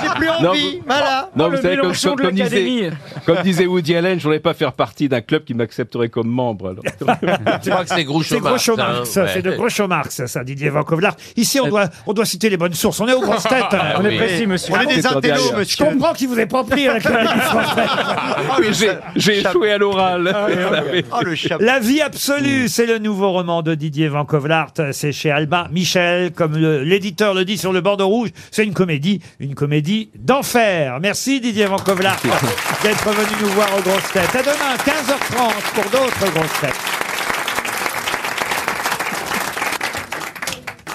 Speaker 3: j'ai plus
Speaker 21: Ah, Non,
Speaker 3: envie.
Speaker 21: vous-
Speaker 3: Voilà.
Speaker 2: Oh,
Speaker 21: Non, vous savez, comme, comme- comme disait, comme disait Woody Allen, je voulais pas faire partie d'un club qui m'accepterait comme membre. alors.
Speaker 4: Je crois que c'est Groucho
Speaker 2: C'est Groucho
Speaker 4: Marx, hein,
Speaker 2: Marx, ça,
Speaker 4: ouais.
Speaker 2: c'est de Groucho Marx, ça, Didier Van Cauvelar. Ici, on doit, on doit citer les bonnes sources. On est aux grosses têtes.
Speaker 21: Euh, Ah,
Speaker 2: hein.
Speaker 21: On est oui. précis, monsieur. On est des intellos,
Speaker 2: Je
Speaker 21: monsieur.
Speaker 2: comprends qu'il vous ait pas pris à la Comédie Française.
Speaker 21: Ah oui, j'ai- j'ai échoué à l'oral. Ah, le chapeau.
Speaker 2: La vie absolue, c'est le nouveau roman de Didier Van Cauvelar. C'est chez Albin Michel, comme le- l'éditeur le dit sur le bandeau rouge. C'est une comédie, une comédie d'enfer. Merci Didier Van Cauvelar d'être venu nous voir aux grosses têtes. À demain, 15h30 pour d'autres grosses têtes.